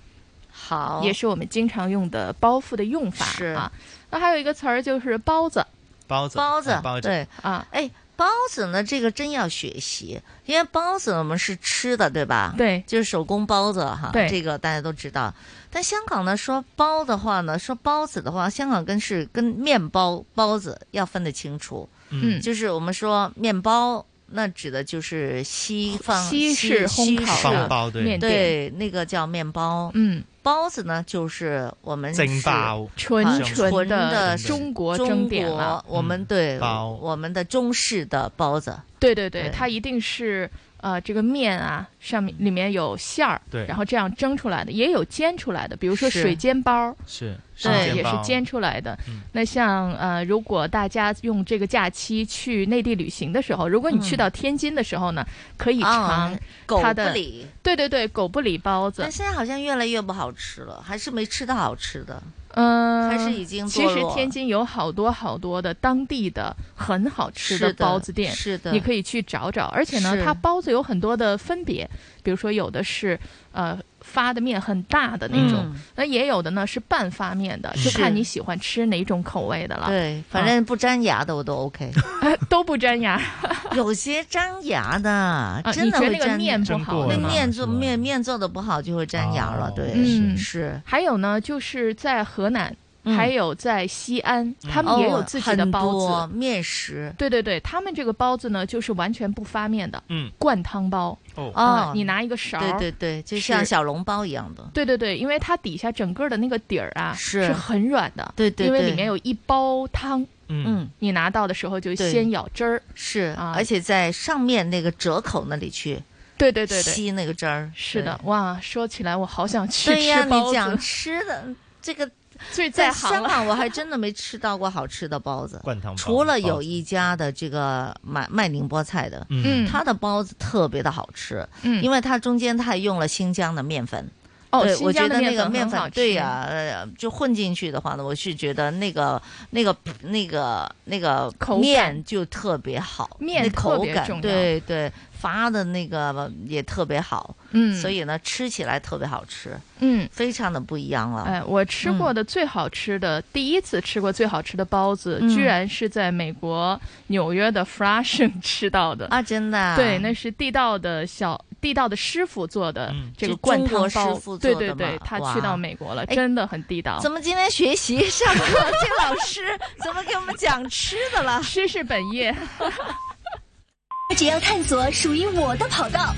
Speaker 6: 好，
Speaker 8: 也是我们经常用的包袱的用法啊。那还有一个词儿就是包子，
Speaker 7: 包子
Speaker 6: 包子
Speaker 7: 嗯，包子
Speaker 6: 对
Speaker 8: 啊，
Speaker 6: 哎，包子呢，这个真要学习，因为包子我们是吃的，对吧？
Speaker 8: 对，
Speaker 6: 就是手工包子哈，
Speaker 8: 对
Speaker 6: 这个大家都知道。但香港呢，说包的话呢，说包子的话，香港跟是跟面包包子要分得清楚，
Speaker 8: 嗯
Speaker 6: 就是我们说面包。那指的就是西方
Speaker 8: 西式烘烤的
Speaker 6: 西式
Speaker 8: 方包对面店
Speaker 6: 对，那个叫面包。
Speaker 8: 嗯，
Speaker 6: 包子呢，就是我们是啊
Speaker 7: 蒸包
Speaker 8: 纯
Speaker 6: 纯
Speaker 8: 纯的
Speaker 6: 是
Speaker 8: 中国
Speaker 6: 中
Speaker 8: 蒸点
Speaker 6: 国
Speaker 8: 了，
Speaker 6: 我们对
Speaker 7: 包
Speaker 6: 我们的中式的包子，
Speaker 8: 对对对，它一定是呃这个面啊上面里面有馅儿，
Speaker 6: 对
Speaker 8: 然后这样蒸出来的，也有煎出来的，比如说
Speaker 7: 是
Speaker 8: 水煎包。
Speaker 7: 是
Speaker 8: 对，也是煎出来的。
Speaker 6: 嗯
Speaker 8: 那像呃，如果大家用这个假期去内地旅行的时候，如果你去到天津的时候呢，可以尝
Speaker 6: 嗯啊狗
Speaker 8: 它的
Speaker 6: 不理
Speaker 8: 对对对，狗不理包子
Speaker 6: 但。现在好像越来越不好吃了，还是没吃到好吃的。
Speaker 8: 嗯，
Speaker 6: 还是已经
Speaker 8: 其
Speaker 6: 堕
Speaker 8: 实
Speaker 6: 落
Speaker 8: 天津有好多好多的当地的很好吃
Speaker 6: 是的
Speaker 8: 包子店，
Speaker 6: 是的
Speaker 8: 你可以去找找。而且呢
Speaker 6: 是，
Speaker 8: 它包子有很多的分别，比如说有的是呃发的面很大的那种，
Speaker 6: 嗯
Speaker 8: 那也有的呢是半发面的，就是看你喜欢吃哪种口味的了。啊
Speaker 6: 对，反正不粘牙的我都 OK，
Speaker 8: 都不粘牙，
Speaker 6: 有些粘牙的
Speaker 8: 啊，
Speaker 6: 真
Speaker 8: 你
Speaker 6: 的
Speaker 8: 觉
Speaker 6: 会
Speaker 8: 得那个
Speaker 6: 粘
Speaker 8: 面不好
Speaker 6: 那
Speaker 8: 了吗
Speaker 6: 面做面面做的不好就会粘牙了，对，
Speaker 8: 嗯
Speaker 6: 是。
Speaker 8: 还有呢，就是在河南，
Speaker 6: 嗯
Speaker 8: 还有在西安，他们也有自己的包子、
Speaker 6: 哦很多面食。
Speaker 8: 对对对，他们这个包子呢，就是完全不发面的，
Speaker 6: 嗯
Speaker 8: 灌汤包。
Speaker 6: 哦
Speaker 8: 啊
Speaker 6: 哦
Speaker 8: 你拿一个勺，
Speaker 6: 对对对，就像小。笼包一样的。
Speaker 8: 对对对，因为它底下整个的那个底儿啊
Speaker 6: 是
Speaker 8: 很软的，
Speaker 6: 对对
Speaker 8: 因为
Speaker 6: 对
Speaker 8: 里面有一包汤，
Speaker 6: 嗯，
Speaker 8: 你拿到的时候就
Speaker 6: 对
Speaker 8: 先舀汁儿，啊
Speaker 6: 是，而且在上面那个折口那里去，
Speaker 8: 对对对对
Speaker 6: 吸那个汁儿。
Speaker 8: 是的
Speaker 6: 对，，
Speaker 8: 哇，说起来我好想去
Speaker 6: 对呀
Speaker 8: 吃包子。
Speaker 6: 你讲吃的这个
Speaker 8: 最
Speaker 6: 在
Speaker 8: 在行
Speaker 6: 香
Speaker 8: 了
Speaker 6: 港我还真的没吃到过好吃的包子，
Speaker 7: 灌汤包
Speaker 6: 除了有
Speaker 7: 包子
Speaker 6: 一家的这个卖卖宁波菜的，
Speaker 7: 嗯
Speaker 6: 它的包子特别的好吃，
Speaker 7: 嗯
Speaker 6: 因为它中间它还用了新疆的面粉。
Speaker 8: 哦
Speaker 6: 对，
Speaker 8: 新
Speaker 6: 我觉
Speaker 8: 疆的
Speaker 6: 得那个
Speaker 8: 面粉
Speaker 6: 面
Speaker 8: 很好
Speaker 6: 粉，对
Speaker 8: 吃
Speaker 6: 呀、呃，就混进去的话呢，我是觉得那个那个那个那个
Speaker 8: 口感
Speaker 6: 面就特别好，
Speaker 8: 面
Speaker 6: 那
Speaker 8: 特
Speaker 6: 口
Speaker 8: 别重
Speaker 6: 感，
Speaker 8: 要
Speaker 6: 对对，发的那个也特别好，
Speaker 8: 嗯
Speaker 6: 所以呢，吃起来特别好吃，
Speaker 8: 嗯，
Speaker 6: 非常的不一样了。
Speaker 8: 哎，我吃过的最好吃的，第一次吃过最好吃的包子，
Speaker 6: 嗯
Speaker 8: 居然是在美国纽约的 Flushing 吃到的
Speaker 6: 啊！真的啊
Speaker 8: 对，那是地道的小地道的师傅做的这个
Speaker 6: 是
Speaker 8: 灌
Speaker 6: 中
Speaker 8: 汤
Speaker 6: 国
Speaker 8: 包，
Speaker 6: 师傅
Speaker 8: 对
Speaker 6: 做
Speaker 8: 对
Speaker 6: 的
Speaker 8: 对
Speaker 6: 吗，
Speaker 8: 他
Speaker 6: 哇
Speaker 8: 去到美国了，
Speaker 6: 哎
Speaker 8: 真的很地道。
Speaker 6: 怎么今天学习上课？ 这老师怎么给我们讲吃的了？
Speaker 8: 吃是本业。
Speaker 1: 我 只要探索属于我的跑道。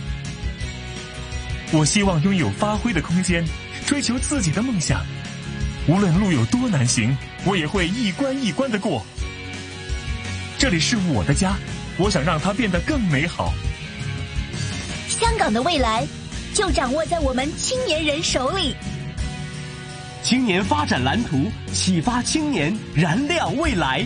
Speaker 21: 我希望拥有发挥的空间，追求自己的梦想。无论路有多难行，我也会一关一关的过。这里是我的家，我想让它变得更美好。
Speaker 1: 香港的未来就掌握在我们青年人手里。
Speaker 19: 青年发展蓝图，启发青年，燃亮未来。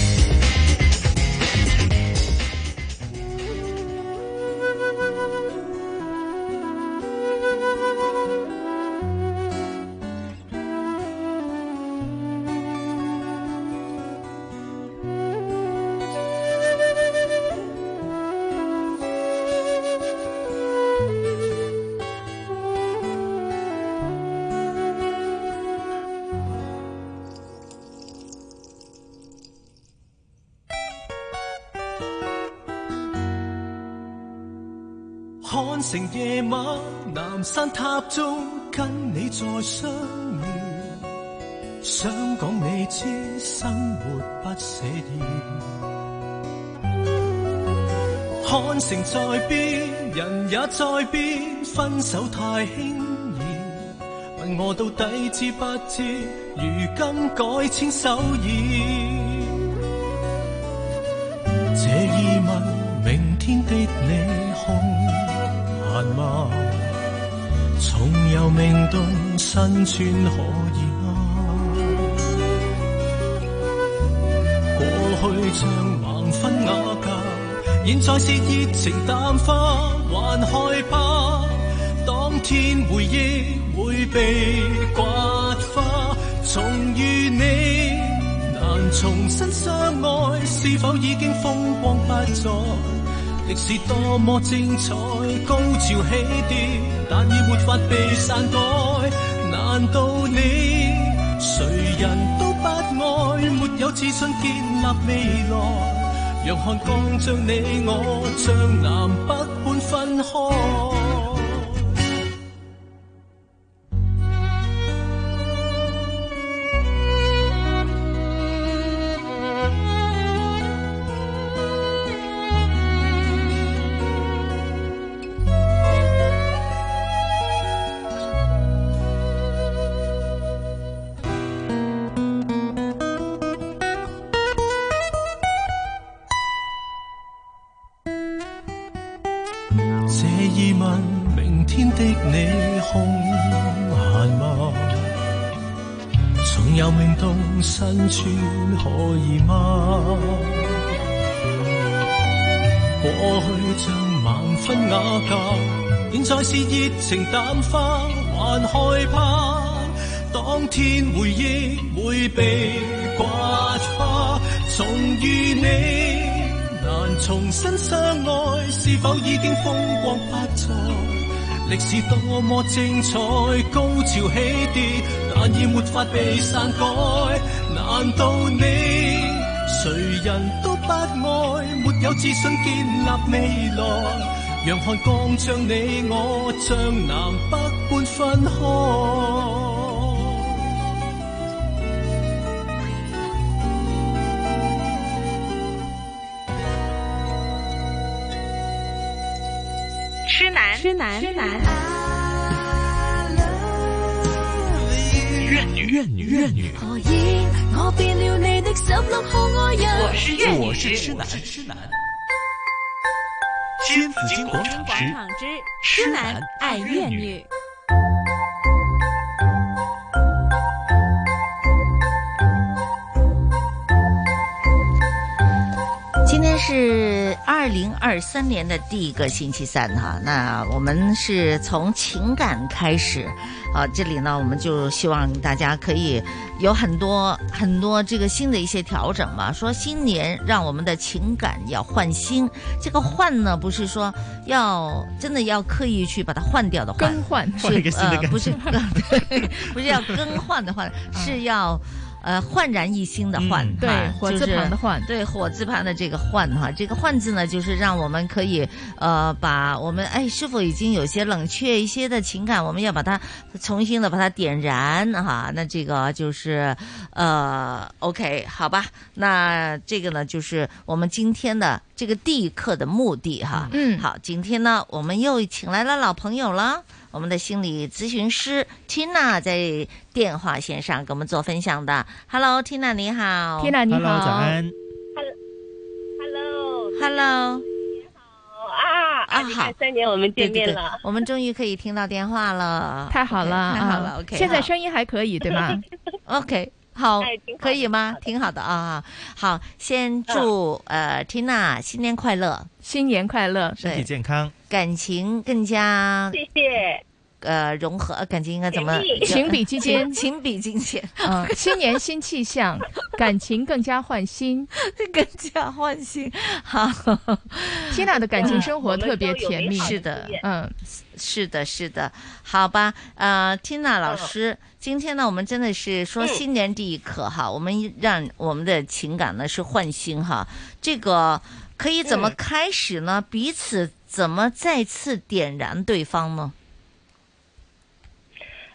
Speaker 19: 看城夜晚，南山塔中跟你再相遇，想講你知生活不寫意。看城在變，人也在變，分手太輕易。問我到底知不知？如今改簽手意。這疑問，明天的你空閒嗎？重遊明洞，身穿啊可以嗎？過去像盲婚啞嫁，現在是熱情淡化，還害怕當天回憶會被刮花。重遇你。難重新相愛，是否已經風光不再？歷史多麼精彩，高潮起跌，但已沒法被篡改。難道你誰人都不愛？沒有自信建立未來，讓漢江將你我將南北半分開。這疑問，明明天的你空閒嗎？重遊明洞身處可以嗎？過去像盲婚啞嫁，現在是熱情淡化，還害怕。當天回憶會被掛叉，重遇你難重新相愛，是否已經風光不再？歷史多麼精彩，高潮起跌，但已沒法被篡改。難道你誰人都不愛？沒有自信建立未來，讓漢江將你我將南北半分開。
Speaker 2: 痴男，痴男，痴男。
Speaker 22: 怨女，怨女，怨女。
Speaker 17: 何以我變了你的十六號愛人？
Speaker 22: 我是怨女，我是痴男，痴男。新紫金广场之
Speaker 2: 痴男爱怨女。
Speaker 6: 今天是二零二三年的第一个星期三哈，那我们是从情感开始，啊，这里呢我们就希望大家可以有很多很多这个新的一些调整嘛。说新年让我们的情感要换新，这个换呢不是说要真的要刻意去把它换掉的换，
Speaker 8: 更换
Speaker 6: 是
Speaker 8: 换一个新的感觉
Speaker 6: 呃、不是对， 不是要更换的换，是要。呃，焕然一新的焕、
Speaker 8: 嗯
Speaker 6: 哈
Speaker 8: 对火字旁的焕
Speaker 6: 就是对火字旁的这个焕哈，这个焕字呢，就是让我们可以呃，把我们哎是否已经有些冷却一些的情感，我们要把它重新的把它点燃哈。那这个就是呃，OK，好吧，那这个呢，就是我们今天的这个第一课的目的哈。
Speaker 8: 嗯
Speaker 6: 好，今天呢，我们又请来了老朋友了。我们的心理咨询师 Tina 在电话线上给我们做分享的。Hello，Tina 你好
Speaker 8: Tina，你好 Hello，早
Speaker 7: 安。
Speaker 6: Hello，
Speaker 2: 啊
Speaker 6: 啊，好，
Speaker 2: 三年我们
Speaker 8: 见面了
Speaker 6: 我们终于可以听到电话了，
Speaker 8: 太好了
Speaker 6: OK，太
Speaker 8: 啊
Speaker 6: 好了，OK，
Speaker 8: 现在
Speaker 6: 好
Speaker 8: 声音还可以对 哎吧？
Speaker 6: OK，好，可以吗？挺好的啊，好，先祝呃 Tina 新年快乐，
Speaker 8: 啊新年快乐，
Speaker 7: 身体健康。
Speaker 6: 感情更加谢
Speaker 2: 谢。
Speaker 6: 呃，融合呃感情应该怎么
Speaker 8: 甜蜜？情比金坚
Speaker 6: 情比金坚。
Speaker 8: 嗯，新年新气象，感情更加换新，
Speaker 6: 更加换新。好
Speaker 8: ，Tina 的感情生活特别甜蜜，
Speaker 6: 是的，
Speaker 8: 嗯，
Speaker 6: 是的，是的，好吧，呃，Tina 老师，今天呢，我们真的是说新年第一课哈，我们让我们的情感呢是换新哈，这个可以怎么
Speaker 1: 嗯
Speaker 6: 开始呢？彼此怎么再次点燃对方呢？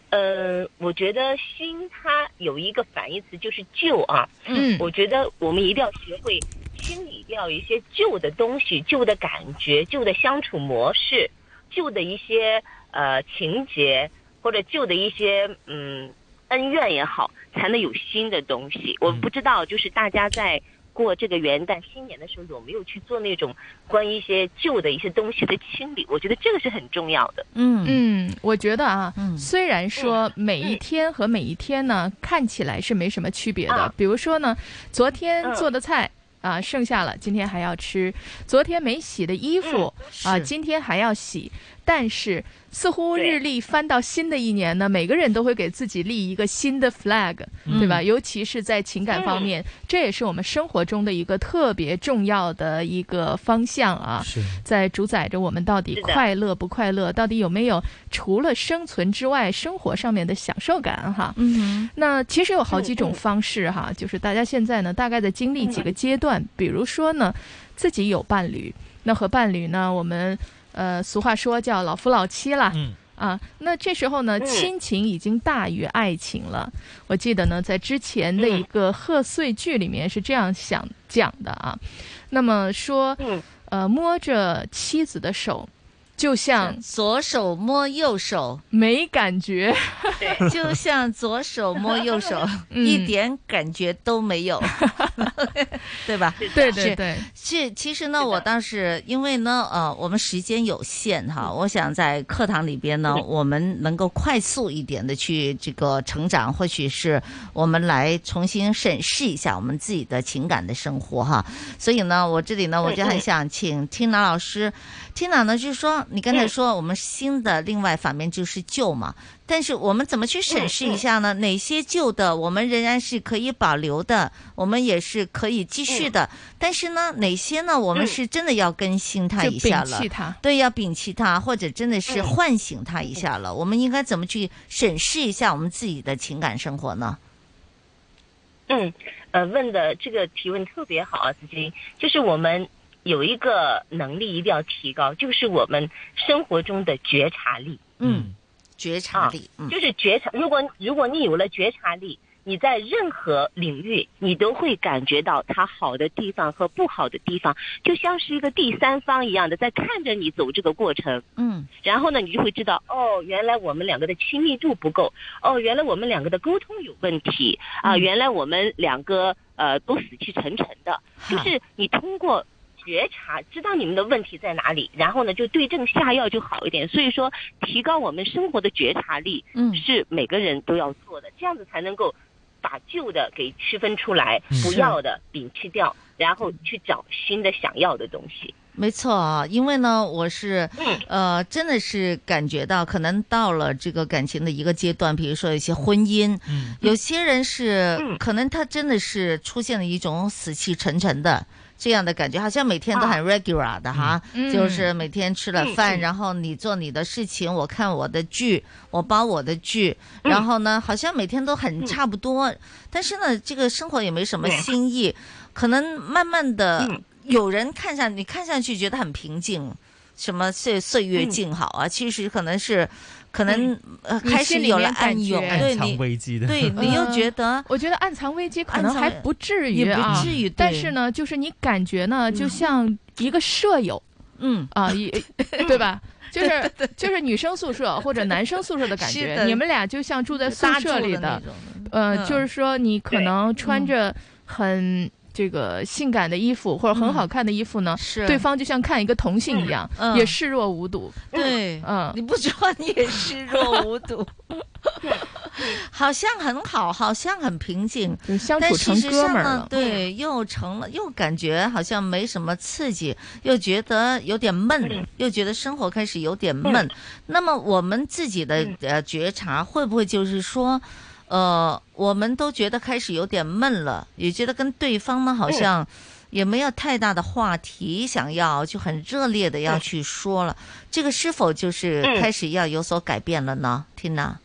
Speaker 2: 呃，我觉得新它有一个反义词就是旧啊，
Speaker 8: 嗯
Speaker 2: 我觉得我们一定要学会清理掉一些旧的东西、旧的感觉、旧的相处模式、旧的一些呃情节或者旧的一些嗯恩怨也好，才能有新的东西。我不知道，就是大家在过这个元旦、新年的时候有没有去做那种关于一些旧的一些东西的清理？我觉得这个是很重要的。
Speaker 6: 嗯
Speaker 8: 嗯，我觉得啊，虽然说每一天和每一天呢、看起来是没什么区别的，
Speaker 6: 啊
Speaker 8: 比如说呢，昨天
Speaker 6: 嗯
Speaker 8: 做的菜。啊，剩下了，今天还要吃；昨天没洗的衣服、
Speaker 6: 嗯
Speaker 8: 啊，
Speaker 6: 是
Speaker 8: 今天还要洗。但是，似乎日历翻到新的一年呢，每个人都会给自己立一个新的 flag，、
Speaker 6: 嗯
Speaker 8: 对吧？尤其是在情感方面，这也是我们生活中的一个特别重要的一个方向啊。
Speaker 7: 是
Speaker 8: 在主宰着我们到底
Speaker 2: 是的
Speaker 8: 快乐不快乐，到底有没有除了生存之外生活上面的享受感哈。
Speaker 6: 嗯
Speaker 8: 那其实有好几
Speaker 2: 嗯
Speaker 8: 种
Speaker 2: 嗯
Speaker 8: 方式哈，就是大家现在呢大概在经历几个阶段，比如说呢，自己有伴侣，那和伴侣呢，我们呃俗话说叫老夫老妻啦。
Speaker 7: 嗯
Speaker 8: 啊，那这时候呢，
Speaker 6: 嗯
Speaker 8: 亲情已经大于爱情了。我记得呢，在之前的一个贺岁剧里面是这样想讲的啊。那么说，
Speaker 6: 嗯
Speaker 8: 呃，摸着妻子的手，就像
Speaker 6: 左手摸右手，
Speaker 8: 没感觉，
Speaker 6: 就像左手摸右手，
Speaker 8: 嗯
Speaker 6: 一点感觉都没有，对吧？
Speaker 8: 对对
Speaker 6: 是
Speaker 8: 对
Speaker 6: 这其实呢，我当时因为呢，呃，我们时间有限哈，我想在课堂里边呢，我们能够快速一点的去这个成长，或许是我们来重新审视一下我们自己的情感的生活哈。所以呢，我这里呢，我就很想请 Tina 老师，Tina 呢就是说，你刚
Speaker 2: 嗯
Speaker 6: 才说我们新的另外反面就是旧嘛，但是我们怎么去审视一下呢？
Speaker 2: 嗯
Speaker 6: 哪些旧的我们仍然是可以保留的，我们也是可以继续的，
Speaker 2: 嗯
Speaker 6: 但是呢，哪些呢？我们
Speaker 8: 嗯
Speaker 6: 是真的要更新它
Speaker 8: 就
Speaker 6: 一下
Speaker 8: 摒
Speaker 6: 了，
Speaker 8: 弃它
Speaker 6: 对，要摒弃它，或者真的是
Speaker 8: 嗯
Speaker 6: 唤醒它一下
Speaker 2: 嗯
Speaker 6: 了。我们应该怎么去审视一下我们自己的情感生活呢？
Speaker 2: 嗯，呃，问的这个提问特别好啊，子金，就是我们有一个能力一定要提高，就是我们生活中的觉察力。啊
Speaker 6: 嗯，觉察力，嗯，
Speaker 2: 就是觉察。如果如果你有了觉察力，你在任何领域，你都会感觉到它好的地方和不好的地方，就像是一个第三方一样的在看着你走这个过程。
Speaker 6: 嗯
Speaker 2: 然后呢，你就会知道，哦，原来我们两个的亲密度不够，哦，原来我们两个的沟通有问题啊，
Speaker 9: 嗯
Speaker 2: 原来我们两个呃都死气沉沉的， 就是你通过。觉察，知道你们的问题在哪里，然后呢，就对症下药就好一点。所以说，提高我们生活的觉察力，
Speaker 6: 嗯
Speaker 2: 是每个人都要做的，这样子才能够把旧的给区分出来，不
Speaker 6: 是
Speaker 2: 要的摒弃掉，然后去找新的想要的东西。
Speaker 6: 没错啊，因为呢，我是
Speaker 10: 嗯
Speaker 6: 呃，真的是感觉到，可能到了这个感情的一个阶段，比如说有些婚姻，
Speaker 10: 嗯
Speaker 6: 有些人是、可能他真的是出现了一种死气沉沉的。这样的感觉好像每天都很 regular 的哈，
Speaker 10: 啊嗯
Speaker 6: 就是每天吃了
Speaker 10: 嗯
Speaker 6: 饭，
Speaker 10: 嗯
Speaker 6: 然后你做你的事情，我看我的剧，我煲我的剧，
Speaker 10: 嗯
Speaker 6: 然后呢，好像每天都很差不多，但是呢，这个生活也没什么
Speaker 10: 嗯
Speaker 6: 新意，可能慢慢的，
Speaker 8: 嗯
Speaker 6: 有人看上你看上去觉得很平静，什么岁岁月静好啊，其实可能是，可能、呃
Speaker 8: 嗯你
Speaker 6: 开
Speaker 8: 心
Speaker 6: 始
Speaker 8: 里
Speaker 6: 有了
Speaker 8: 面感
Speaker 6: 暗
Speaker 8: 觉
Speaker 6: 涌，对
Speaker 7: 暗藏
Speaker 6: 你
Speaker 7: 危机的
Speaker 6: 对你又觉得、
Speaker 8: 嗯我觉得暗藏危机可能
Speaker 6: 暗藏
Speaker 8: 还不至于
Speaker 6: 也
Speaker 8: 啊，
Speaker 6: 不至于对
Speaker 8: 但是呢，就是你感觉呢，就像一个舍友，
Speaker 6: 嗯
Speaker 8: 啊，一 对吧？就是就是女生宿舍或者男生宿舍的感
Speaker 6: 是
Speaker 8: 觉，
Speaker 6: 的
Speaker 8: 你们俩就像住在宿舍里
Speaker 6: 搭住的那种
Speaker 8: 呃，
Speaker 6: 嗯
Speaker 8: 就是说你可能穿着很。这个性感的衣服或者很好看的衣服呢，
Speaker 6: 嗯是
Speaker 8: 对方就像看一个同性一样，
Speaker 6: 嗯
Speaker 8: 也视若无睹。
Speaker 6: 对，
Speaker 8: 嗯，
Speaker 6: 你不穿也视若 无睹，好像很好，好像很平静，
Speaker 8: 嗯相
Speaker 6: 但
Speaker 8: 处
Speaker 6: 事
Speaker 8: 成
Speaker 6: 实
Speaker 8: 哥
Speaker 6: 上
Speaker 8: 们儿
Speaker 6: 呢
Speaker 8: 了，
Speaker 6: 对，又成了，又感觉好像没什么刺激，又觉得有点
Speaker 8: 嗯
Speaker 6: 闷，又觉得生活开始有点闷
Speaker 10: 嗯。
Speaker 6: 那么我们自己的
Speaker 8: 嗯
Speaker 6: 呃觉察会不会就是说？呃，我们都觉得开始有点闷了，也觉得跟对方呢
Speaker 8: 嗯
Speaker 6: 好像也没有太大的话题想要就很热烈的要去说了，这个是否就是
Speaker 2: 嗯
Speaker 6: 开始要有所改变了呢？Tina，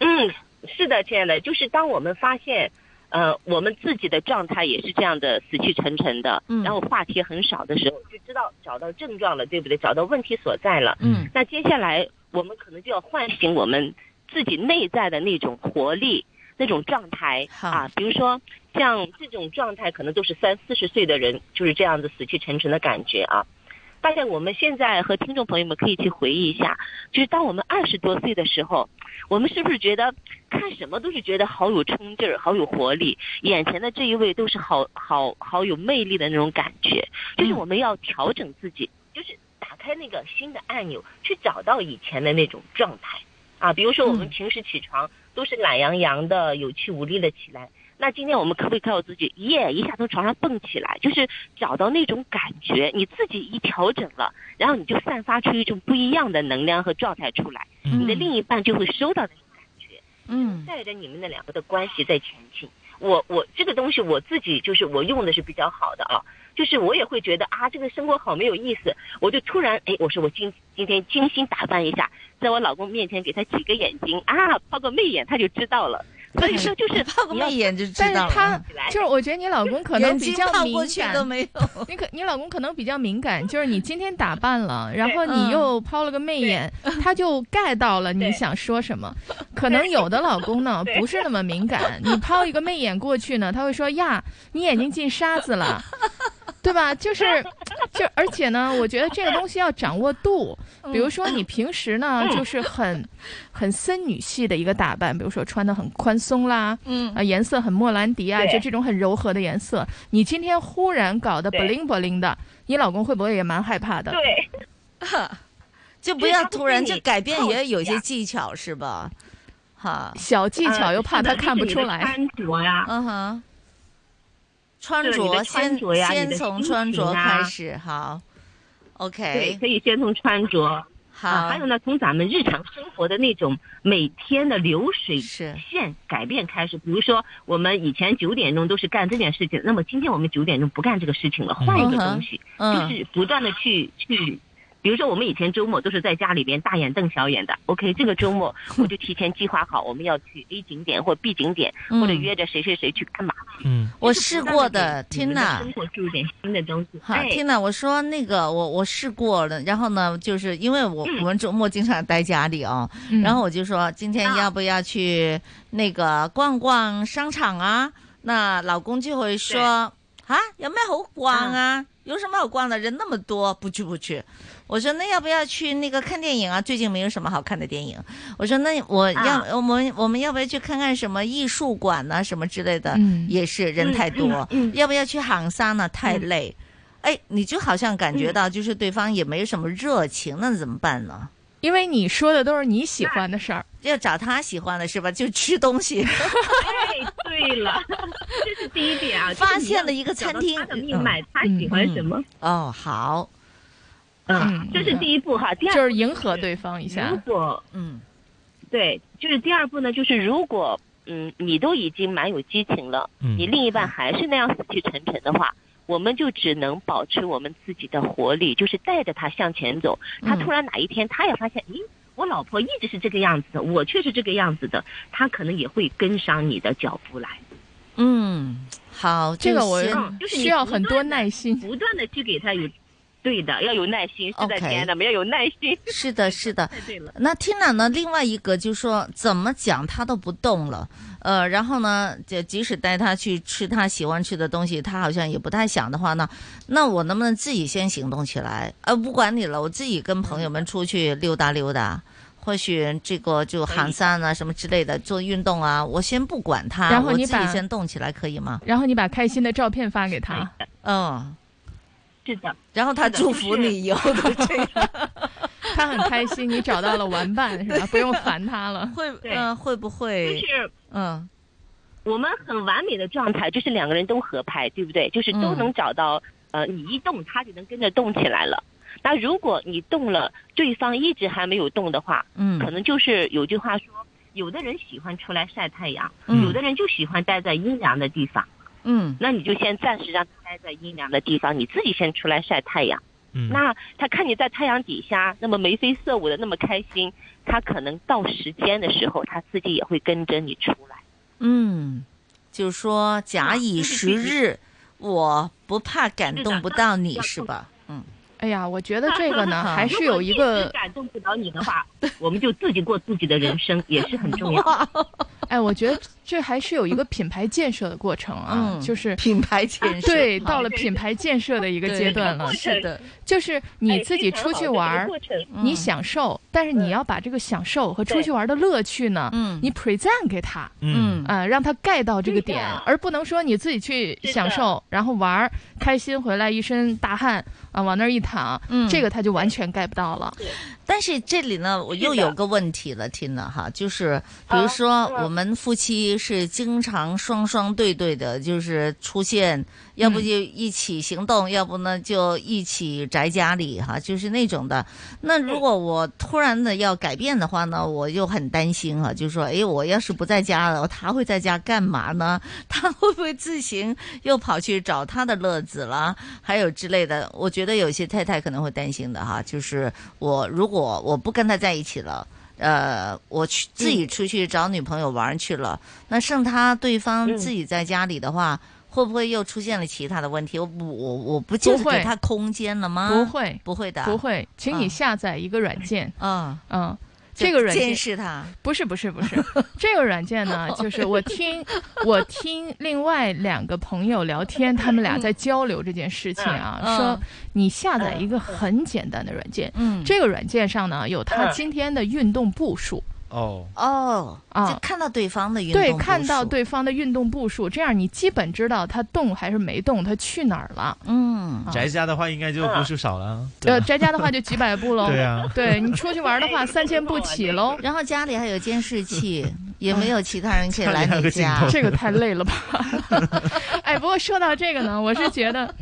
Speaker 2: 嗯，是的，亲爱的，就是当我们发现，呃，我们自己的状态也是这样的死气沉沉的，
Speaker 6: 嗯
Speaker 2: 然后话题很少的时候，就知道找到症状了，对不对？找到问题所在了。
Speaker 6: 嗯，
Speaker 2: 那接下来我们可能就要唤醒我们自己内在的那种活力、那种状态啊，比如说像这种状态，可能都是三四十岁的人就是这样子死气沉沉的感觉啊。大概我们现在和听众朋友们可以去回忆一下，就是当我们二十多岁的时候，我们是不是觉得看什么都是觉得好有冲劲儿，好有活力，眼前的这一位都是好好好有魅力的那种感觉？就是我们要调整自己，就是打开那个新的按钮，去找到以前的那种状态啊。比如说我们平时起床都是懒洋洋的、有气无力的起来。那今天我们可不可以告诉自己，耶，一下从床上蹦起来，就是找到那种感觉，你自己一调整了，然后你就散发出一种不一样的能量和状态出来，你的另一半就会收到那种
Speaker 6: 嗯
Speaker 2: 带着你们那两个的关系在前进。我我这个东西我自己就是我用的是比较好的啊，就是我也会觉得啊，这个生活好没有意思，我就突然哎，我说我今今天精心打扮一下，在我老公面前给他挤个眼睛啊，抛个媚眼他就知道 了。所以说就是
Speaker 6: 抛个媚眼就知
Speaker 8: 但
Speaker 6: 道
Speaker 8: 是他
Speaker 6: 了。
Speaker 8: 就是，我觉得你老公可能比较
Speaker 6: 眼睛
Speaker 8: 敏
Speaker 6: 看过去
Speaker 8: 感，
Speaker 6: 都没有。
Speaker 8: 你可你老公可能比较敏感，就是你今天打扮了，然后
Speaker 6: 嗯
Speaker 8: 你又抛了个媚眼，他就 get 到了你想说什 么。可能有的老公呢不是那么敏感，你抛一个媚眼过去呢，他会说呀，你眼睛进沙子了。对吧？就是就而且呢，我觉得这个东西要掌握度。
Speaker 6: 嗯
Speaker 8: 比如说你平时呢，
Speaker 3: 嗯
Speaker 8: 就是很很森女系的一个打扮，比如说穿的很宽松啦，
Speaker 3: 嗯
Speaker 8: 啊，颜色很莫兰迪啊，
Speaker 3: 对
Speaker 8: 就这种很柔和的颜色。你今天忽然搞得
Speaker 6: 对
Speaker 8: bling bling 的，你老公会不会也蛮害怕的？
Speaker 2: 对，
Speaker 6: 就不要突然，就改变也有一些技巧是吧？哈，
Speaker 8: 小技巧又怕他看不出来。
Speaker 2: 呃穿着呀，
Speaker 6: 嗯哼，穿
Speaker 2: 对你
Speaker 6: 着
Speaker 2: 的穿
Speaker 6: 先
Speaker 2: 着呀你
Speaker 6: 先
Speaker 2: 的
Speaker 6: 从
Speaker 2: 心
Speaker 6: 穿着
Speaker 2: 情啊
Speaker 6: 开始，好
Speaker 2: 对，
Speaker 6: ，OK，
Speaker 2: 可以先从穿着。
Speaker 6: 好
Speaker 2: 啊，还有呢，从咱们日常生活的那种每天的流水线改变开始。比如说，我们以前九点钟都是干这件事情，那么今天我们九点钟不干这个事情了，换一个东西，
Speaker 6: 嗯哼嗯
Speaker 2: 就是不断的去去。比如说，我们以前周末都是在家里边大眼瞪小眼的。OK，这个周 末我就提前计划好，我们要去 A 景点或 B 景点，或者
Speaker 6: 嗯
Speaker 2: 约着谁谁谁去干嘛。
Speaker 7: 嗯，
Speaker 6: 我试过的，
Speaker 2: 就是
Speaker 6: 天
Speaker 2: 不断地给
Speaker 6: 呐。
Speaker 2: 你们生活注入点新的东西。
Speaker 6: 好，
Speaker 2: 哎
Speaker 6: 天呐，我说那个我我试过了，然后呢，就是因为我、我们周末经常待家里哦，
Speaker 3: 嗯
Speaker 6: 然后我就说今天要不要去那个逛逛商场啊？那老公就会说啊，有咩好逛啊？有什么好逛的？人那么多，不去不去。我说那要不要去那个看电影啊？最近没有什么好看的电影。我说那我要、
Speaker 3: 啊
Speaker 6: 我们我们要不要去看看什么艺术馆啊什么之类的？
Speaker 3: 嗯
Speaker 6: 也是人太多，
Speaker 3: 嗯嗯嗯
Speaker 6: 要不要去行山呢？太累。
Speaker 8: 嗯
Speaker 6: 哎，你就好像感觉到，就是对方也没什么热情，那怎么办呢？
Speaker 8: 因为你说的都是你喜欢的事儿，
Speaker 6: 要找他喜欢的是吧？就吃东 西。
Speaker 2: 对了， 这是第一点啊。
Speaker 6: 发现了一个餐厅嗯
Speaker 2: 就是你要找到他的命脉，他喜欢
Speaker 8: 嗯
Speaker 2: 什么？
Speaker 6: 哦，好，
Speaker 2: 嗯，这是第一步哈。第二就是
Speaker 8: 迎合对方一
Speaker 2: 下如果
Speaker 6: 嗯，
Speaker 2: 对，就是第二步呢，就是如果嗯你都已经蛮有激情了，
Speaker 7: 嗯
Speaker 2: 你另一半还是那样死气沉沉的话。我们就只能保持我们自己的活力，就是带着他向前走。
Speaker 6: 嗯
Speaker 2: 他突然哪一天，他也发现，咦，我老婆一直是这个样子的，我却是这个样子的，他可能也会跟上你的脚步来。嗯
Speaker 6: 嗯，好，
Speaker 8: 这个
Speaker 6: 就
Speaker 8: 我
Speaker 6: 先
Speaker 2: 就是你
Speaker 8: 耐心，
Speaker 2: 不断的去给他有，对的，要有耐心，是在天的，没有有耐心。
Speaker 6: 是的，是的。
Speaker 2: 对了，
Speaker 6: 那 Tina 呢？另外一个就是说，怎么讲他都不动了，呃，然后呢，就即使带他去吃他喜欢吃的东西，他好像也不太想的话呢，那我能不能自己先行动起来？呃，不管你了，我自己跟朋友们出去溜达溜达，或许这个就行山啊什么之类的，做运动啊，我先不管他，
Speaker 8: 然后
Speaker 6: 我
Speaker 8: 你
Speaker 6: 自己
Speaker 8: 把
Speaker 6: 先动起来可以吗？
Speaker 8: 啊然后你把开心的照片发给他，
Speaker 6: 嗯，
Speaker 2: 哎是的。
Speaker 6: 然后他祝福你以后都这样。
Speaker 8: 他很开心，你找 到了 玩伴是吧？不用烦他了。
Speaker 6: 会嗯
Speaker 2: 对呃
Speaker 6: 会不会
Speaker 2: 就是
Speaker 6: 嗯，
Speaker 2: 我们很完美的状态就是两个人都合拍，对不对？就是
Speaker 6: 嗯
Speaker 2: 都能找到，呃，你一动，他就能跟着动起来了。那如果你动了，对方一直还没有动的话，
Speaker 6: 嗯
Speaker 2: 可能就是有句话说，有的人喜欢出来晒太阳，
Speaker 6: 嗯
Speaker 2: 有的人就喜欢待在阴凉的地方。
Speaker 6: 嗯
Speaker 2: 那你就先暂时让他待在阴凉的地方，你自己先出来晒太阳。
Speaker 7: 嗯
Speaker 2: 那他看你在太阳底下那么眉飞色舞的那么开心，他可能到时间的时候，他自己也会跟着你出来。
Speaker 6: 嗯，就是说假以时日，我不怕感动不到你是吧？嗯，
Speaker 8: 哎呀，我觉得这个呢，还是有一
Speaker 2: 如果一
Speaker 8: 个
Speaker 2: 直感动不了你的话，我们就自己过自己的人生也是很重要的。
Speaker 8: 哎，我觉得这还是有一个品牌建设的过程啊，
Speaker 6: 嗯
Speaker 8: 就是
Speaker 6: 品牌建设
Speaker 8: 对，
Speaker 6: 啊
Speaker 8: 到了品牌建设的一个
Speaker 6: 对
Speaker 8: 阶段了。
Speaker 6: 是的，
Speaker 8: 就是
Speaker 6: 哎
Speaker 8: 你自己
Speaker 6: 非常
Speaker 8: 出去
Speaker 6: 好的这个
Speaker 8: 玩儿
Speaker 6: 过程，
Speaker 8: 你
Speaker 6: 嗯
Speaker 8: 享受，但是你要把这个享受和出去玩儿的乐趣呢，你 present 给他，
Speaker 6: 嗯
Speaker 8: 啊，让他 get 到这个点，而不能说你自己去享受，然后玩儿开心回来一身大汗啊，往那儿一躺，
Speaker 6: 嗯
Speaker 8: 这个他就完全 get 不到了。
Speaker 6: 但是这里呢，我又有个问题了，听了哈，就是比如说我们夫妻是经常双双对对的，就是出现，要不就一起行动，要不呢就一起宅家里哈，就是那种的。那如果我突然的要改变的话呢，我又很担心哈，就说，哎，我要是不在家了，他会在家干嘛呢？ 他会不会自行又跑去找他的乐子啦？还有之类的，我觉得有些太太可能会担心的哈，就是我如果我不跟他在一起了。呃，我去自己出去找女朋友玩去了，那剩他对方
Speaker 3: 嗯
Speaker 6: 自己在家里的话，会不会又出现了其他的问题？我我我不就是
Speaker 8: 不会
Speaker 6: 给他空间了吗？
Speaker 8: 不会，
Speaker 6: 不会的，
Speaker 8: 不会，请你
Speaker 6: 嗯
Speaker 8: 下载一个软件，
Speaker 6: 嗯
Speaker 8: 嗯，这个软件
Speaker 6: 监视他，
Speaker 8: 不是不是不 是， 这个软件呢，就是我听我听另外两个朋友聊天，他们俩在交流这件事情啊，
Speaker 6: 嗯
Speaker 8: 说你下载一个很简单的软件，
Speaker 6: 嗯
Speaker 8: 这个软件上呢有他
Speaker 6: 嗯
Speaker 8: 今天的运动步数。
Speaker 7: 哦
Speaker 6: 哦，
Speaker 8: 啊
Speaker 6: 就看到对方的运动
Speaker 8: 对，
Speaker 6: 步
Speaker 8: 看到
Speaker 6: 数
Speaker 8: 对方的运动步数，这样你基本知道他动还是没动，他去哪儿了。啊
Speaker 6: 嗯
Speaker 7: 宅家的话应该就步数少了。
Speaker 8: 呃，宅家的话就几百步喽。
Speaker 7: 对啊
Speaker 8: 对你出去玩的话，三千步起喽。
Speaker 6: 然后家里还有监视器，也没有其他人可以
Speaker 8: 家里
Speaker 6: 来
Speaker 8: 还有
Speaker 6: 你
Speaker 8: 个镜
Speaker 6: 家
Speaker 8: 嗯头，这个太累了吧？哎，不过说到这个呢，我是觉得，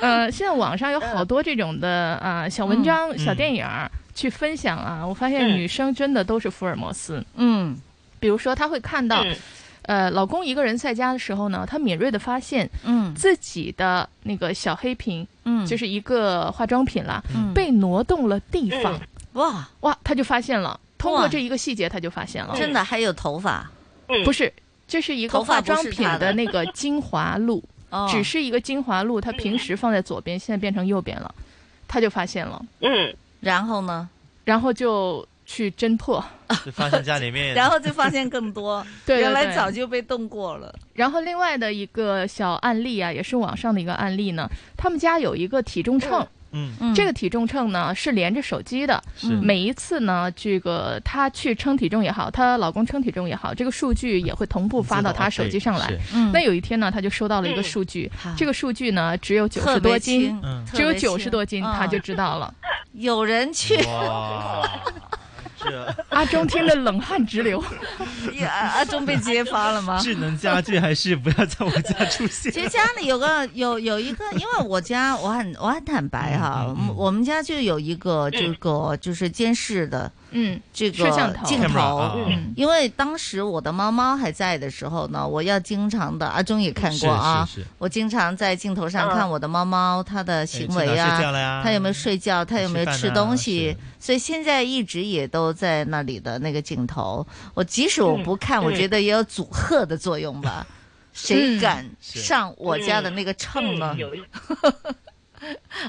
Speaker 8: 呃，现在网上有好多这种的呃小文章、
Speaker 6: 嗯
Speaker 8: 小电影儿去分享啊，我发现女生真的都是福尔摩斯。
Speaker 6: 嗯，
Speaker 8: 比如说她会看到。呃，老公一个人在家的时候呢，她敏锐的发现，
Speaker 6: 嗯，
Speaker 8: 自己的那个小黑瓶，
Speaker 6: 嗯
Speaker 8: 就是一个化妆品啦，
Speaker 6: 嗯
Speaker 8: 被挪动了地方，
Speaker 6: 嗯哇
Speaker 8: 哇，她就发现了，通
Speaker 6: 哇
Speaker 8: 过这一个细节，她就发现了，嗯
Speaker 6: 真的还有头发，
Speaker 8: 不是，这是一个
Speaker 6: 头发
Speaker 8: 化
Speaker 6: 不是
Speaker 8: 妆品
Speaker 6: 他的
Speaker 8: 的那个精华露
Speaker 6: 哦，
Speaker 8: 只是一个精华露，它平时放在左边，现在变成右边了，他就发现了。
Speaker 2: 嗯，
Speaker 6: 嗯然后呢？
Speaker 8: 然后就去侦破。
Speaker 7: 就发现家里面，
Speaker 6: 然后就发现更多，
Speaker 8: 对对
Speaker 6: 原来
Speaker 8: 对
Speaker 6: 早就被动过了。
Speaker 8: 然后另外的一个小案例啊，也是网上的一个案例呢，他们家有一个体重秤。
Speaker 7: 嗯
Speaker 8: 这个体重秤呢是连着手机的，
Speaker 6: 是
Speaker 8: 每一次呢，这个她去称体重也好，她老公称体重也好，这个数据也会同步发到她手机上来
Speaker 6: 自动 update，是。嗯
Speaker 8: 那有一天呢，她就收到了一个数据，这个数据呢只有九
Speaker 6: 特
Speaker 8: 十
Speaker 6: 别
Speaker 8: 多斤
Speaker 6: 轻嗯，
Speaker 8: 只有
Speaker 6: 特别轻
Speaker 8: 九十多斤，
Speaker 6: 嗯
Speaker 8: 她就知道了。
Speaker 6: 有人去，
Speaker 7: 哇，啊这
Speaker 8: 阿忠听得冷汗直 流。
Speaker 6: 呀阿忠被揭发了吗？
Speaker 7: 智能家居还是不要在我家出现。
Speaker 6: 其实家里有个有有一个，因为我家我很我很坦白哈，
Speaker 9: 嗯
Speaker 6: 我们我们家就有一个这个就是监视的，
Speaker 8: 嗯，
Speaker 6: 这个
Speaker 8: 摄像头
Speaker 6: 镜
Speaker 8: Camera
Speaker 6: 头
Speaker 8: 啊，嗯
Speaker 6: 因为当时我的猫猫还在的时候呢，我要经常的阿忠也看过啊
Speaker 9: 是是是，
Speaker 6: 我经常在镜头
Speaker 8: 嗯
Speaker 6: 上看我的猫猫它的行为
Speaker 9: 哎知道睡觉了
Speaker 6: 啊
Speaker 9: 呀，
Speaker 6: 它有没有睡觉，它有没有吃
Speaker 9: 吃饭啊
Speaker 6: 东西，所以现在一直也都在那里的那个镜头。我即使我不看，
Speaker 9: 嗯
Speaker 6: 我觉得也有阻吓的作用吧。谁
Speaker 9: 嗯
Speaker 6: 敢
Speaker 9: 是
Speaker 6: 上我家的那个秤呢？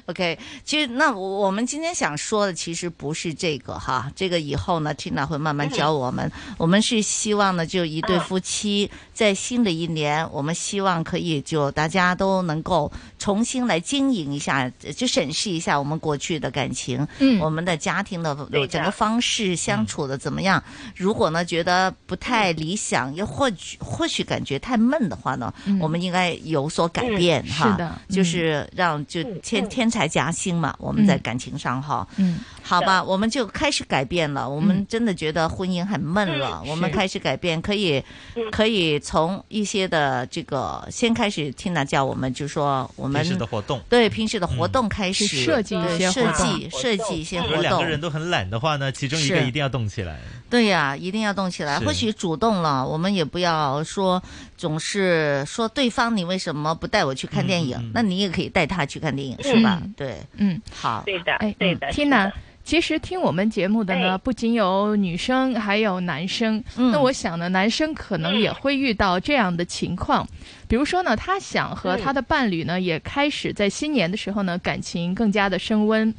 Speaker 6: OK，其 实那我我们今天想说的其实不是这个哈，这个以后呢，Tina 会
Speaker 9: 嗯
Speaker 6: 慢慢教我们。我们是希望呢，就一对夫妻在新的一年，我们希望可以就大家都能够重新来经营一下，就审视一下我们过去的感情，
Speaker 9: 嗯
Speaker 6: 我们的家庭的
Speaker 9: 对的嗯
Speaker 6: 整个方式相处的怎么样。如果呢觉得不太理想，又或许或许感觉太闷的话呢，
Speaker 9: 嗯
Speaker 6: 我们应该有所改
Speaker 9: 嗯
Speaker 6: 变、哈。
Speaker 9: 是的
Speaker 6: 就
Speaker 9: 嗯
Speaker 6: 是。是让就
Speaker 7: 嗯
Speaker 6: 天天才夹心嘛，我们在感情上哈，
Speaker 9: 嗯，
Speaker 6: 好吧，我们就开始改变了。我
Speaker 7: 嗯
Speaker 6: 们真的觉得婚姻很闷了，
Speaker 9: 嗯
Speaker 6: 我们
Speaker 9: 是
Speaker 6: 开始改变，可以
Speaker 7: 嗯
Speaker 6: 可以从一些的这个先开始听大家，我们就说我们
Speaker 7: 平时的活动
Speaker 6: 对平时的活动开始
Speaker 7: 去设计一
Speaker 6: 对
Speaker 7: 些
Speaker 6: 设
Speaker 7: 活动嗯
Speaker 6: 计 设计一些
Speaker 7: 如
Speaker 6: 活
Speaker 7: 果
Speaker 6: 动。
Speaker 7: 两个人都很懒的话呢，其中一个
Speaker 6: 是
Speaker 7: 一定要动起来。
Speaker 6: 对呀、一定要动起来。
Speaker 7: 是
Speaker 6: 或许主动了，我们也不要说总是说对方你为什么不带我去看
Speaker 7: 嗯
Speaker 6: 电影？那你也可以带他去看电影，是吧
Speaker 8: 嗯？
Speaker 6: 对，
Speaker 8: 嗯，
Speaker 6: 好，
Speaker 2: 对的，
Speaker 8: 哎，
Speaker 2: 对的，
Speaker 8: 天呐，其实听我们节目的
Speaker 6: 哎
Speaker 8: 呢，不仅有女生，还有男生。
Speaker 6: 嗯
Speaker 8: 那我想呢，男生可能也会遇到这样的情况，比如说呢，他想和他的伴侣呢，也开始在新年的时候呢，感情更加的升温。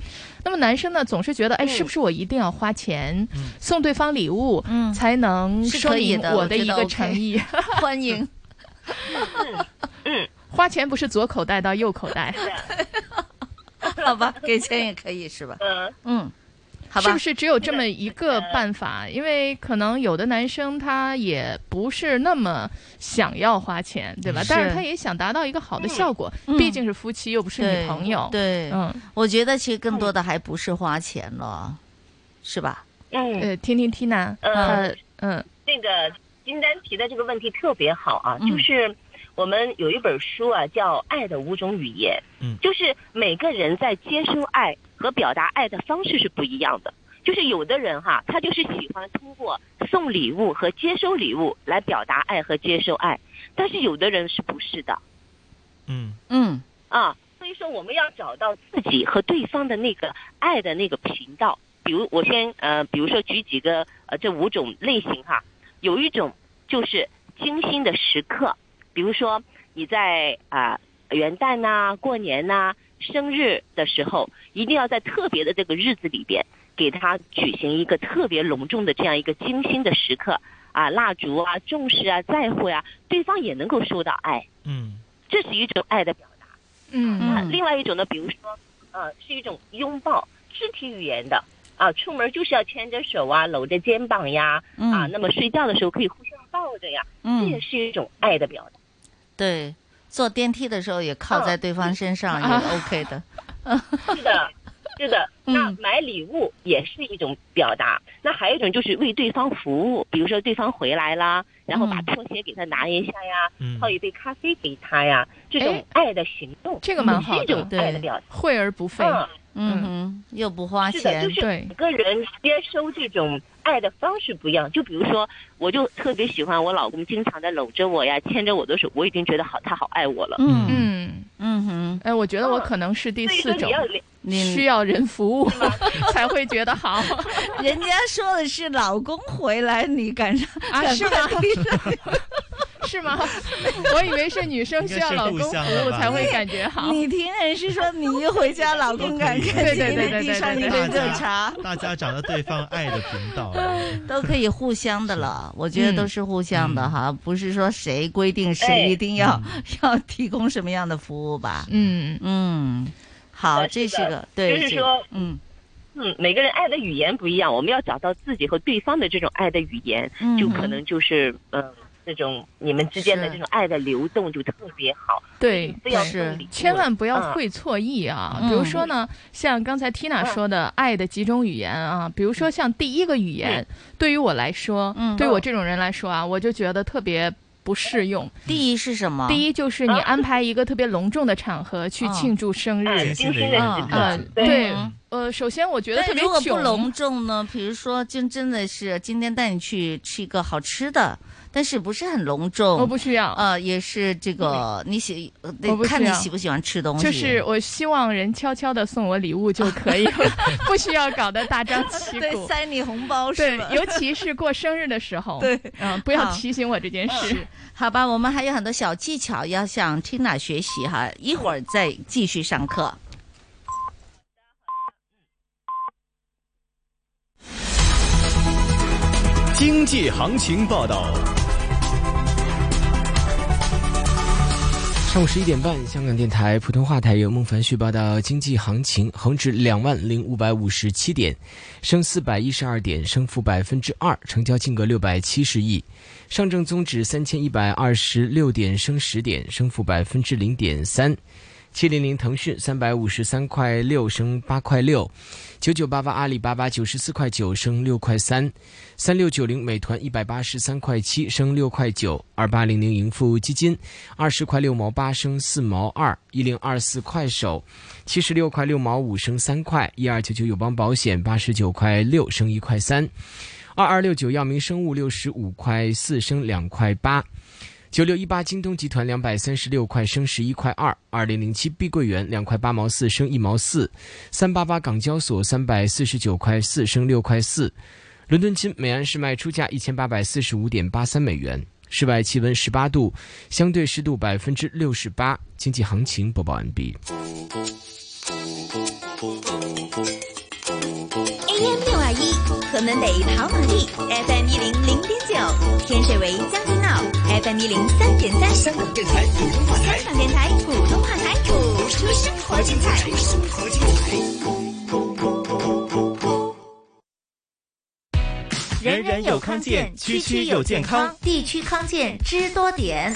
Speaker 8: 那么男生呢，总是觉得，
Speaker 6: 嗯
Speaker 8: 哎，是不是我一定要花钱送对方礼物，才能
Speaker 6: 嗯是
Speaker 8: 说
Speaker 6: 可以
Speaker 8: 明
Speaker 6: 的，
Speaker 8: 的
Speaker 6: 觉
Speaker 8: 一
Speaker 6: 得
Speaker 8: 个
Speaker 6: OK
Speaker 8: 诚 意？
Speaker 6: 欢 迎。
Speaker 2: 嗯，
Speaker 8: 花钱不是左口袋到右口袋。
Speaker 6: 好吧，给钱也可以是吧？ 嗯，好吧
Speaker 8: 是不是只有这么一个办法？因为可能有的男生他也不是那么想要花钱，对吧？
Speaker 6: 嗯是
Speaker 8: 但是他也想达到一个好的效果，
Speaker 6: 嗯
Speaker 8: 毕竟是夫妻又不是女朋友。
Speaker 6: 对，对
Speaker 8: 嗯，
Speaker 6: 我觉得其实更多的还不是花钱了，是吧？
Speaker 2: 嗯
Speaker 8: 呃，听听 Tina，
Speaker 2: 呃
Speaker 8: 呃，嗯，
Speaker 2: 这个金丹提的这个问题特别好啊，
Speaker 8: 嗯
Speaker 2: 就是我们有一本书啊，叫《爱的五种语言》，
Speaker 7: 嗯
Speaker 2: 就是每个人在接收爱和表达爱的方式是不一样的。就是有的人哈，他就是喜欢通过送礼物和接收礼物来表达爱和接受爱，但是有的人是不是的
Speaker 7: 嗯
Speaker 6: 嗯
Speaker 2: 啊？所以说我们要找到自己和对方的那个爱的那个频道。比如我先呃，比如说举几个呃这五种类型哈，有一种就是精心的时刻，比如说你在啊、元旦呐、过年呐、生日的时候，一定要在特别的这个日子里边，给他举行一个特别隆重的这样一个精心的时刻啊，蜡烛啊、重视啊、在乎啊，对方也能够受到爱，
Speaker 7: 嗯
Speaker 2: 这是一种爱的表达。那
Speaker 9: 嗯
Speaker 2: 另外一种呢，比如说，呃，是一种拥抱，肢体语言的啊，出门就是要牵着手啊，搂着肩膀呀，啊，
Speaker 6: 嗯
Speaker 2: 那么睡觉的时候可以互相抱着呀，
Speaker 6: 嗯
Speaker 2: 这也是一种爱的表达。
Speaker 6: 对，坐电梯的时候也靠在对方身上
Speaker 8: 啊
Speaker 2: 嗯
Speaker 6: 也 OK 的。
Speaker 2: 是的，是的。
Speaker 8: 嗯
Speaker 2: 那买礼物也是一种表达。那还有一种就是为对方服务，比如说对方回来啦，然后把拖鞋给他拿一下呀，
Speaker 8: 嗯
Speaker 2: 泡一杯咖啡给他呀，这种爱的行动，
Speaker 8: 这个蛮好的
Speaker 2: 也是一嗯种爱的表达。
Speaker 8: 惠而不费。
Speaker 2: 嗯
Speaker 6: 嗯哼，又不花
Speaker 2: 是的，
Speaker 6: 钱，
Speaker 2: 就是每个人接收这种爱的方式不一样。就比如说，我就特别喜欢我老公经常在搂着我呀，牵着我的手，我已经觉得好，他好爱我了。哎
Speaker 8: 嗯
Speaker 6: 嗯哼，
Speaker 8: 哎，我觉得我可能是第四
Speaker 2: 所
Speaker 8: 种
Speaker 2: 以说你要，你
Speaker 8: 需要人服务 才会觉得 好。
Speaker 6: 人家说的是老公回来，你赶上
Speaker 8: 啊
Speaker 6: 赶
Speaker 8: 是
Speaker 6: 快
Speaker 8: 吗
Speaker 6: 闭上
Speaker 8: 是吗？我以为是女生需要老公服务才会感觉好。
Speaker 6: 你听人是说你一回家，老 公赶
Speaker 7: 都
Speaker 6: 赶
Speaker 7: 可以
Speaker 6: 紧给 你递上一杯热茶，
Speaker 7: 大家找到对方爱的频 道。
Speaker 6: 都可以互相的了。我觉得都是嗯互相的哈，不是说谁规
Speaker 8: 嗯
Speaker 6: 定谁一定要
Speaker 2: 嗯
Speaker 6: 要提供什么样的服务吧？
Speaker 8: 嗯
Speaker 6: 嗯，好，
Speaker 2: 是
Speaker 6: 这
Speaker 2: 的
Speaker 6: 是个对，
Speaker 2: 就是
Speaker 6: 这个
Speaker 2: 说，
Speaker 6: 嗯
Speaker 2: 嗯，每个人爱的语言不一样，我们要找到自己和对方的这种爱的语言，
Speaker 6: 嗯
Speaker 2: 就可能就是呃，这种你们之间的
Speaker 8: 是
Speaker 2: 这种爱的流动就特别好。
Speaker 8: 对
Speaker 2: 不要是理性
Speaker 8: 千万不要
Speaker 2: 嗯
Speaker 8: 会错意啊！
Speaker 2: 嗯
Speaker 8: 比如说呢，像刚才
Speaker 6: 嗯
Speaker 8: Tina 说的爱的几种语言啊，比如说像第一个语言，
Speaker 6: 嗯
Speaker 8: 对于我来说，对我这种人来说啊，我就觉得特别。不适用。
Speaker 6: 第一啊是什么
Speaker 8: 第一就是你安排一个特别隆重的场 合去
Speaker 6: 嗯
Speaker 8: 庆祝生日，
Speaker 6: 哎精心的仪式
Speaker 8: 嗯，
Speaker 6: 对
Speaker 8: 对
Speaker 6: 嗯，
Speaker 8: 呃，首先我觉得
Speaker 6: 但
Speaker 8: 特别
Speaker 6: 如果不
Speaker 8: 囧
Speaker 6: 隆重呢？比如说，就真的是今天带你去吃一个好吃的，但是不是很隆重。
Speaker 8: 我不需要
Speaker 6: 呃，也是这个你喜，呃
Speaker 8: 我不需
Speaker 6: 看你
Speaker 8: 要
Speaker 6: 喜不喜欢吃东西。
Speaker 8: 就是我希望人悄悄的送我礼物就可以 了，不需要搞得大张旗鼓。
Speaker 6: 对塞你红包是
Speaker 8: 对
Speaker 6: 吧，
Speaker 8: 尤其是过生日的时候。
Speaker 6: 对
Speaker 8: 嗯，不要
Speaker 6: 好嗯
Speaker 8: 提醒我这件事。
Speaker 6: 好吧，我们还有很多小技巧要向 Tina 学习哈，一会儿再继续上课。
Speaker 4: 经济行情报道。
Speaker 10: 上午十一点半，香港电台普通话台由孟凡旭报道经济行情：恒指两万零五百五十七点，升四百一十二点，升幅百分之二，成交金额六百七十亿；上证综指三千一百二十六点，升十点，升幅百分之零点三。七零零腾讯三百五十三块六升八块六，九九八八阿里巴巴九十四块九升六块三，三六九零美团一百八十三块七升六块九，二八零零盈富基金二十块六毛八升四毛二，一零二四快手七十六块六毛五升三块，一二九九友邦保险八十九块六升一块三，二二六九药明生物六十五块四升两块八。九六一八京东集团两百三十六块升十一块二，二零零七碧桂园两块八毛四升一毛四，三八八港交所三百四十九块四升六块四，伦敦金每安士卖出价一千八百四十五点八三美元，室外气温十八度，相对湿度百分之六十八，经济行情播报完毕。
Speaker 5: AM 六二一，河门北跑马地；FM 一零零点九，天水围将军澳；FM 一零三点三，香港电台普通话台。香港电台普通话台，谱出生活精彩。生活精
Speaker 4: 人人有康健，区区有健康。
Speaker 11: 地区康健知多点。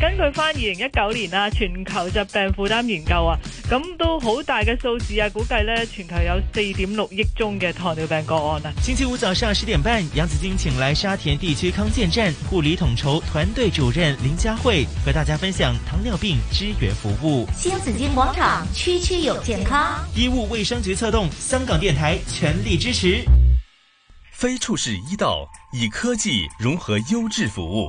Speaker 11: 根據翻二零一九年啊，全球疾病負擔研究啊，咁都好大嘅數字啊，估計呢，全球有四點六億宗嘅糖尿病個案啊。
Speaker 7: 星期五早上十点半，杨紫晶请来沙田地区康健站护理统筹团队主任林佳慧，和大家分享糖尿病支援服务。
Speaker 5: 新紫金广场，区区有健康。
Speaker 7: 医务卫生局策动，香港电台全力支持。
Speaker 14: 非处是医道以科技融合优质服务。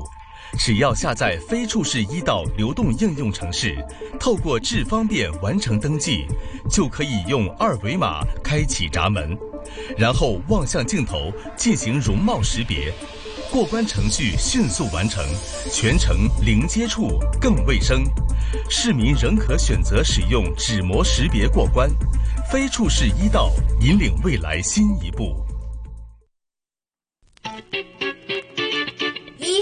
Speaker 14: 只要下载非处是医道流动应用程式，透过智方便完成登记，就可以用二维码开启闸门，然后望向镜头进行容貌识别，过关程序迅速完成，全程零接触更卫生。市民仍可选择使用指模识别过关，非处是医道，引领未来新一步。
Speaker 5: 衣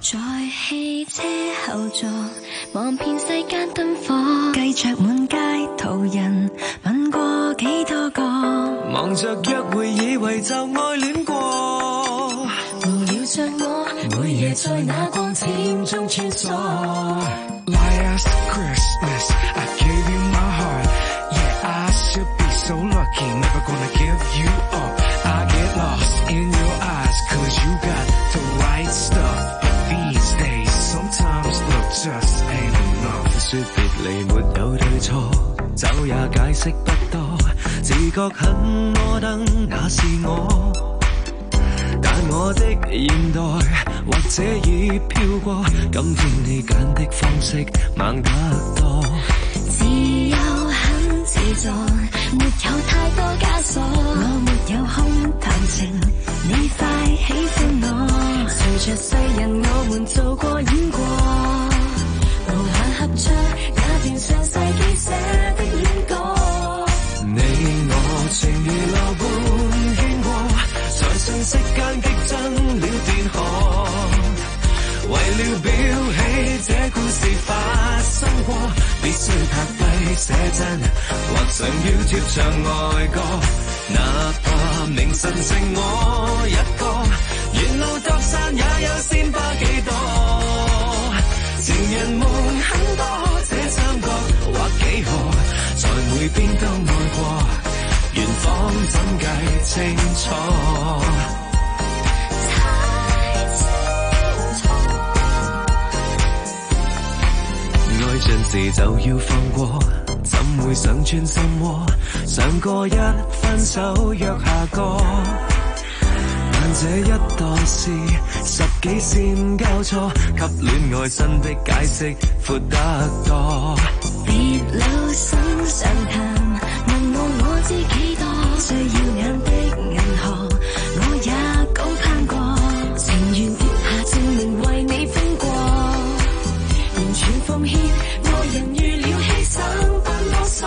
Speaker 17: 在汽車後座，望遍世間燈火，繼着滿街途人，吻過幾多個，
Speaker 19: 忙着約會，以為就愛戀過。
Speaker 17: 無聊像我，每夜在那光纖中穿梭。
Speaker 9: Last Christmas, I gave you my heart. Yeah, I should be so lucky, never gonna give you up. I get lost in your eyes, cause you got the right stuff. But these days, sometimes love just ain't enough.
Speaker 13: 說別離沒有對錯，走也解釋不多，自覺很摩登，那是我。但我的現代或者已飄過，今天你揀的方式猛得多。
Speaker 17: 自由很自在，沒有太多枷鎖。我沒有空談情，你快喜歡我。隨着世人，我們做過演過，無限合唱那段上世紀寫的戀歌。
Speaker 13: 你我情如流半圈過，在瞬息間激增了電荷。為了表起這故事發生過，必須拍低寫真，或上 YouTube 唱愛歌。哪怕明晨剩我一個，沿路搭訕也有鮮花幾朵。情人夢很多，這三角或幾何。在每邊都愛過，遠方怎計清楚？愛盡時就要放過，怎會想穿心窩？上過一分手約下個，但這一代是十幾線交錯，給戀愛新的解釋闊得多。
Speaker 17: 別留心上談，問我我知幾多？最耀眼的銀河，我也高攀過。情願跌下證明為你風過，完全奉獻，愛人預了犧牲不囉嗦。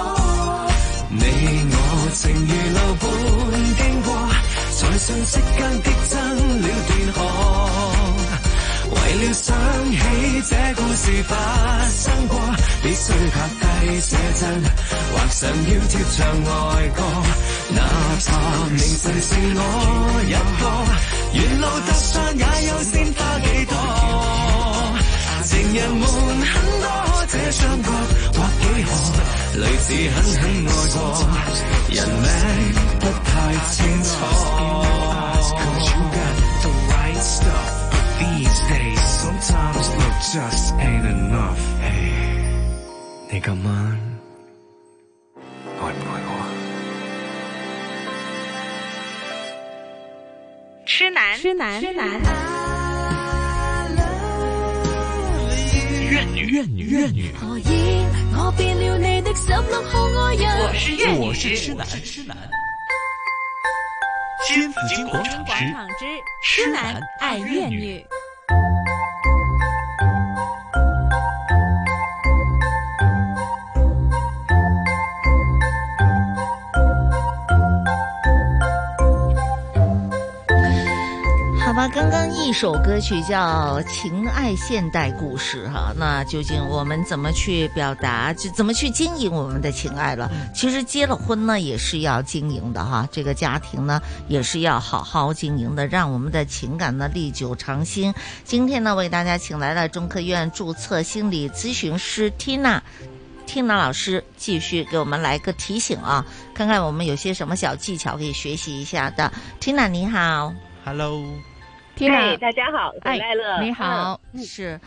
Speaker 13: 你我情如流伴經過，在瞬息間激增了電荷。為了想起這故事發生過，必須拍低寫真，畫上 YouTube 唱愛歌。哪怕明晨剩我一個，沿路搭訕也有鮮花幾朵。情人們很多，這雙角或幾何，類似狠狠愛過，人名不太清楚。
Speaker 9: Right stuff, but these days, sometimes love just ain't enough. Hey,
Speaker 13: 你今晚愛唔愛我啊？
Speaker 23: 痴男，痴男，痴男。
Speaker 22: 怨女，怨女，怨女。
Speaker 17: 何以我變了你的十六號愛人？
Speaker 22: 我是痴男，痴男。新紫金广场之
Speaker 23: 痴男爱怨女。
Speaker 6: 好吧，刚刚一首歌曲叫《情爱现代故事》哈，那究竟我们怎么去表达，就怎么去经营我们的情爱了？其实结了婚呢，也是要经营的哈，这个家庭呢，也是要好好经营的，让我们的情感呢历久常新。今天呢，为大家请来了中科院注册心理咨询师 Tina。Tina 老师继续给我们来个提醒啊，看看我们有些什么小技巧可以学习一下的。Tina 你好
Speaker 7: ，Hello。
Speaker 2: 嗨，哎大家好，回来了。
Speaker 6: 哎你好，
Speaker 2: 嗯
Speaker 6: 是，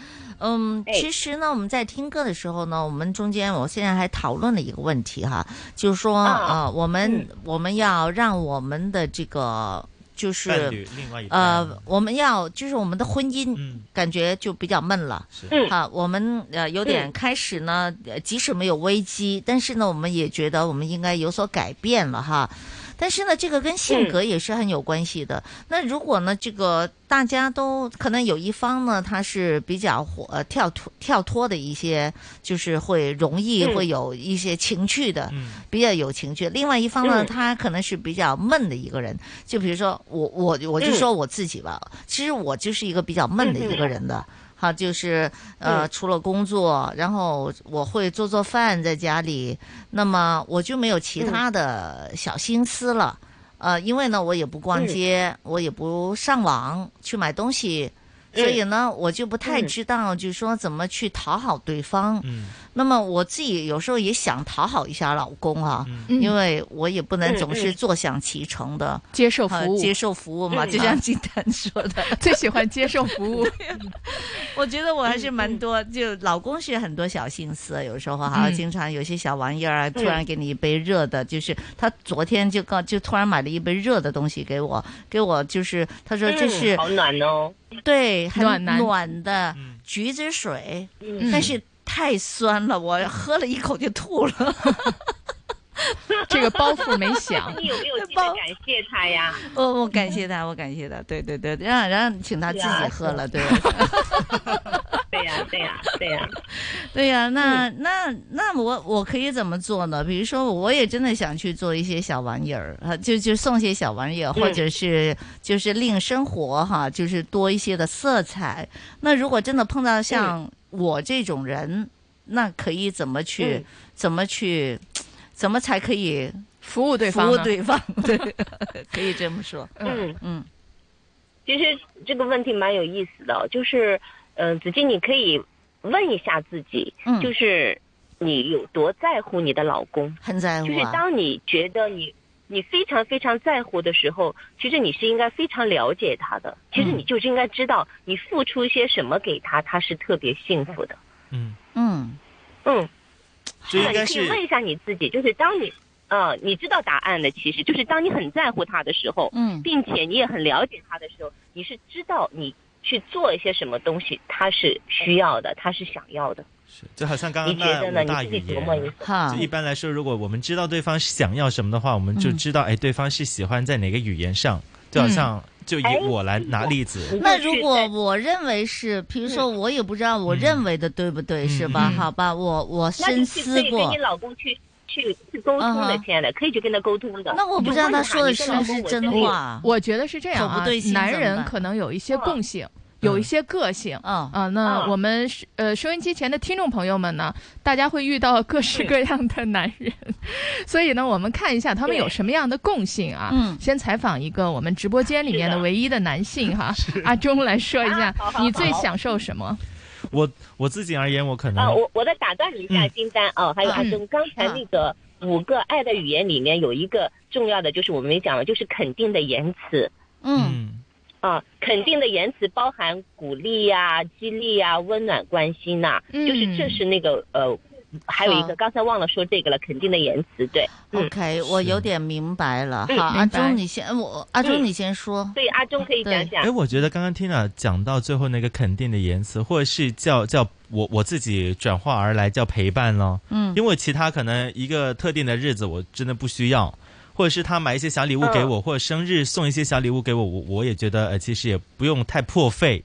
Speaker 6: 嗯，
Speaker 2: 哎
Speaker 6: 其实呢，我们在听歌的时候呢，我们中间我现在还讨论了一个
Speaker 2: 嗯
Speaker 6: 问题哈，就是说啊、呃我们、我们要让我们的这个就是
Speaker 7: 伴侣另外一嗯半
Speaker 6: 呃，我们要就是我们的婚姻感觉就比较闷了，
Speaker 7: 嗯
Speaker 6: 啊，我们呃有点
Speaker 7: 嗯
Speaker 6: 开始呢，呃即使没有危机，但是呢，我们也觉得我们应该有所改变了哈。但是呢，这个跟性格也是很有关系的。那如果呢，这个大家都可能有一方呢，他是比较活呃跳脱跳脱的一些，就是会容易
Speaker 12: 嗯
Speaker 6: 会有一些情趣的，
Speaker 7: 嗯
Speaker 6: 比较有情趣；另外一方呢，
Speaker 12: 嗯
Speaker 6: 他可能是比较闷的一个人。就比如说我我我就
Speaker 12: 嗯
Speaker 6: 说我自己吧，其实我就是一个比较闷
Speaker 8: 嗯
Speaker 6: 的一个人的。好，就是呃，
Speaker 12: 嗯
Speaker 6: 除了工作，然后我会做做饭在家里，那么我就没有其
Speaker 8: 嗯
Speaker 6: 他的小心思了。呃，因为呢，我也不逛
Speaker 8: 嗯
Speaker 6: 街，我也不上网去买东西，所以
Speaker 8: 嗯
Speaker 6: 呢，我就不太知道，就是说怎么去讨好对方。那么我自己有时候也想讨好一下老公啊，
Speaker 12: 嗯
Speaker 6: 因为我也不能总
Speaker 12: 嗯
Speaker 6: 是
Speaker 12: 嗯
Speaker 6: 坐享其成的
Speaker 8: 接受
Speaker 6: 呃
Speaker 8: 服务
Speaker 6: 接受服务嘛，
Speaker 8: 嗯
Speaker 6: 就像金丹说的，
Speaker 8: 最喜欢接受服 务。
Speaker 6: 我觉得我还是
Speaker 2: 嗯
Speaker 6: 蛮多，就老公是很多小心思，有时候哈、
Speaker 12: 嗯
Speaker 6: 经常有些小玩意儿啊，
Speaker 12: 嗯
Speaker 6: 突然给你一杯热的，就是他昨天就告就突然买了一杯热的东西给我，给我就是他说这是、
Speaker 2: 嗯好暖哦，
Speaker 6: 对，
Speaker 2: 暖
Speaker 6: 很
Speaker 2: 男
Speaker 6: 暖的橘子水，
Speaker 2: 嗯
Speaker 6: 但是太酸了，我喝了一口就吐了。
Speaker 8: 这个包袱没响
Speaker 2: 你有 没有记得感谢他呀？
Speaker 6: 我哦我感谢他，我感谢他，对对对，让让请他自
Speaker 2: 是
Speaker 6: 己
Speaker 2: 啊
Speaker 6: 喝了，
Speaker 2: 是
Speaker 6: 对吧？
Speaker 2: 对呀、对呀、对呀、
Speaker 6: 对呀、那那那我我可以怎么做呢？比如说，我也真的想去做一些小玩意儿啊，就就送些小玩意儿，
Speaker 12: 嗯
Speaker 6: 或者是就是令生活哈，就是多一些的色彩。那如果真的碰到像我这种人，那可以怎么去、
Speaker 12: 嗯
Speaker 6: 怎么去怎么才可以
Speaker 8: 服务
Speaker 2: 对方
Speaker 6: 服务
Speaker 2: 呢
Speaker 6: 对方？对， 可以这么说。
Speaker 2: 嗯
Speaker 6: 嗯，
Speaker 2: 其实这个问题蛮有意思的，就是，嗯、子金，你可以问一下自己，
Speaker 6: 嗯
Speaker 2: 就是你有多在乎你的老公？
Speaker 6: 很在乎
Speaker 2: 就是
Speaker 6: 啊。
Speaker 2: 当你觉得你你非常非常在乎的时候，其实你是应该非常了解他的，其实你就是应该知道你付出些什么给他，他是特别幸福的。
Speaker 6: 嗯
Speaker 2: 嗯，
Speaker 7: 这应该
Speaker 2: 你可以
Speaker 7: 是
Speaker 2: 问一下你自己，就是当你。呃，你知道答案的，其实就是当你很在乎他的时候，
Speaker 6: 嗯
Speaker 2: 并且你也很了解他的时候，你是知道你去做一些什么东西，他是需要的，他是想要的。
Speaker 7: 就好像刚刚
Speaker 2: 你觉得
Speaker 7: 那
Speaker 2: 呢
Speaker 7: 五大语
Speaker 2: 你自己琢磨一
Speaker 7: 言
Speaker 6: 下，
Speaker 7: 就一般来说，如果我们知道对方想要什么的话，我们就
Speaker 6: 嗯
Speaker 7: 知道，哎，对方是喜欢在哪个语言上。就好像就以我来拿例
Speaker 2: 哎
Speaker 7: 子，
Speaker 6: 那如果我认为是，
Speaker 8: 嗯
Speaker 6: 比如说我也不知道我认为的对不对，是吧？
Speaker 2: 嗯
Speaker 6: 好吧，我我
Speaker 2: 那
Speaker 6: 深
Speaker 2: 你去
Speaker 6: 思
Speaker 2: 可以跟
Speaker 6: 过
Speaker 2: 你。老公去去去沟通
Speaker 6: 嗯
Speaker 2: 的，
Speaker 6: 哼
Speaker 2: 亲爱的，可以去跟他沟通的。
Speaker 6: 那我不知道
Speaker 2: 你就问
Speaker 6: 他说的
Speaker 2: 你
Speaker 6: 是不是
Speaker 2: 老公我
Speaker 6: 真
Speaker 2: 真的
Speaker 6: 话
Speaker 8: 我觉得是这样
Speaker 6: 口
Speaker 8: 啊
Speaker 6: 不对，心
Speaker 8: 男
Speaker 6: 怎么
Speaker 8: 人
Speaker 6: 办
Speaker 8: 可能有一些共性。有一些个性，
Speaker 6: 啊、
Speaker 8: 那
Speaker 6: 嗯
Speaker 8: 我们是呃收音机前的听众朋友们呢，大家会遇到各式各样的男人， 所以呢，我们看一下他们有什么样的共性啊。
Speaker 12: 嗯
Speaker 8: 先采访一个我们直播间里面的唯一的男性 哈，阿忠来说一下，
Speaker 2: 啊好好
Speaker 8: 你最
Speaker 2: 好
Speaker 8: 享受什么？
Speaker 7: 我我自己而言，我可能
Speaker 2: 啊，我我再打断你一下，
Speaker 7: 嗯
Speaker 2: 金丹啊，还有阿忠，刚才那个五个爱的语言里面有一个重要的，就是我们没讲了，就是肯定的言辞
Speaker 6: 嗯
Speaker 2: 啊，肯定的言辞包含鼓励呀、激励呀、温暖、关心呐，就是这是那个呃，还有一
Speaker 6: 好
Speaker 2: 个刚才忘了说这个了，肯定的言辞，对，嗯，
Speaker 6: OK，我有点明白了。
Speaker 2: 嗯
Speaker 6: 好，阿
Speaker 2: 明白
Speaker 6: 忠你先，我阿忠
Speaker 2: 嗯
Speaker 6: 你先说。
Speaker 2: 对，阿忠可以讲讲
Speaker 7: 哎，。我觉得刚刚 Tina 讲到最后那个肯定的言辞，或者是叫叫我我自己转化而来叫陪伴咯。
Speaker 6: 嗯
Speaker 7: 因为其他可能一个特定的日子我真的不需要，或者是他买一些小礼物给我，或者生日送一些小礼物给我，我我也觉得呃其实也不用太破费。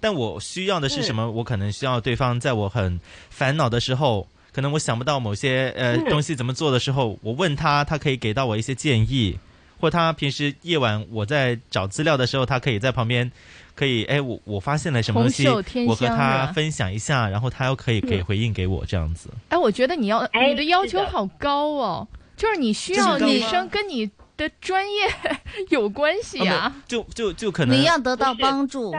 Speaker 7: 但我需要的是什么？我可能需要对方在我很烦恼的时候，可能我想不到某些呃
Speaker 12: 嗯
Speaker 7: 东西怎么做的时候，我问他，他可以给到我一些建议，或他平时夜晚我在找资料的时候，他可以在旁边，可以哎，我我发现了什么东西
Speaker 8: 红袖添，香
Speaker 7: 我和
Speaker 8: 是
Speaker 7: 他
Speaker 8: 吧
Speaker 7: 分享一下，然后他又可以给
Speaker 8: 嗯
Speaker 7: 回应给我这样子。
Speaker 8: 哎，我觉得你要
Speaker 2: 哎
Speaker 8: 你的要求
Speaker 2: 是的
Speaker 8: 好高哦，就是你需要
Speaker 7: 这么高吗
Speaker 8: 女生跟你的专业 有关系
Speaker 7: 啊没
Speaker 8: 啊。
Speaker 7: 就就就哦可能
Speaker 6: 你要得到帮助，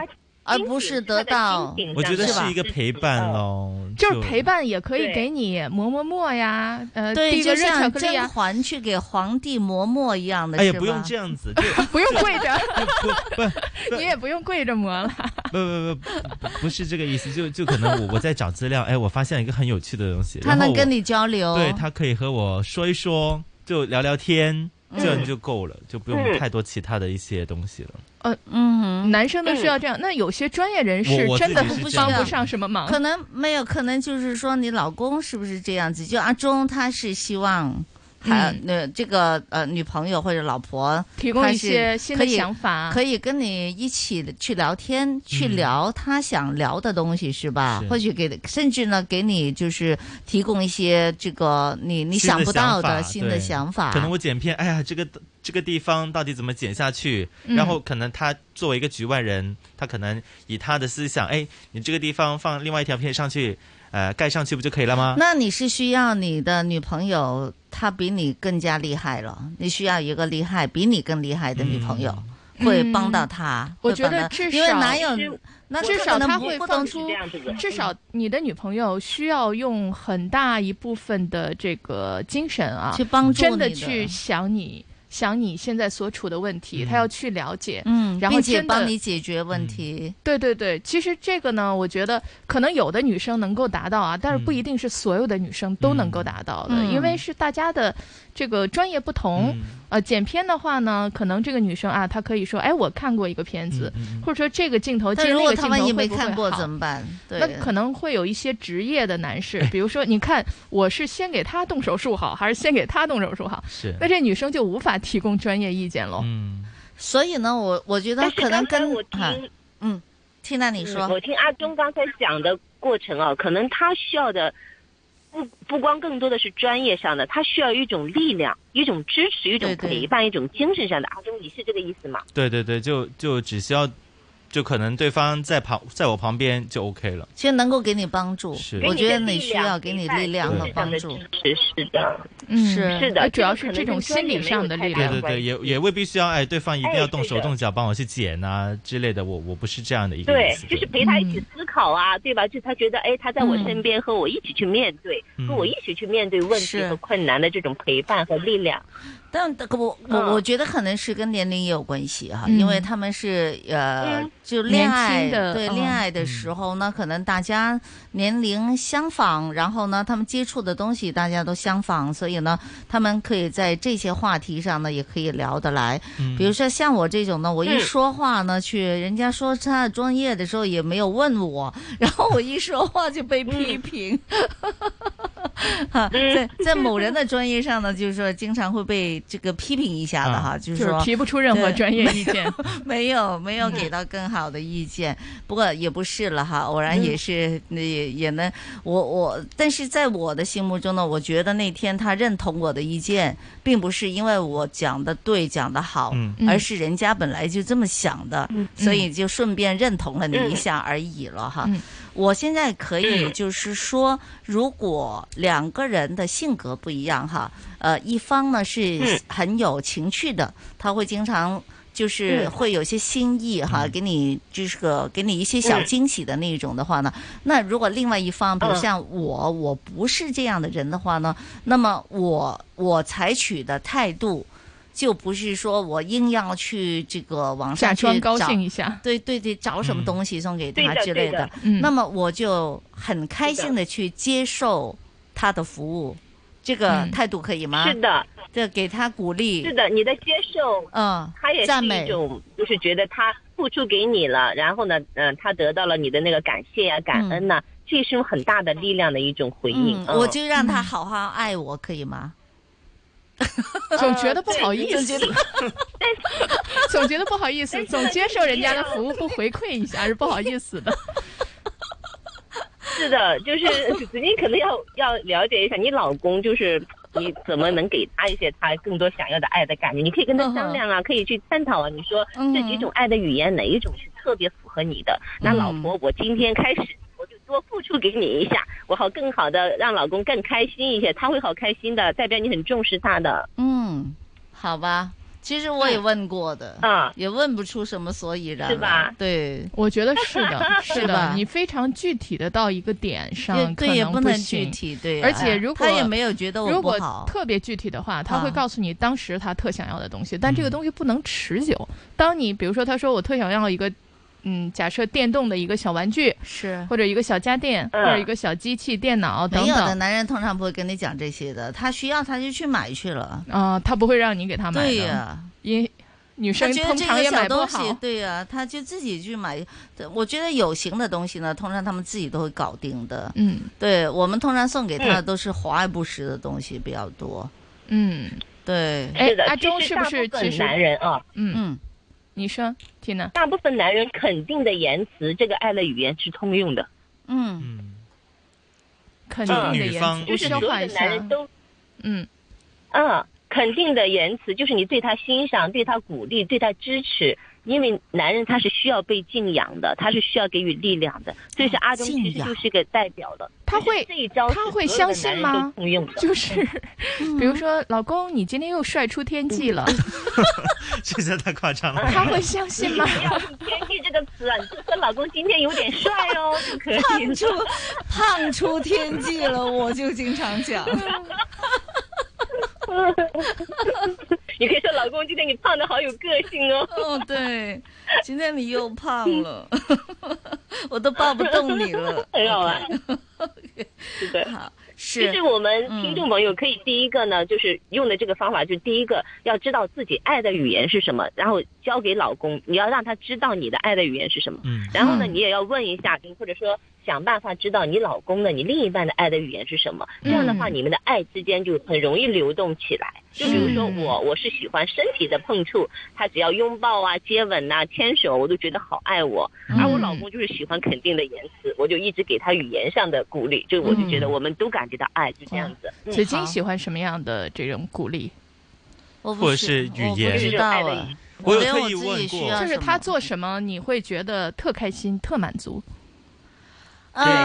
Speaker 6: 而不是得到
Speaker 7: 我觉得是一个陪伴喽，
Speaker 8: 嗯就是陪伴也可以
Speaker 6: 对
Speaker 8: 给你磨磨磨呀，呃，
Speaker 6: 对，
Speaker 8: 递个
Speaker 6: 就
Speaker 8: 热巧
Speaker 6: 像
Speaker 8: 克力
Speaker 6: 甄
Speaker 8: 啊，
Speaker 6: 嬛去给皇帝磨墨一样的，
Speaker 7: 哎呀
Speaker 6: 是，
Speaker 7: 不用
Speaker 6: 吧
Speaker 7: 这样子，
Speaker 8: 不用跪着，你也不用跪着磨了。
Speaker 7: 不不不不，不是这个意思，就就可能我我在找资料，哎，我发现了一个很有趣的东西，
Speaker 6: 他
Speaker 7: 然后
Speaker 6: 能
Speaker 7: 我
Speaker 6: 跟你交流，
Speaker 7: 对他可以和我说一说，就聊聊天，
Speaker 8: 嗯
Speaker 7: 这样就够了，就不用太多其他的一些东西了。
Speaker 8: 呃，嗯，男生都需要这样。那有些专业人士
Speaker 7: 我我
Speaker 8: 真的
Speaker 7: 自己是这样
Speaker 8: 帮不上什么忙，
Speaker 6: 可能没有，可能就是说你老公是不是这样子？就阿忠他是希望。他
Speaker 8: 嗯
Speaker 6: 那、这个呃女朋友或者老婆
Speaker 8: 提供
Speaker 6: 她
Speaker 8: 一
Speaker 6: 是
Speaker 8: 些新的
Speaker 6: 可以
Speaker 8: 想法
Speaker 6: 可以跟你一起去聊天，去
Speaker 7: 嗯
Speaker 6: 聊他想聊的东西是吧？
Speaker 8: 是
Speaker 6: 或许给甚至呢给你就是提供一些这个你你
Speaker 7: 新的
Speaker 6: 想不到
Speaker 7: 法
Speaker 6: 的新的
Speaker 7: 对
Speaker 6: 想法。
Speaker 7: 可能我剪片，哎呀，这个这个地方到底怎么剪下去？
Speaker 6: 嗯
Speaker 7: 然后可能他作为一个局外人，他可能以他的思想，哎，你这个地方放另外一条片上去，呃，盖上去不就可以了吗？
Speaker 6: 那你是需要你的女朋友，她比你更加厉害了，你需要一个厉害比你更厉害的女朋友，会帮到她。
Speaker 8: 嗯我
Speaker 6: 会
Speaker 8: 觉
Speaker 6: 帮
Speaker 8: 得
Speaker 6: 到
Speaker 8: 至少
Speaker 6: 因为哪有那
Speaker 8: 至
Speaker 6: 可
Speaker 8: 少
Speaker 6: 能
Speaker 8: 他
Speaker 6: 不
Speaker 8: 会
Speaker 6: 不
Speaker 8: 放
Speaker 6: 能
Speaker 8: 出
Speaker 6: 出，
Speaker 8: 至
Speaker 6: 嗯
Speaker 8: 少你的女朋友需要用很大一部分的这个精神啊，
Speaker 6: 去帮助
Speaker 8: 真的
Speaker 6: 你的
Speaker 8: 去想你想你现在所处的问题，她要去了解，
Speaker 6: 嗯，
Speaker 8: 然后
Speaker 6: 并且
Speaker 8: 真的
Speaker 6: 帮你解决问题。
Speaker 8: 对对对，其实这个呢，我觉得可能有的女生能够达到啊，但是不一定是所有的女生都能够达到的，
Speaker 6: 嗯
Speaker 8: 因为是大家的这个专业不同。呃，剪片的话呢，可能这个女生啊，她可以说，哎，我看过一个片子，或者说这个镜头接
Speaker 6: 嗯但如
Speaker 8: 那
Speaker 6: 果
Speaker 8: 个
Speaker 6: 她
Speaker 8: 镜头
Speaker 6: 万
Speaker 8: 会
Speaker 6: 一没
Speaker 8: 不会
Speaker 6: 看过
Speaker 8: 好
Speaker 6: 怎么办？对，
Speaker 8: 那可能会有一些职业的男 士，比如说，你看我是先给他动手术好，还是先给他动手术好？
Speaker 6: 是
Speaker 8: 那这女生就无法提供专业意见喽。
Speaker 7: 嗯，
Speaker 6: 所以呢，我我觉得可能跟
Speaker 2: 我听
Speaker 6: 啊嗯，听到你说，
Speaker 2: 嗯我听阿忠刚才讲的过程啊，可能他需要的不不光更多的是专业上的，他需要一种力量、一种支持、一种陪伴、一种精神上的。阿忠，你是这个意思吗？
Speaker 7: 对对对，就就只需要，就可能对方在旁，在我旁边就 OK 了。
Speaker 6: 其实能够给你帮助
Speaker 7: 是，
Speaker 6: 我觉
Speaker 7: 给
Speaker 6: 得
Speaker 7: 你
Speaker 6: 你
Speaker 7: 一
Speaker 6: 需要给你力量和帮助。
Speaker 2: 是是的，
Speaker 8: 嗯
Speaker 6: 是
Speaker 2: 是的，
Speaker 8: 主要
Speaker 2: 这
Speaker 8: 是
Speaker 2: 个可能
Speaker 8: 这种
Speaker 2: 跟专
Speaker 8: 心
Speaker 2: 业
Speaker 8: 理上的
Speaker 2: 没有
Speaker 8: 力
Speaker 2: 太大
Speaker 8: 量。
Speaker 7: 对对对，也也未必需要哎，对方一定要动手动脚帮我去剪啊之类的，我我不是这样的一个意
Speaker 2: 对
Speaker 7: 思，。
Speaker 2: 就是陪他一起思考
Speaker 8: 嗯
Speaker 2: 啊，对吧？就他觉得，哎，他在我身边，和我一起去面对，
Speaker 7: 嗯
Speaker 2: 和我一起去面对问题
Speaker 6: 是
Speaker 2: 和困难的这种陪伴和力量。
Speaker 6: 但但我
Speaker 2: 嗯
Speaker 6: 我我觉得可能是跟年龄也有关系哈，
Speaker 2: 嗯
Speaker 6: 因为他们是呃
Speaker 2: 嗯，
Speaker 6: 就恋
Speaker 8: 年
Speaker 6: 爱
Speaker 8: 轻的
Speaker 6: 对
Speaker 8: 嗯
Speaker 6: 恋爱的时候呢，可能大家年龄相仿，然后呢，他们接触的东西大家都相仿，所以呢，他们可以在这些话题上呢，也可以聊得来。
Speaker 12: 嗯
Speaker 6: 比如说像我这种呢，我一
Speaker 12: 嗯
Speaker 6: 说话呢，去人家说他的专业的时候也没有问我，然后我一说话就被批评。 哈，在在某人的专业上呢，就是说经常会被这个批评一下的哈，
Speaker 8: 啊就是
Speaker 6: 说
Speaker 8: 提不出任何
Speaker 6: 对
Speaker 8: 专业意见，嗯
Speaker 6: 没有没有给到更好的意见。不过也不是了哈，偶
Speaker 8: 嗯
Speaker 6: 然也是也也能我我，但是在我的心目中呢，我觉得那天他认同我的意见，并不是因为我讲的对讲的好
Speaker 12: 嗯，嗯
Speaker 6: 而是人家本来就这么想的，所以就顺便认同了你一下而已了哈。我现在可以就是说，如果两个人的性格不一样哈，呃，一方呢是很有情趣的，他会经常就是
Speaker 12: 嗯
Speaker 6: 会有些新意哈，给你就是个给你一些小
Speaker 12: 嗯
Speaker 6: 惊喜的那一种的话呢，那如果另外一方，比如
Speaker 12: 嗯
Speaker 6: 像我，我不是这样的人的话呢，那么我我采取的态度。就不是说我硬要去这个网上
Speaker 8: 假
Speaker 6: 去
Speaker 8: 装高
Speaker 6: 找
Speaker 8: 兴一下
Speaker 6: 对对对，找什么
Speaker 8: 嗯
Speaker 6: 东西送给
Speaker 8: 对
Speaker 6: 他
Speaker 8: 的
Speaker 6: 之
Speaker 8: 对
Speaker 6: 类
Speaker 8: 的
Speaker 6: 的。
Speaker 8: 嗯
Speaker 6: 那么我就很开
Speaker 8: 是的
Speaker 6: 心的去接受他的服务，这个
Speaker 2: 嗯
Speaker 6: 态度可以吗？
Speaker 2: 是的，
Speaker 6: 这给他鼓励。
Speaker 2: 是的，你的接受，
Speaker 6: 嗯，
Speaker 2: 他也
Speaker 6: 赞
Speaker 2: 是
Speaker 6: 美
Speaker 2: 一种，就是觉得他付出给你了，然后呢，嗯、他得到了你的那个感谢
Speaker 6: 嗯
Speaker 2: 呀、感恩呐、这是很大的力量的一种回应。
Speaker 6: 嗯，我就让他好好爱我，可以吗？
Speaker 8: 总觉得不好意思， 总觉得不好意
Speaker 6: 但
Speaker 8: 思，
Speaker 6: 是
Speaker 8: 总接受人家的服务不回馈一下是不好意思的。
Speaker 2: 是的， 就是子金可能要要了解一下你老公，就是你怎么能给他一些他更多想要的爱的感觉？你可以跟
Speaker 8: 嗯
Speaker 2: 他商量啊，可以去探讨啊。你说这几种爱的语言哪一种是特别符合你的？那老
Speaker 8: 嗯
Speaker 2: 婆，我今天开始。我就多付出给你一下，我好更好的让老公更开心一些，他会好开心的，代表你很重视他的。
Speaker 6: 嗯，好吧。其实我也问过的，
Speaker 2: 嗯，
Speaker 6: 也问不出什么所以然，
Speaker 8: 是吧？
Speaker 6: 对，
Speaker 8: 我觉得是的， 是
Speaker 6: 吧
Speaker 8: 的，你非常具体的到一个点
Speaker 6: 也
Speaker 8: 上，
Speaker 6: 对
Speaker 8: 可
Speaker 6: 也
Speaker 8: 能
Speaker 6: 不能
Speaker 8: 行
Speaker 6: 具体对
Speaker 8: 而
Speaker 6: 哎
Speaker 8: 且如果
Speaker 6: 他也没有觉得我
Speaker 8: 如
Speaker 6: 不
Speaker 8: 果
Speaker 6: 好
Speaker 8: 特别具体的话，他会
Speaker 6: 啊嗯
Speaker 8: 告诉你当时他特想要的东西，但这个东西不能持久。当你比如说，他说我特想要一个。嗯，假设电动的一个小玩具，
Speaker 6: 是
Speaker 8: 或者一个小家电，
Speaker 6: 嗯
Speaker 8: 或者一个小机器、电脑等
Speaker 6: 没有的
Speaker 8: 等。
Speaker 6: 男人通常不会跟你讲这些的，他需要他就去买去了。
Speaker 8: 啊、他不会让你给他买的
Speaker 6: 对呀
Speaker 8: 因女
Speaker 6: 他
Speaker 8: 生
Speaker 6: 觉得
Speaker 8: 通
Speaker 6: 这
Speaker 8: 常
Speaker 6: 个
Speaker 8: 也
Speaker 6: 小
Speaker 8: 买不
Speaker 6: 东西
Speaker 8: 好，。
Speaker 6: 对呀、他就自己去买。我觉得有形的东西呢，通常他们自己都会搞定的。
Speaker 8: 嗯，
Speaker 6: 对我们通常送给他的
Speaker 8: 嗯
Speaker 6: 都是华而不实的东西比较多。
Speaker 8: 嗯，
Speaker 6: 对，
Speaker 8: 哎，
Speaker 2: 呃
Speaker 8: 阿忠是不是其实
Speaker 2: 男人啊，
Speaker 8: 嗯
Speaker 6: 嗯，
Speaker 8: 你说缇娜，
Speaker 2: 大部分男人肯定的言辞，这个爱的语言是通用的，
Speaker 6: 嗯，
Speaker 8: 肯
Speaker 2: 嗯
Speaker 8: 定的言辞，
Speaker 2: 就是
Speaker 8: 消
Speaker 2: 所有
Speaker 8: 化
Speaker 2: 的
Speaker 8: 一
Speaker 2: 男
Speaker 8: 下
Speaker 2: 人。都
Speaker 8: 嗯
Speaker 2: 嗯，肯定的言辞就是你对他欣赏、对他鼓励、对他支持，因为男人他是需要被敬仰的，他是需要给予力量的。所以说，阿忠其实就是个代表了。
Speaker 8: 他会
Speaker 2: 这一招，
Speaker 8: 他会相信吗？就是，
Speaker 2: 嗯
Speaker 8: 比如说，老公，你今天又帅出天际了，
Speaker 7: 这下太夸张了。
Speaker 8: 他会相 信吗？
Speaker 2: 不要用“天际”这个词啊，你就说老公今天有点帅哦就可以
Speaker 6: 胖 出胖出天际了，我就经常讲。
Speaker 2: 嗯你可以说老公今天你胖的好有个性哦。
Speaker 6: 哦，对，今天你又胖了，我都抱不动你了，
Speaker 2: 很好玩。是的，
Speaker 6: 好是嗯
Speaker 2: 就是我们听众朋友可以第一个呢，就是用的这个方法，就第一个要知道自己爱的语言是什么，然后交给老公，你要让他知道你的爱的语言是什么。
Speaker 7: 嗯
Speaker 2: 然后呢，你也要问一下，或者说想办法知道你老公的、你另一半的爱的语言是什么。这样的话，
Speaker 12: 嗯
Speaker 2: 你们的爱之间就很容易流动起来。就比如说
Speaker 12: 是
Speaker 2: 我，我是喜欢身体的碰触，他只要拥抱啊、接吻呐、牵手，我都觉得好爱我。
Speaker 6: 嗯
Speaker 2: 而我老公就是喜欢肯定的言辞，我就一直给他语言上的鼓励，就我就觉
Speaker 6: 嗯
Speaker 2: 得我们都感觉到爱，就这样子。嗯
Speaker 8: 子金喜欢什么样的这种鼓励？
Speaker 6: 我
Speaker 7: 不或者是知语我不言知道
Speaker 8: 啊
Speaker 7: 啊，我有特意问过，
Speaker 8: 就是他做什么你会觉得特开心、特满足。
Speaker 6: 啊呃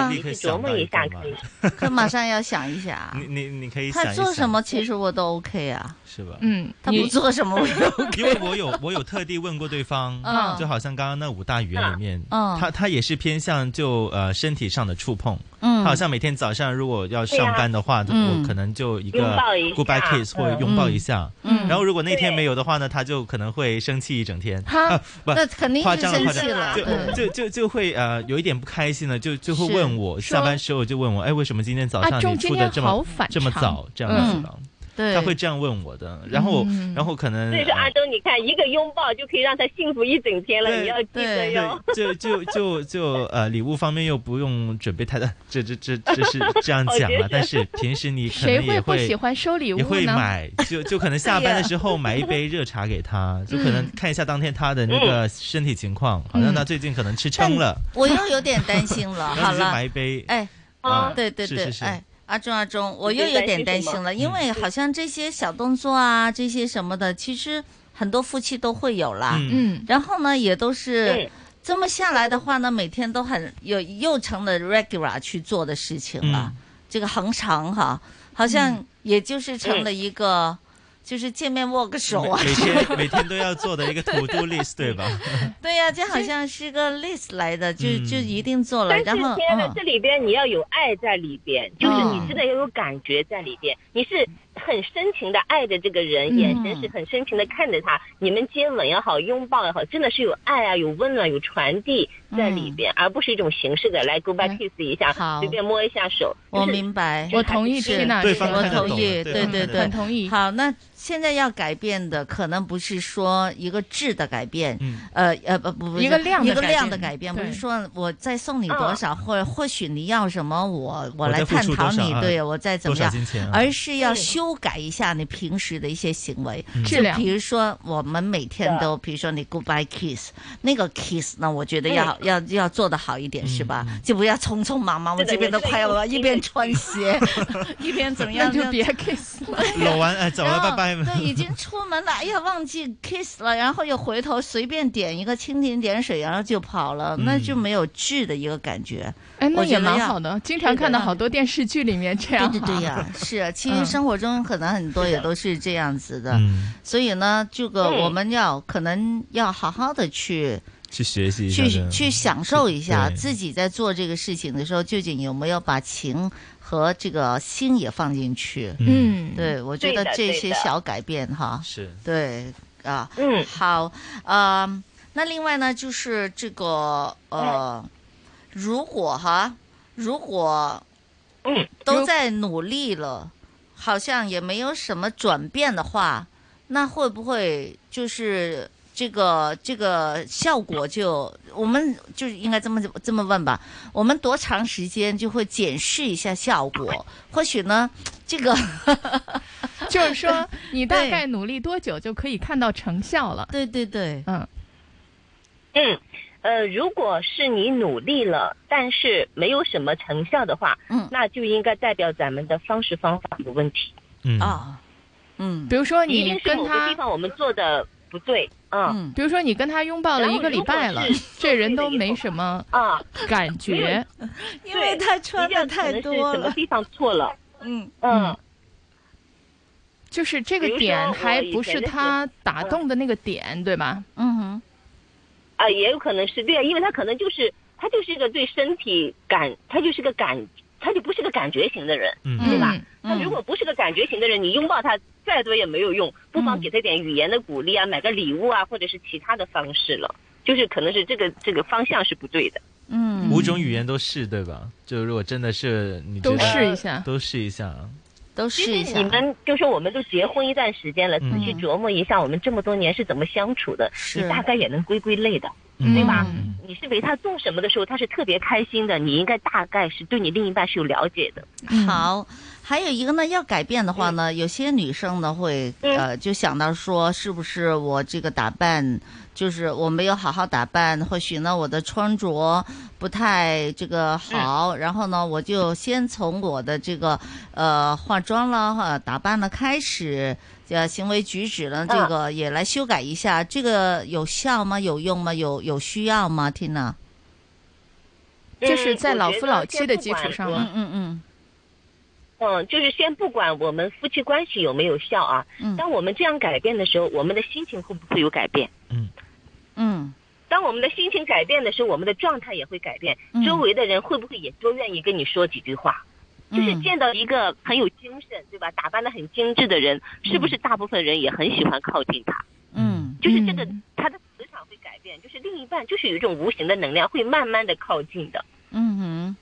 Speaker 7: 对，立刻想到一个嘛。
Speaker 6: 可马上要想一下，啊
Speaker 7: 你你你可以想一
Speaker 6: 他
Speaker 7: 想
Speaker 6: 做什么其实我都 OK 啊。
Speaker 7: 是吧？
Speaker 8: 嗯
Speaker 6: 他不做什么我也
Speaker 7: 因为我有我有特地问过对方，
Speaker 6: 嗯
Speaker 7: 就好像刚刚那五大语言里面，
Speaker 6: 嗯
Speaker 7: 他他也是偏向就呃身体上的触碰，
Speaker 6: 嗯
Speaker 7: 他好像每天早上如果要
Speaker 6: 对呀
Speaker 7: 上班的话，
Speaker 6: 嗯
Speaker 7: 我可能就一
Speaker 6: 拥
Speaker 7: 个
Speaker 6: 抱一下
Speaker 7: goodbye kiss 或者
Speaker 6: 嗯
Speaker 7: 拥抱一下，
Speaker 6: 嗯
Speaker 7: 然后如果那天没有的话呢，他就可能会生气一整天，
Speaker 6: 哈
Speaker 7: 啊 不，
Speaker 6: 那肯定是
Speaker 7: 夸张
Speaker 6: 生
Speaker 7: 夸
Speaker 6: 气了
Speaker 7: 张，
Speaker 6: 嗯
Speaker 7: 就就就就会呃有一点不开心了，就就会
Speaker 6: 是
Speaker 7: 问我
Speaker 6: 说
Speaker 7: 下班时候就问我，哎，为什么今天早
Speaker 6: 啊
Speaker 7: 上
Speaker 6: 中
Speaker 7: 你出
Speaker 6: 今天
Speaker 7: 的这
Speaker 6: 好
Speaker 7: 么
Speaker 6: 反
Speaker 7: 这么
Speaker 6: 常
Speaker 7: 早这样子
Speaker 6: 嗯
Speaker 7: 的？
Speaker 6: 对
Speaker 7: 他会这样问我的，然后
Speaker 6: 嗯
Speaker 7: 然后可能
Speaker 2: 所以说，阿东，你看一个拥抱就可以让他幸福一整天了，你要记得哟。
Speaker 7: 就就就就呃，礼物方面又不用准备太大，这这这这是这样
Speaker 8: 我
Speaker 7: 讲
Speaker 8: 觉
Speaker 7: 了
Speaker 8: 得。
Speaker 7: 但是平时你可
Speaker 8: 谁
Speaker 7: 能也
Speaker 8: 会不喜欢收礼物
Speaker 7: 也会
Speaker 8: 呢？
Speaker 7: 买，就就可能下班的时候买一 杯热茶给他，就可能
Speaker 6: 嗯
Speaker 7: 看一下当天他的那个身体情况，好像他最近可能吃撑了，
Speaker 6: 我又有点担心了。
Speaker 7: 然后
Speaker 6: 好
Speaker 7: 你就买
Speaker 6: 了
Speaker 7: 一，杯，
Speaker 6: 哎，
Speaker 7: 啊
Speaker 6: 对对
Speaker 7: 是
Speaker 6: 对
Speaker 7: 是，嗯是
Speaker 6: 哎，阿忠阿忠，我
Speaker 2: 哦你
Speaker 6: 又
Speaker 2: 最
Speaker 6: 有
Speaker 2: 担
Speaker 6: 点
Speaker 2: 心
Speaker 6: 担
Speaker 2: 什
Speaker 6: 心
Speaker 2: 么
Speaker 6: 了，因为好像这些小动作啊，这些什么的，其实很多夫妻都会有啦。
Speaker 8: 嗯嗯
Speaker 6: 然后呢，也都是
Speaker 8: 对。
Speaker 6: 这么下来的话呢，每天都很有又成了 regular 去做的事情了，
Speaker 8: 嗯
Speaker 6: 这个恒常哈，好
Speaker 2: 嗯
Speaker 6: 像也就是成了一个，就是见面握个手啊，
Speaker 7: 嗯每每 天每天都要做的一个 to do list 对吧？
Speaker 6: 对呀、这好像是个 list 来的，就
Speaker 7: 嗯
Speaker 6: 就一定做了，
Speaker 2: 但是
Speaker 6: 然后
Speaker 2: 亲爱的
Speaker 6: 嗯，
Speaker 2: 这里边你要有爱在里边，就是你真的要有感觉在里边，你是很深情的爱着这个人，
Speaker 6: 嗯
Speaker 2: 眼神是很深情的看着他，你们接吻也好，拥抱也好，真的是有爱啊，有温暖，有传递在里边，而不是一种形式的来 goodbye kiss 一下，
Speaker 6: 嗯哎好
Speaker 2: 随便摸一下手。
Speaker 6: 我明白，
Speaker 2: 我同意
Speaker 6: 是
Speaker 2: Tina 对这个方
Speaker 6: 我
Speaker 2: 看得懂
Speaker 6: 同意，
Speaker 2: 了对
Speaker 6: 对
Speaker 2: 方
Speaker 6: 对
Speaker 2: 看得
Speaker 6: 对，
Speaker 2: 懂
Speaker 8: 同意。
Speaker 6: 好，那现在要改变的，可能不是说一个质的改变，呃呃不不不是，
Speaker 8: 一个量的
Speaker 6: 一个
Speaker 8: 改
Speaker 6: 量
Speaker 8: 变
Speaker 6: 的改变，不
Speaker 8: 对嗯
Speaker 6: 是说我再送你多少，或者或许你要什么，我我
Speaker 8: 我
Speaker 6: 来
Speaker 8: 再付
Speaker 6: 探
Speaker 8: 出
Speaker 6: 讨
Speaker 8: 多少
Speaker 6: 你，
Speaker 8: 啊
Speaker 6: 对我再怎么
Speaker 8: 多少
Speaker 6: 样
Speaker 8: 金钱啊，
Speaker 6: 而是要修改一下你平时的一些行为
Speaker 8: 嗯，质
Speaker 6: 就
Speaker 8: 量
Speaker 6: 比如说我们每天都，比如说你 goodbye kiss 那个 kiss 呢，我觉得要要要做得好一点，是吧？就不要匆匆忙忙，我
Speaker 8: 是的
Speaker 6: 这边
Speaker 8: 你
Speaker 6: 都
Speaker 8: 这个
Speaker 6: 快要
Speaker 8: 有
Speaker 6: 了一边穿 鞋一边怎么样，
Speaker 8: 那就别 kiss 了。
Speaker 7: 搂完 哎走了
Speaker 6: 然后
Speaker 7: 拜拜
Speaker 6: 对，已经出门了，哎呀，忘记 kiss 了，然后又回头随便点一个蜻蜓点水，然后就跑了，那就没有质的一个感觉。
Speaker 8: 哎，那
Speaker 6: 我觉
Speaker 8: 也
Speaker 6: 得
Speaker 8: 蛮
Speaker 6: 要
Speaker 8: 好的，经常看到好多电视剧里面这样啊。
Speaker 6: 对对 对呀、是啊，其实
Speaker 8: 嗯
Speaker 6: 生活中可能很多也都是这样子的，
Speaker 7: 嗯
Speaker 6: 所以呢，这个
Speaker 7: 嗯
Speaker 6: 我们要可能要好好的去。
Speaker 7: 去学习一下这
Speaker 6: 去
Speaker 7: 样，
Speaker 6: 去享受一下
Speaker 7: 对
Speaker 6: 自己在做这个事情的时候，究竟有没有把情和这个心也放进去？
Speaker 8: 嗯
Speaker 6: 对，我觉
Speaker 8: 对
Speaker 6: 得
Speaker 8: 的
Speaker 6: 这
Speaker 8: 对
Speaker 6: 些
Speaker 8: 的
Speaker 6: 小改变哈，
Speaker 7: 是
Speaker 6: 对啊，
Speaker 8: 嗯
Speaker 6: 好，呃，那另外呢，就是这个呃，
Speaker 8: 嗯
Speaker 6: 如果哈，如果
Speaker 2: 嗯
Speaker 6: 都在努力了，好像也没有什么转变的话，那会不会就是这个这个效果就我们就是应该这么这么问吧？我们多长时间就会检视一下效果？或许呢，这个
Speaker 8: 就是说，你大
Speaker 6: 对
Speaker 8: 概努力多久就可以看到成效了？
Speaker 6: 对对对，
Speaker 8: 嗯，
Speaker 2: 嗯，呃，如果是你努力了，但是没有什么成效的话，
Speaker 6: 嗯，
Speaker 2: 那就应该代表咱们的方式方法有问题。
Speaker 7: 嗯
Speaker 6: 啊，嗯，
Speaker 8: 比如说
Speaker 2: 一定
Speaker 8: 你
Speaker 2: 是
Speaker 8: 跟
Speaker 2: 某个
Speaker 8: 他
Speaker 2: 地方我们做的不对，嗯，
Speaker 8: 比如说你跟他拥抱了
Speaker 2: 然后
Speaker 8: 一个礼拜了
Speaker 2: 如果是，
Speaker 8: 这人都没什么
Speaker 2: 啊
Speaker 8: 感觉，
Speaker 6: 因为他穿
Speaker 2: 的太
Speaker 8: 多
Speaker 2: 什么
Speaker 8: 了
Speaker 2: 地方错了？
Speaker 6: 嗯
Speaker 2: 嗯，
Speaker 8: 就是这
Speaker 2: 比
Speaker 8: 个
Speaker 2: 如
Speaker 8: 点
Speaker 2: 说
Speaker 8: 还
Speaker 2: 我以
Speaker 8: 不
Speaker 2: 前
Speaker 8: 是
Speaker 2: 的嗯时
Speaker 8: 他打动的那个点，对吧？
Speaker 6: 嗯哼，
Speaker 2: 啊，也有可能是对啊，因为他可能就是他就是一个对身体感，他就是个感，他就不是个感觉型的人，
Speaker 7: 嗯
Speaker 2: 对吧
Speaker 8: 嗯？
Speaker 2: 那、如果不是个感觉型的人，你拥抱他再多也没有用，不
Speaker 8: 嗯
Speaker 2: 妨给他点语言的鼓励啊，买个礼物啊，或者是其他的方式了。就是可能是这个这个方向是不对的，
Speaker 6: 嗯
Speaker 7: 五种语言都试对吧？就如果真的是你觉得
Speaker 2: 都试一下
Speaker 7: 都试一下。啊
Speaker 6: 都
Speaker 2: 试一下。你们就是我们都结婚一段时间了，
Speaker 7: 嗯
Speaker 2: 仔细琢磨一下我们这么多年是怎么相处的，
Speaker 6: 是
Speaker 2: 你大概也能归归类的，
Speaker 8: 嗯
Speaker 2: 对吧？你是为他做什么的时候，他是特别开心的，你应该大概是对你另一半是有了解的。
Speaker 8: 嗯
Speaker 6: 好，还有一个呢，要改变的话呢，有些女生呢会
Speaker 8: 嗯
Speaker 6: 呃就想到说，是不是我这个打扮，就是我没有好好打扮，或许呢我的穿着不太这个好，
Speaker 8: 嗯
Speaker 6: 然后呢我就先从我的这个呃化妆啦、呃打扮了开始。呃，行为举止
Speaker 8: 嗯
Speaker 6: 呢，这个也来修改一下，这个有效吗？有用吗？有有需要吗？缇娜，
Speaker 8: 就是在老夫老妻的基础上
Speaker 6: 嗯
Speaker 8: 嘛。
Speaker 6: 嗯嗯，
Speaker 2: 嗯，就是先不管我们夫妻关系有没有效啊，
Speaker 8: 嗯
Speaker 2: 当我们这样改变的时候，我们的心情会不会有改变？
Speaker 6: 嗯，
Speaker 2: 当我们的心情改变的时候，我们的状态也会改变，
Speaker 8: 嗯
Speaker 2: 周围的人会不会也多愿意跟你说几句话？
Speaker 6: 嗯
Speaker 2: 就是见到一个很有精神，对吧？打扮的很精致的人，是不是大部分人也很喜欢靠近他？
Speaker 6: 嗯，
Speaker 2: 就是这个他的磁场会改变，就是另一半就是有一种无形的能量会慢慢的靠近的。
Speaker 6: 嗯哼。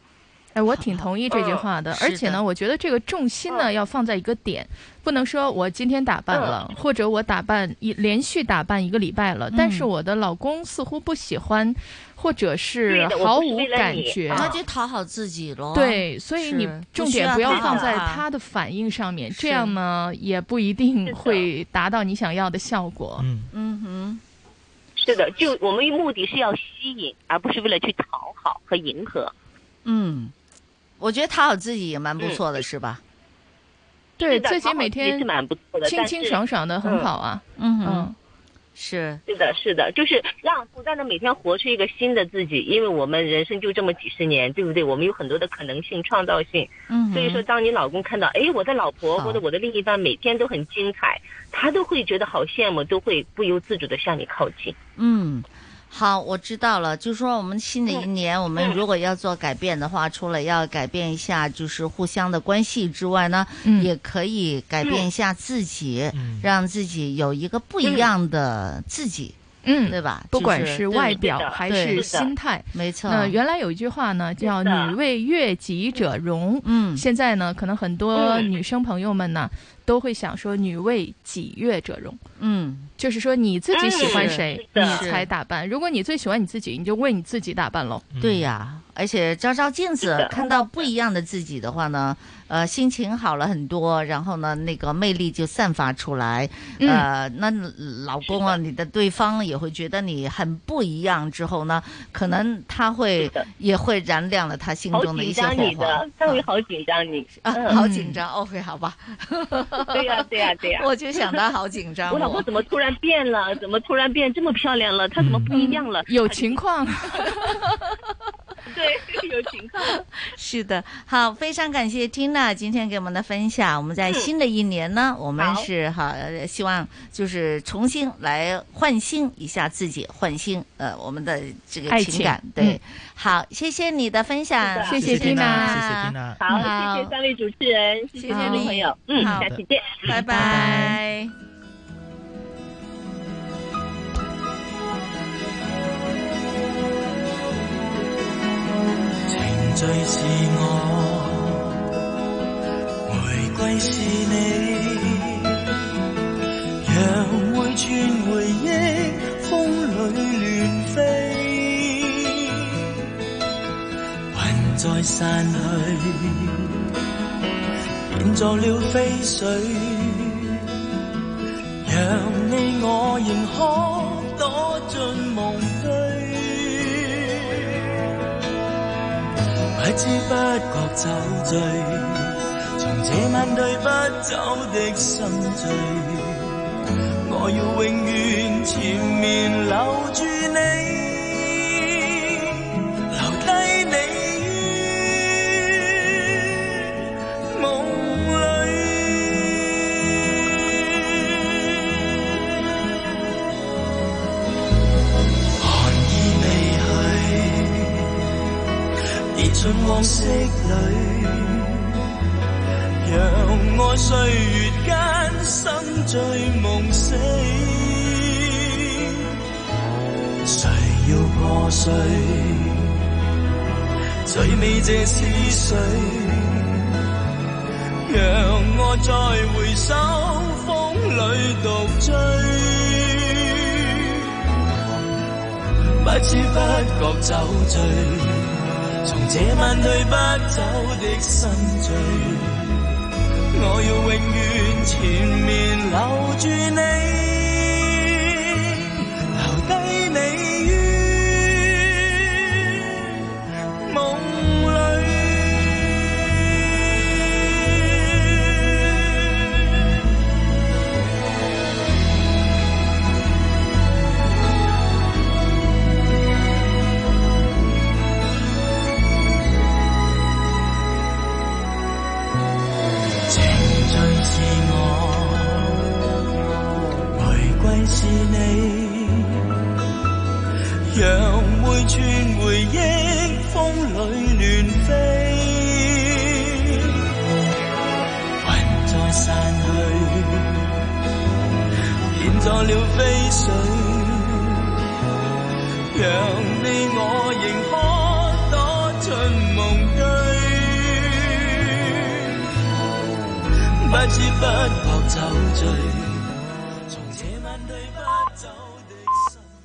Speaker 8: 哎，我挺同意这句话的，
Speaker 6: 嗯
Speaker 8: 而
Speaker 6: 是
Speaker 8: 且
Speaker 6: 的嗯
Speaker 8: 呢，我觉得这个重心呢要放在一个点，不能说我今天打扮
Speaker 6: 嗯
Speaker 8: 了，或者我打扮一连续打扮一个礼拜了，但是我的老公似乎不喜欢，或者是
Speaker 6: 嗯对的我
Speaker 8: 毫
Speaker 6: 不是
Speaker 8: 无
Speaker 6: 为了
Speaker 8: 感
Speaker 6: 你啊
Speaker 8: 觉，啊
Speaker 6: 那就讨好自己咯。
Speaker 8: 对，所以你
Speaker 6: 啊是
Speaker 8: 重点不
Speaker 6: 需
Speaker 8: 要
Speaker 6: 讨好啊
Speaker 8: 放在
Speaker 6: 他
Speaker 8: 他的反应上面，这样呢也不一定会达到你想要的效果。
Speaker 7: 嗯
Speaker 6: 嗯哼，
Speaker 2: 是的，就我们目的是要吸引，而不是为了去讨好和迎合。
Speaker 6: 嗯，我觉得讨好自己也蛮不错的，是吧？
Speaker 8: 对
Speaker 2: 嗯是的
Speaker 8: 自己
Speaker 2: 讨好
Speaker 8: 每
Speaker 2: 自己
Speaker 8: 天
Speaker 2: 是蛮不错的，
Speaker 8: 清
Speaker 2: 但
Speaker 8: 清
Speaker 2: 是
Speaker 8: 爽爽的很好啊。
Speaker 6: 嗯
Speaker 8: 嗯，
Speaker 6: 是
Speaker 2: 是的，是的，就是让不断的每天活出一个新的自己，因为我们人生就这么几十年，对不对？我们有很多的可能性、创造性。
Speaker 6: 嗯
Speaker 2: 所以说，当你老公看到，哎，我的老婆或者我的另一半每天都很精彩，他都会觉得好羡慕，都会不由自主的向你靠近。
Speaker 6: 嗯，好，我知道了。就说我们新的一年，我们如果要做改变的话，除了要改变一下就是互相的关系之外呢，也可以改变一下自己，让自己有一个不一样的自己。
Speaker 8: 嗯，
Speaker 6: 对吧？
Speaker 8: 不
Speaker 6: 就
Speaker 8: 管
Speaker 6: 是
Speaker 8: 是
Speaker 6: 对
Speaker 8: 外
Speaker 6: 对
Speaker 8: 表还是心态，
Speaker 6: 没错。
Speaker 8: 那原来有一句话呢，叫“女为悦己者容”。
Speaker 6: 嗯，
Speaker 8: 现在呢，可能很多
Speaker 6: 嗯
Speaker 8: 女生朋友们呢，都会想说“女为己悦者容
Speaker 6: 嗯”，
Speaker 8: 就是说你自己喜欢
Speaker 6: 是
Speaker 8: 谁，
Speaker 6: 是
Speaker 8: 你
Speaker 6: 的
Speaker 8: 才打扮。如果你最喜欢你自己，你就为你自己打扮喽。
Speaker 2: 嗯
Speaker 6: 对呀，而且照照镜子，看到不一样的自己的话呢，呃，心情好了很多，然后呢，那个魅力就散发出来。
Speaker 5: 嗯
Speaker 6: 呃，那老公啊，你的对方也会觉得你很不一样，之后呢，可能他会也会燃亮了他心
Speaker 2: 好
Speaker 6: 中的一
Speaker 2: 紧
Speaker 6: 些火
Speaker 2: 张你
Speaker 6: 花
Speaker 2: 的。，稍微好紧张你。 嗯
Speaker 6: 啊，好紧张，OK，好吧。
Speaker 2: 对呀、对呀、对呀、
Speaker 6: 我就想他好紧张哦
Speaker 2: 我老公怎么突然变了？怎么突然变这么漂亮了？她怎么不
Speaker 6: 嗯
Speaker 2: 一样了？
Speaker 8: 有情况。
Speaker 2: 对，有情况。
Speaker 6: 是的，好，非常感谢 Tina 今天给我们的分享。我们在新的一年呢，我们
Speaker 2: 嗯好
Speaker 6: 是哈，呃希望就是重新来唤醒一下自己，唤醒呃我们的这个
Speaker 5: 爱
Speaker 6: 情
Speaker 5: 情
Speaker 6: 感。对，
Speaker 5: 嗯
Speaker 6: 好，谢谢你的分享，
Speaker 5: 是的谢谢
Speaker 6: 谢
Speaker 5: Tina，谢
Speaker 2: 谢
Speaker 6: Tina 嗯
Speaker 2: 好，谢谢三位主持人，谢谢
Speaker 6: 好
Speaker 2: 各位朋友，嗯，
Speaker 6: 好
Speaker 2: 下期见，
Speaker 6: 拜拜。
Speaker 22: 最是我，玫瑰是你，讓每串回憶風裏亂飛，雲在散去，變作了飛水，讓你我仍可躲進夢堆。不知不覺酒醉，從這晚對不走的心醉，我要永遠纏綿留住你，留低你於夢裏。寒意未去。跌進往昔裏，讓愛歲月間心醉夢死。誰要破碎？最尾這是誰？讓我再回首，風裏獨醉，不知不覺酒醉。從這晚對不走的心醉，我要永遠纏綿留住你，留低你於夢裏。情像是我，玫瑰是你，讓每串回憶風裏亂飛，雲在散去，變作了飛水，讓你我仍可躲進夢堆。不知不覺酒醉，